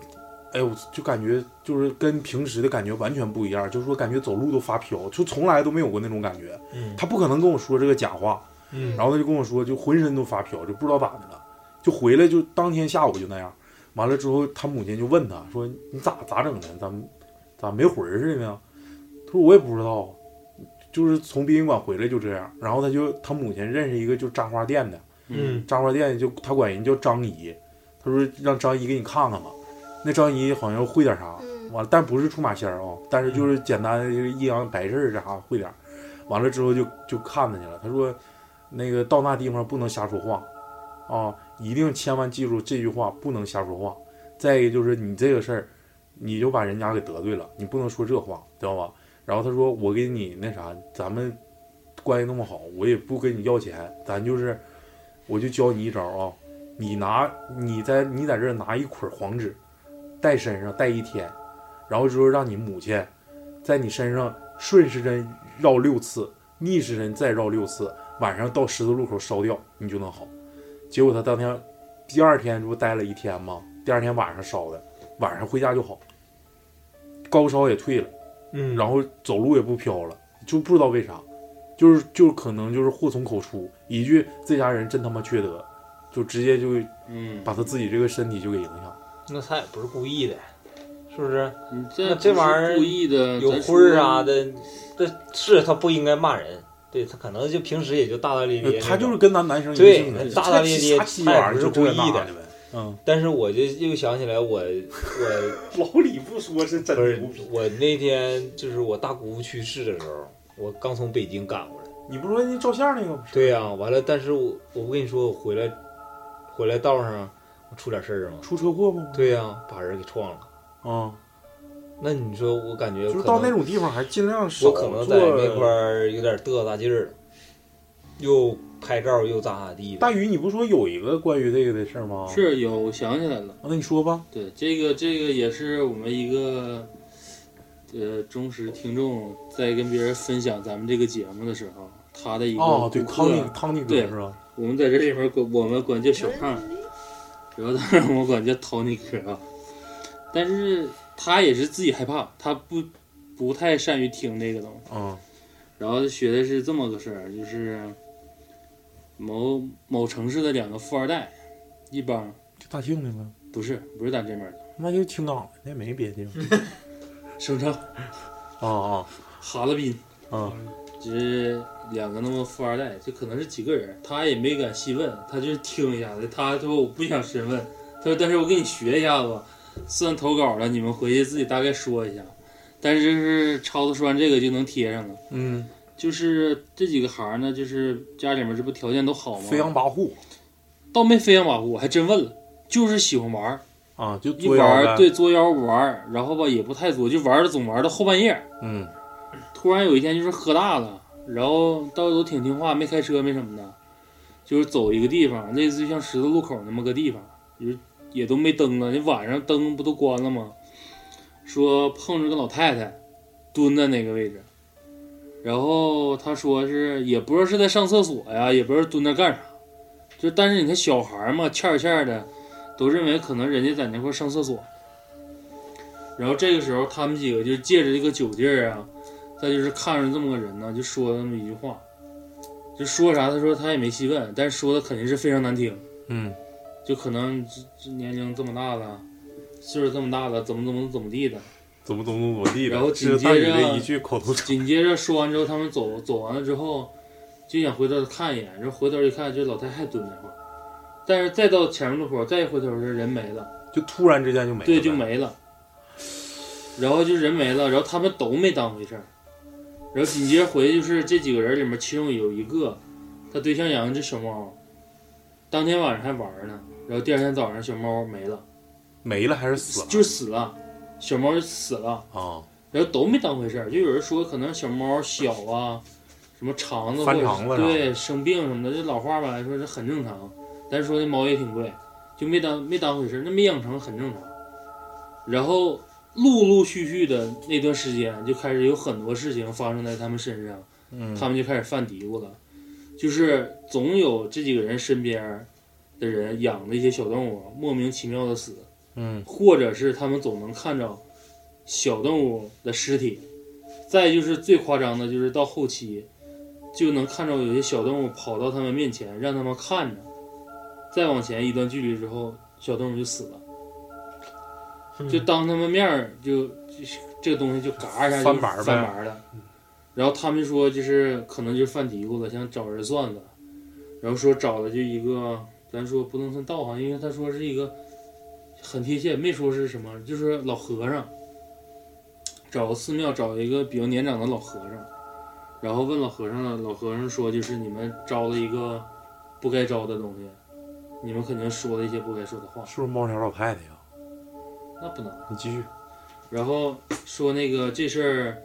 Speaker 3: 哎呦，就感觉就是跟平时的感觉完全不一样，就是说感觉走路都发飘，就从来都没有过那种感觉。
Speaker 6: 嗯
Speaker 3: 他不可能跟我说这个假话，
Speaker 6: 嗯
Speaker 3: 然后他就跟我说，就浑身都发飘，就不知道咋的了，就回来就当天下午就那样。完了之后，他母亲就问他说：“你咋咋整的？咋咋没魂儿似的呢？”他说：“我也不知道，就是从殡仪馆回来就这样。”然后他就他母亲认识一个就扎花店的，
Speaker 6: 嗯
Speaker 3: 扎花店就他管人叫张姨，他说让张姨给你看看吧。那张姨好像会点啥，完了但不是出马仙儿啊，但是就是简单的就是阴阳白事儿这啥会点儿。完了之后就就看他去了，他说那个到那地方不能瞎说话啊，一定千万记住这句话，不能瞎说话。再一个就是你这个事儿，你就把人家给得罪了，你不能说这话，知道吧？然后他说我给你那啥，咱们关系那么好，我也不跟你要钱，咱就是我就教你一招啊，你拿你在你在这儿拿一捆黄纸，带身上带一天，然后之后让你母亲在你身上顺时针绕六次，逆时针再绕六次，晚上到十字路口烧掉，你就能好。结果他当天第二天这不待了一天吗？第二天晚上烧的，晚上回家就好，高烧也退了，
Speaker 6: 嗯
Speaker 3: 然后走路也不飘了，就不知道为啥，就是就是可能就是祸从口出，一句这家人真他妈缺德，就直接就
Speaker 5: 嗯
Speaker 3: 把他自己这个身体就给影响了。
Speaker 6: 那他也不是故意的，是不是？
Speaker 5: 你
Speaker 6: 那这玩意儿
Speaker 5: 故意的，
Speaker 6: 有
Speaker 5: 嗯咱
Speaker 6: 灰儿啊
Speaker 5: 说
Speaker 6: 啥的，这是他不应该骂人，对他可能就平时也就大大咧咧那
Speaker 3: 呃
Speaker 6: 种。
Speaker 3: 他就是跟咱男生一个
Speaker 6: 对
Speaker 3: 性格，
Speaker 6: 大大咧咧，
Speaker 3: 啥
Speaker 6: 他
Speaker 3: 鸡玩意
Speaker 6: 也不
Speaker 3: 儿
Speaker 6: 是
Speaker 3: 就
Speaker 6: 故
Speaker 3: 这
Speaker 6: 意
Speaker 3: 那
Speaker 6: 的
Speaker 3: 的。呗。嗯，
Speaker 6: 但是我就又想起来我，我
Speaker 3: 老李不说是真
Speaker 6: 不是我那天就是我大姑父去世的时候，我刚从北京赶回来。
Speaker 3: 你不说你照相那个吗？
Speaker 6: 对呀、完了，但是我我跟你说，我回来回来道上我出点事儿了吗？啊
Speaker 3: 出车祸吗？
Speaker 6: 对呀、把人给撞了。
Speaker 3: 啊，
Speaker 6: 那你说我感觉
Speaker 3: 就是
Speaker 6: 可
Speaker 3: 到
Speaker 6: 能
Speaker 3: 那种地方还尽量少做。
Speaker 6: 我可能在那块儿有点嘚瑟大劲儿了，又拍照又咋咋地的。
Speaker 3: 大宇，你不说有一个关于这个的事儿吗？
Speaker 5: 是有，我想起来了，
Speaker 3: 啊，那你说吧。
Speaker 5: 对，这个这个也是我们一个呃忠实听众在跟别人分享咱们这个节目的时候，他的一个
Speaker 3: 哦，对，
Speaker 5: 顾
Speaker 3: 康
Speaker 5: 客
Speaker 3: 尼康尼哥
Speaker 5: 对
Speaker 3: 是吧？
Speaker 5: 我们在这里面管我们管叫小胖，然后当然我管叫陶尼哥啊，但是他也是自己害怕，他不不太善于听这个东西。
Speaker 3: 嗯
Speaker 5: 然后学的是这么个事儿，就是某某城市的两个富二代，一帮
Speaker 3: 就大庆的吗？
Speaker 5: 不是不是咱这边的，
Speaker 3: 那就青岛的，那没别的地方。
Speaker 5: 省城
Speaker 3: 啊
Speaker 5: 哈尔滨，
Speaker 3: 啊啊！
Speaker 5: 就是两个那么富二代，就可能是几个人，他也没敢细问，他就是听一下子，他说我不想深问，他说但是我给你学一下子吧，算投稿了，你们回去自己大概说一下，但是是超子说完这个就能贴上了，
Speaker 3: 嗯，
Speaker 5: 就是这几个孩儿呢，就是家里面这不条件都好吗？
Speaker 3: 飞扬跋扈
Speaker 5: 倒没飞扬跋扈，我还真问了，就是喜欢玩儿，
Speaker 3: 啊，就
Speaker 5: 一
Speaker 3: 作妖
Speaker 5: 玩儿
Speaker 3: 呗。
Speaker 5: 对作妖玩儿，然后吧也不太作，就玩儿总玩儿到后半夜。
Speaker 3: 嗯
Speaker 5: 突然有一天就是喝大了，然后倒都挺听话，没开车没什么的，就是走一个地方，类似于像十字路口那么个地方，就是也都没灯了，那晚上灯不都关了吗？说碰着个老太太蹲在那个位置，然后他说是也不知道是在上厕所呀，也不知道蹲那干啥，就但是你看小孩嘛，欠儿欠儿的，都认为可能人家在那块儿上厕所。然后这个时候，他们几个就借着这个酒劲儿啊，再就是看着这么个人呢，就说了那么一句话，就说啥他说他也没细问，但是说的肯定是非常难听，
Speaker 3: 嗯
Speaker 5: 就可能这这年龄这么大了，岁数这么大了，怎么怎么怎么地的，
Speaker 3: 怎么怎么怎么地的。
Speaker 5: 然后
Speaker 3: 这
Speaker 5: 紧
Speaker 3: 是大
Speaker 5: 接
Speaker 3: 宇的
Speaker 5: 着
Speaker 3: 一句口头禅。
Speaker 5: 紧接着说完之后，他们走走完了之后，就想回头看一眼，然后回头一看，这老太太还蹲那块儿。但是再到前面的坡，再一回头是人没了，
Speaker 3: 就突然之间就没了。
Speaker 5: 对，就没了。然后就人没了，然后他们都没当回事儿。然后紧接着回去就是这几个人里面，其中有一个，他对象养一只小猫，当天晚上还玩儿呢，然后第二天早上小猫没了。
Speaker 3: 没了还是死了？
Speaker 5: 就是死了，小猫就死了
Speaker 3: 啊，
Speaker 5: 然后都没当回事儿，就有人说可能小猫小啊，什么肠子或
Speaker 3: 翻
Speaker 5: 者是
Speaker 3: 肠子啥
Speaker 5: 对生病什么的，这老话吧来说这很正常，但是说那猫也挺贵，就没当没当回事儿，那没养成很正常。然后陆陆续续的那段时间就开始有很多事情发生在他们身上，
Speaker 3: 嗯
Speaker 5: 他们就开始犯嘀咕了，就是总有这几个人身边儿的人养的一些小动物莫名其妙的死，
Speaker 3: 嗯
Speaker 5: 或者是他们总能看着小动物的尸体。再就是最夸张的，就是到后期就能看着有些小动物跑到他们面前，让他们看着。再往前一段距离之后，小动物就死了，
Speaker 3: 嗯
Speaker 5: 就当他们面儿就就是这个东西就嘎一下就
Speaker 3: 翻白儿呗
Speaker 5: 翻白儿了。然后他们说就是可能就犯嘀咕了，想找人算了，然后说找的就一个，咱说不能算道行，因为他说是一个很贴切，没说是什么，就是老和尚，找个寺庙找一个比较年长的老和尚，然后问老和尚了，老和尚说就是你们招了一个不该招的东西，你们肯定说了一些不该说的话，
Speaker 3: 是不是猫条老太太呀？
Speaker 5: 那不能。
Speaker 3: 你继续。
Speaker 5: 然后说那个这事儿，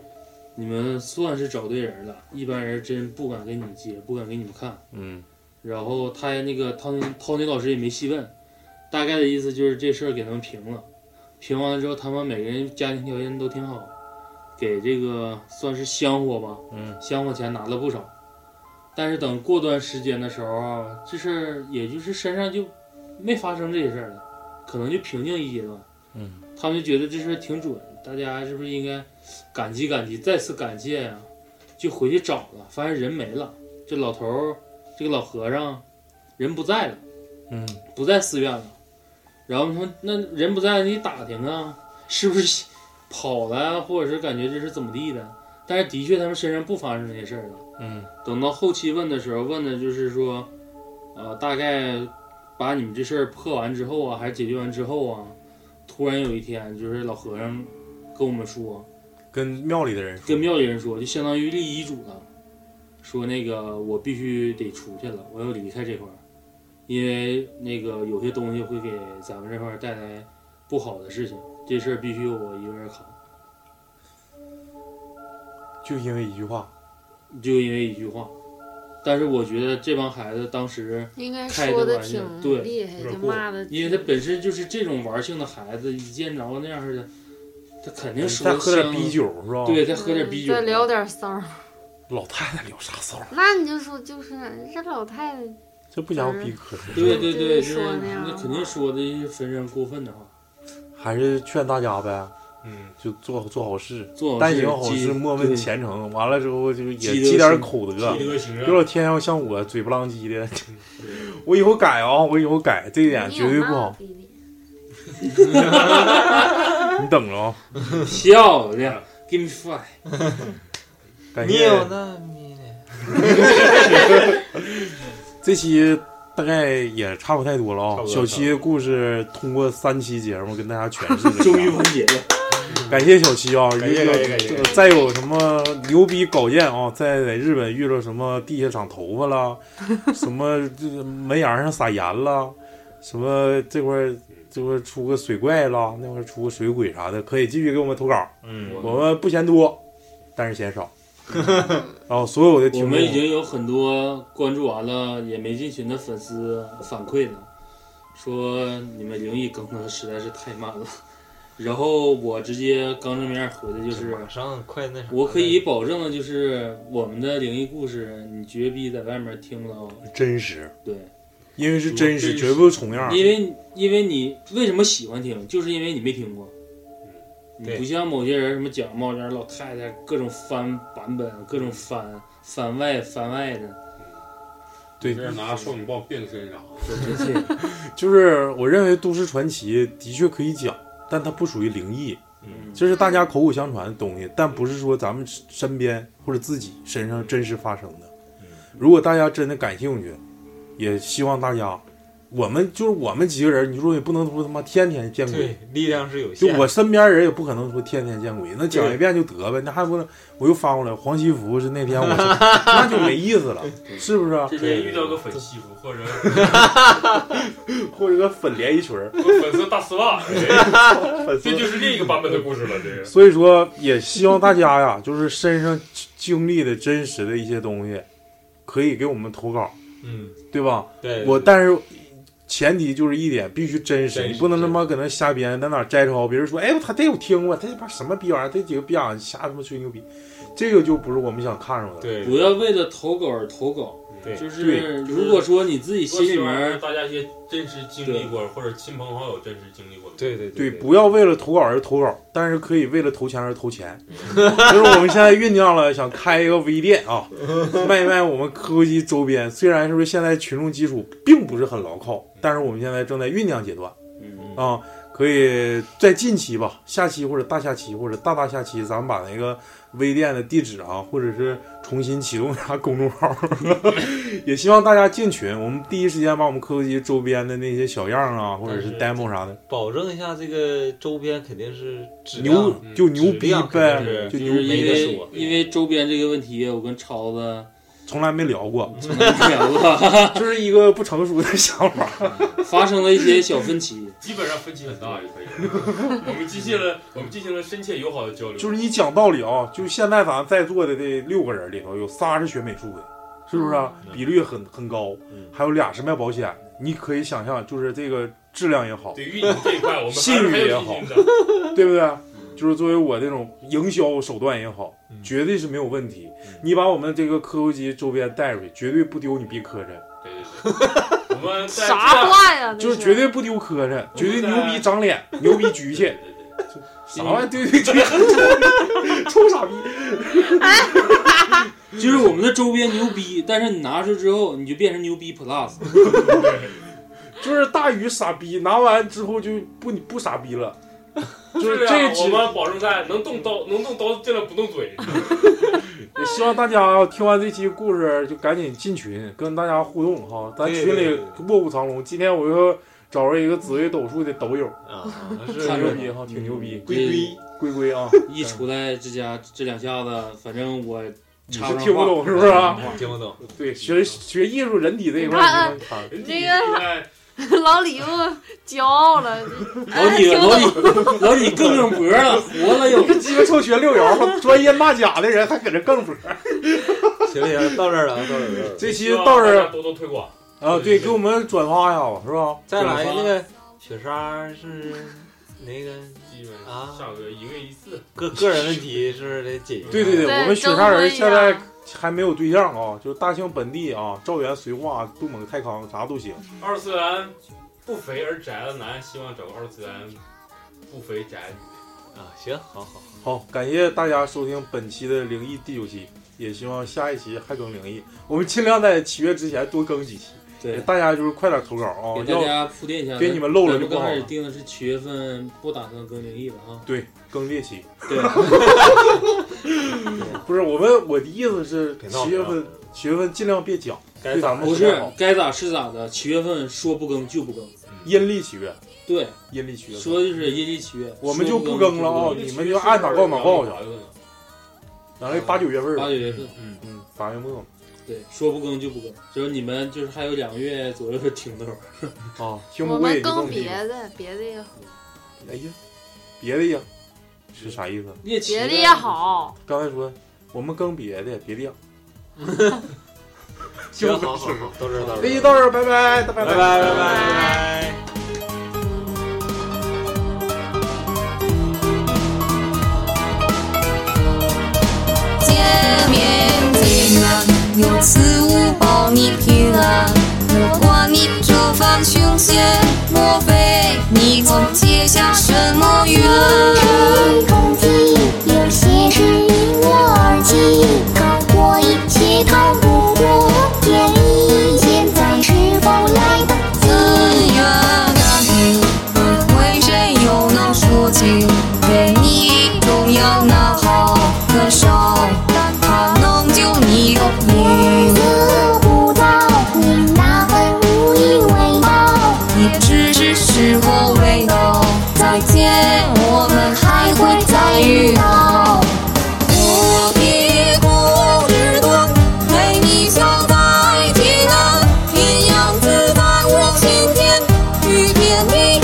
Speaker 5: 你们算是找对人了，一般人真不敢给你们接，不敢给你们看。
Speaker 3: 嗯
Speaker 5: 然后他那个汤涛尼老师也没细问，大概的意思就是这事儿给他们平了，平完了之后，他们每个人家庭条件都挺好，给这个算是香火吧，
Speaker 3: 嗯
Speaker 5: 香火钱拿了不少。但是等过段时间的时候啊，这事儿也就是身上就没发生这些事儿了，可能就平静一阶段。
Speaker 3: 嗯，
Speaker 5: 他们就觉得这事儿挺准，大家是不是应该感激感激，再次感谢呀、就回去找了，发现人没了，这老头儿，这个老和尚，人不在了，
Speaker 3: 嗯，
Speaker 5: 不在寺院了。然后说那人不在，你打听啊，是不是跑了啊，或者是感觉这是怎么地的？但是的确他们身上不发生这些事儿了。
Speaker 3: 嗯
Speaker 5: 等到后期问的时候，问的就是说，呃，大概把你们这事儿破完之后啊，还是解决完之后啊，突然有一天，就是老和尚跟我们说，
Speaker 3: 跟庙里的人说，
Speaker 5: 跟庙里人说，就相当于立遗嘱了，说那个我必须得出去了，我要离开这块儿，因为那个有些东西会给咱们这块儿带来不好的事情，这事儿必须我一个人扛。
Speaker 3: 就因为一句话，
Speaker 5: 就因为一句话。但是我觉得这帮孩子当时
Speaker 10: 应该
Speaker 5: 开
Speaker 10: 说
Speaker 5: 的
Speaker 10: 得
Speaker 5: 玩笑
Speaker 10: 挺
Speaker 5: 对
Speaker 10: 厉害
Speaker 5: 有点
Speaker 10: 就
Speaker 5: 过
Speaker 10: 骂得
Speaker 5: 因为他本身就是这种玩性的孩子，一见着那样的，他肯定说
Speaker 3: 再嗯喝点
Speaker 5: 香
Speaker 3: 啤酒是吧
Speaker 5: 对，再喝点啤酒，
Speaker 10: 嗯再聊点骚儿。
Speaker 3: 老太太聊啥骚儿？
Speaker 10: 那你就说，就是这老太太
Speaker 3: 这不想逼磕，
Speaker 5: 嗯对对对，
Speaker 10: 就是说那样啊
Speaker 5: 那肯定说的是非常过分的话。
Speaker 3: 还是劝大家呗。
Speaker 2: 嗯，
Speaker 3: 就做做好事，
Speaker 5: 做好事
Speaker 3: 但行好
Speaker 5: 积
Speaker 3: 事，莫问
Speaker 5: 对
Speaker 3: 前程。完了之后，就是也
Speaker 5: 积德
Speaker 3: 积点
Speaker 5: 行
Speaker 3: 口德
Speaker 2: 积德行，善
Speaker 3: 别老天要像我嘴不浪叽的。我以后改啊，我以后改，这一点绝对不好。你等着啊！
Speaker 5: 漂亮，Give me five。
Speaker 3: 感
Speaker 6: 你
Speaker 3: 谢
Speaker 6: 有那米
Speaker 3: 这期大概也差不太多了啊、
Speaker 6: 差不多
Speaker 3: 小七的故事通过三期节目跟大家诠释 了一下，
Speaker 5: 终于完结了。
Speaker 3: 感谢小七啊！
Speaker 6: 感谢
Speaker 3: 如果
Speaker 6: 感谢感谢
Speaker 3: 这个再有什么牛逼稿件啊，在在日本遇到什么地下长头发 啦，什么这个门牙上撒盐啦，什么这块儿这块儿出个水怪啦，那块儿出个水鬼啥的，可以继续给我们投稿。
Speaker 5: 嗯
Speaker 3: 我们不嫌多，但是嫌 少。然后所有的听
Speaker 5: 我
Speaker 3: 众
Speaker 5: 们已经有很多关注完了也没进群的粉丝反馈了，说你们灵异更的实在是太慢了。 然后我直接刚正面回的就是，
Speaker 6: 马上快那啥了
Speaker 5: 我可以保证的就是我们的灵异故事，你绝逼在外面听不到。
Speaker 3: 真实，
Speaker 5: 对，
Speaker 3: 因为是真实，绝不是重样儿。
Speaker 5: 因为因为你为什么喜欢听，就是因为你没听过。你
Speaker 6: 对
Speaker 5: 不像某些人什么蒋茂然老太太各种翻版本，各种翻番外番外的。
Speaker 3: 对
Speaker 2: 这是拿少女棒变身啥？
Speaker 5: 对对对，
Speaker 3: 就是我认为都市传奇的确可以讲，但它不属于灵异，
Speaker 17: 嗯，
Speaker 3: 这是大家口口相传的东西，但不是说咱们身边或者自己身上真实发生的。如果大家真的感兴趣，也希望大家，我们就是我们几个人，你说也不能说他妈天天见鬼
Speaker 6: 对，，力量是有
Speaker 3: 就
Speaker 6: 限。
Speaker 3: 我身边人也不可能说天天见鬼，那讲一遍就得呗，那还不能我又翻过来黄西服是那天我那就没意思了，是不是啊？
Speaker 2: 这天遇到个粉西服或者
Speaker 3: 或者个粉连衣裙儿，
Speaker 2: 粉色大丝袜，哎这就是另一个版本的故事了。这个
Speaker 3: 所以说也希望大家呀， 就是身上经历的真实的一些东西，可以给我们投稿，
Speaker 2: 嗯，
Speaker 3: 对吧？
Speaker 2: 对
Speaker 3: 我但是前提就是一点，必须真实，
Speaker 2: 真实
Speaker 3: 你不能他妈搁那瞎编，在哪儿摘抄。别人说，哎，他这我听过，他这把什么逼玩意儿，这几个逼样瞎他妈吹牛逼，这个就不是我们想看着的。
Speaker 2: 对
Speaker 5: 不要为了投稿而投稿，
Speaker 2: 对
Speaker 5: 就是如果说你自己心
Speaker 2: 多
Speaker 5: 里
Speaker 2: 希望
Speaker 5: 面
Speaker 2: 大家一些真实经历过或者亲朋好友真实经历过的，
Speaker 6: 对对
Speaker 3: 对，不要为了投稿而投稿，但是可以为了投钱而投钱。 就是我们现在酝酿了，想开一个微店啊，卖一卖我们科技周边。虽然是不是现在群众基础并不是很牢靠，但是我们现在正在酝酿阶段
Speaker 5: 嗯
Speaker 3: 啊，可以在近期吧，下期或者大下期或者大大下期，咱们把那个微店的地址啊，或者是重新启动一下公众号， 也希望大家进群，我们第一时间把我们科技周边的那些小样啊，或者是 demo 啥的。
Speaker 6: 保证一下这个周边肯定是质量
Speaker 3: 牛就牛逼呗，就
Speaker 5: 就
Speaker 3: 牛
Speaker 5: 是因
Speaker 3: 逼呗，
Speaker 5: 为因为周边这个问题，我跟超子
Speaker 3: 从来没聊过，
Speaker 5: 从来没聊
Speaker 6: 嗯
Speaker 5: 过，
Speaker 3: 这是一个不成熟的 想法。
Speaker 5: 发生了一些小分歧。
Speaker 2: 基本上分歧很大，也 可以。我们进行了我们进行了深切友好的交流，
Speaker 3: 就是你讲道理啊，就现在咱在座的这六个人里头，有仨是学美术的，是不是啊？
Speaker 6: 嗯
Speaker 3: 比率很很高，还有俩是卖保险的。你可以想象，就是这个质量也好，
Speaker 2: 对运营这一块，我们还
Speaker 3: 信
Speaker 2: 是很
Speaker 3: 誉也
Speaker 2: 有
Speaker 3: 好
Speaker 2: 信心的。，
Speaker 3: 对不对？
Speaker 6: 嗯
Speaker 3: 就是作为我这种营销手段也好，绝对是没有问题。
Speaker 6: 嗯
Speaker 3: 你把我们这个科技周边带出去，绝对不丢你逼磕碜。
Speaker 2: 对对对，我们在
Speaker 18: 啥话呀？
Speaker 3: 就是绝对不丢磕碜，绝对牛逼长脸，牛逼局气，啥玩意儿丢丢局 气，臭傻逼！
Speaker 5: 就是我们的周边牛逼，但是你拿出之后，你就变成牛逼 plus。
Speaker 3: 就是大鱼傻逼，拿完之后就不不傻逼了，就是
Speaker 2: 这
Speaker 3: 这
Speaker 2: 样啊我
Speaker 3: 个，集。
Speaker 2: 们保证在能动刀能动刀尽量不动嘴。
Speaker 3: 也希望大家听完这期故事就赶紧进群，跟大家互动哈，咱
Speaker 6: 对
Speaker 3: 群
Speaker 6: 对
Speaker 3: 里
Speaker 6: 对
Speaker 3: 卧虎藏龙。今天我又找着一个紫薇斗数的斗友，
Speaker 6: 啊，
Speaker 3: 挺牛逼哈，挺牛逼，
Speaker 5: 嗯龟龟
Speaker 3: 龟龟啊，
Speaker 5: 一出来这家这两下子，反正我插
Speaker 3: 是
Speaker 5: 上
Speaker 3: 听不
Speaker 5: 话
Speaker 3: 懂是不是啊？
Speaker 6: 听不懂。
Speaker 3: 对，学学艺术人体这一块
Speaker 18: 看
Speaker 3: 儿，你 看
Speaker 18: 这个老李又骄傲了，
Speaker 5: 老 李老李 老李更更脖了，活了 又。
Speaker 3: 这鸡巴臭学六爻，专业骂假的人还搁这更播。
Speaker 6: 行了行了，到这儿了，到这儿了。
Speaker 3: 这期到这
Speaker 2: 希望大家
Speaker 3: 儿
Speaker 2: 多多推广。
Speaker 3: 啊，对，给我们转发一下吧，是吧？
Speaker 6: 再来那个雪莎是那个
Speaker 2: 基本
Speaker 6: 啊
Speaker 2: 上下个月一个月一次，
Speaker 6: 个个人问题是得解决。
Speaker 3: 对对对，
Speaker 18: 对
Speaker 3: 我们雪山
Speaker 18: 征
Speaker 3: 人
Speaker 18: 婚一下
Speaker 3: 现在还没有对象啊，就是大庆本地啊，赵源、绥化、杜蒙、太康啥都行。
Speaker 2: 二次元不肥而宅的男，希望找个二次元不肥宅女。
Speaker 6: 啊，行，好好，
Speaker 3: 好，感谢大家收听本期的灵异第九期，也希望下一期还更灵异，我们尽量在七月之前多更几期。
Speaker 5: 对，
Speaker 3: 大家就是快点投稿啊，
Speaker 5: 给大
Speaker 3: 要
Speaker 5: 家铺垫一下，
Speaker 3: 给你们漏
Speaker 5: 咱
Speaker 3: 了就
Speaker 5: 们
Speaker 3: 不
Speaker 5: 刚
Speaker 3: 好
Speaker 5: 开始
Speaker 3: 了。
Speaker 5: 定的是七月份，不打算更灵异了啊。
Speaker 3: 对，更猎奇。
Speaker 5: 对，
Speaker 3: 不是我们，我的意思是
Speaker 6: 别闹
Speaker 3: 七月份
Speaker 6: 别闹，
Speaker 3: 七月份尽量别讲，
Speaker 6: 该
Speaker 3: 对咱
Speaker 6: 咋
Speaker 3: 们
Speaker 5: 不
Speaker 3: 好
Speaker 5: 是该咋是咋的，七月份说不更就不更。
Speaker 3: 阴历七月，
Speaker 5: 对，
Speaker 3: 阴历七月份。
Speaker 5: 说就是阴历七月，
Speaker 3: 我们就
Speaker 5: 说不
Speaker 3: 不
Speaker 5: 更
Speaker 3: 更了啊、
Speaker 5: 就不
Speaker 3: 你们就按哪告哪告去。啊咱这八九月份
Speaker 5: 更八
Speaker 3: 儿，
Speaker 5: 九月份，
Speaker 3: 嗯，八月末
Speaker 5: 对，说不更就不更，就是你们就是还有两个月左右的停头。
Speaker 3: 啊，听
Speaker 18: 我
Speaker 3: 不会
Speaker 18: 们
Speaker 3: 就
Speaker 18: 更
Speaker 3: 更低
Speaker 18: 别。的，别的也
Speaker 3: 哎呀，别的呀，是啥意思？啊
Speaker 5: 猎奇
Speaker 18: 别的也，好，
Speaker 3: 刚才说我们更别的，别的 呀。
Speaker 6: 行，好 好好，到这儿到这儿。
Speaker 3: 这期到这儿，拜拜，拜拜，拜拜，拜拜。
Speaker 6: 拜。
Speaker 10: 见面平安，有此物保你平安。如果你这番凶险，莫非你曾结下什么怨？
Speaker 19: 空气，有些事因我而起，高过一切，高不过天意。现在是否来得
Speaker 10: 自愿感应，轮回谁又能说清？给你
Speaker 19: 的女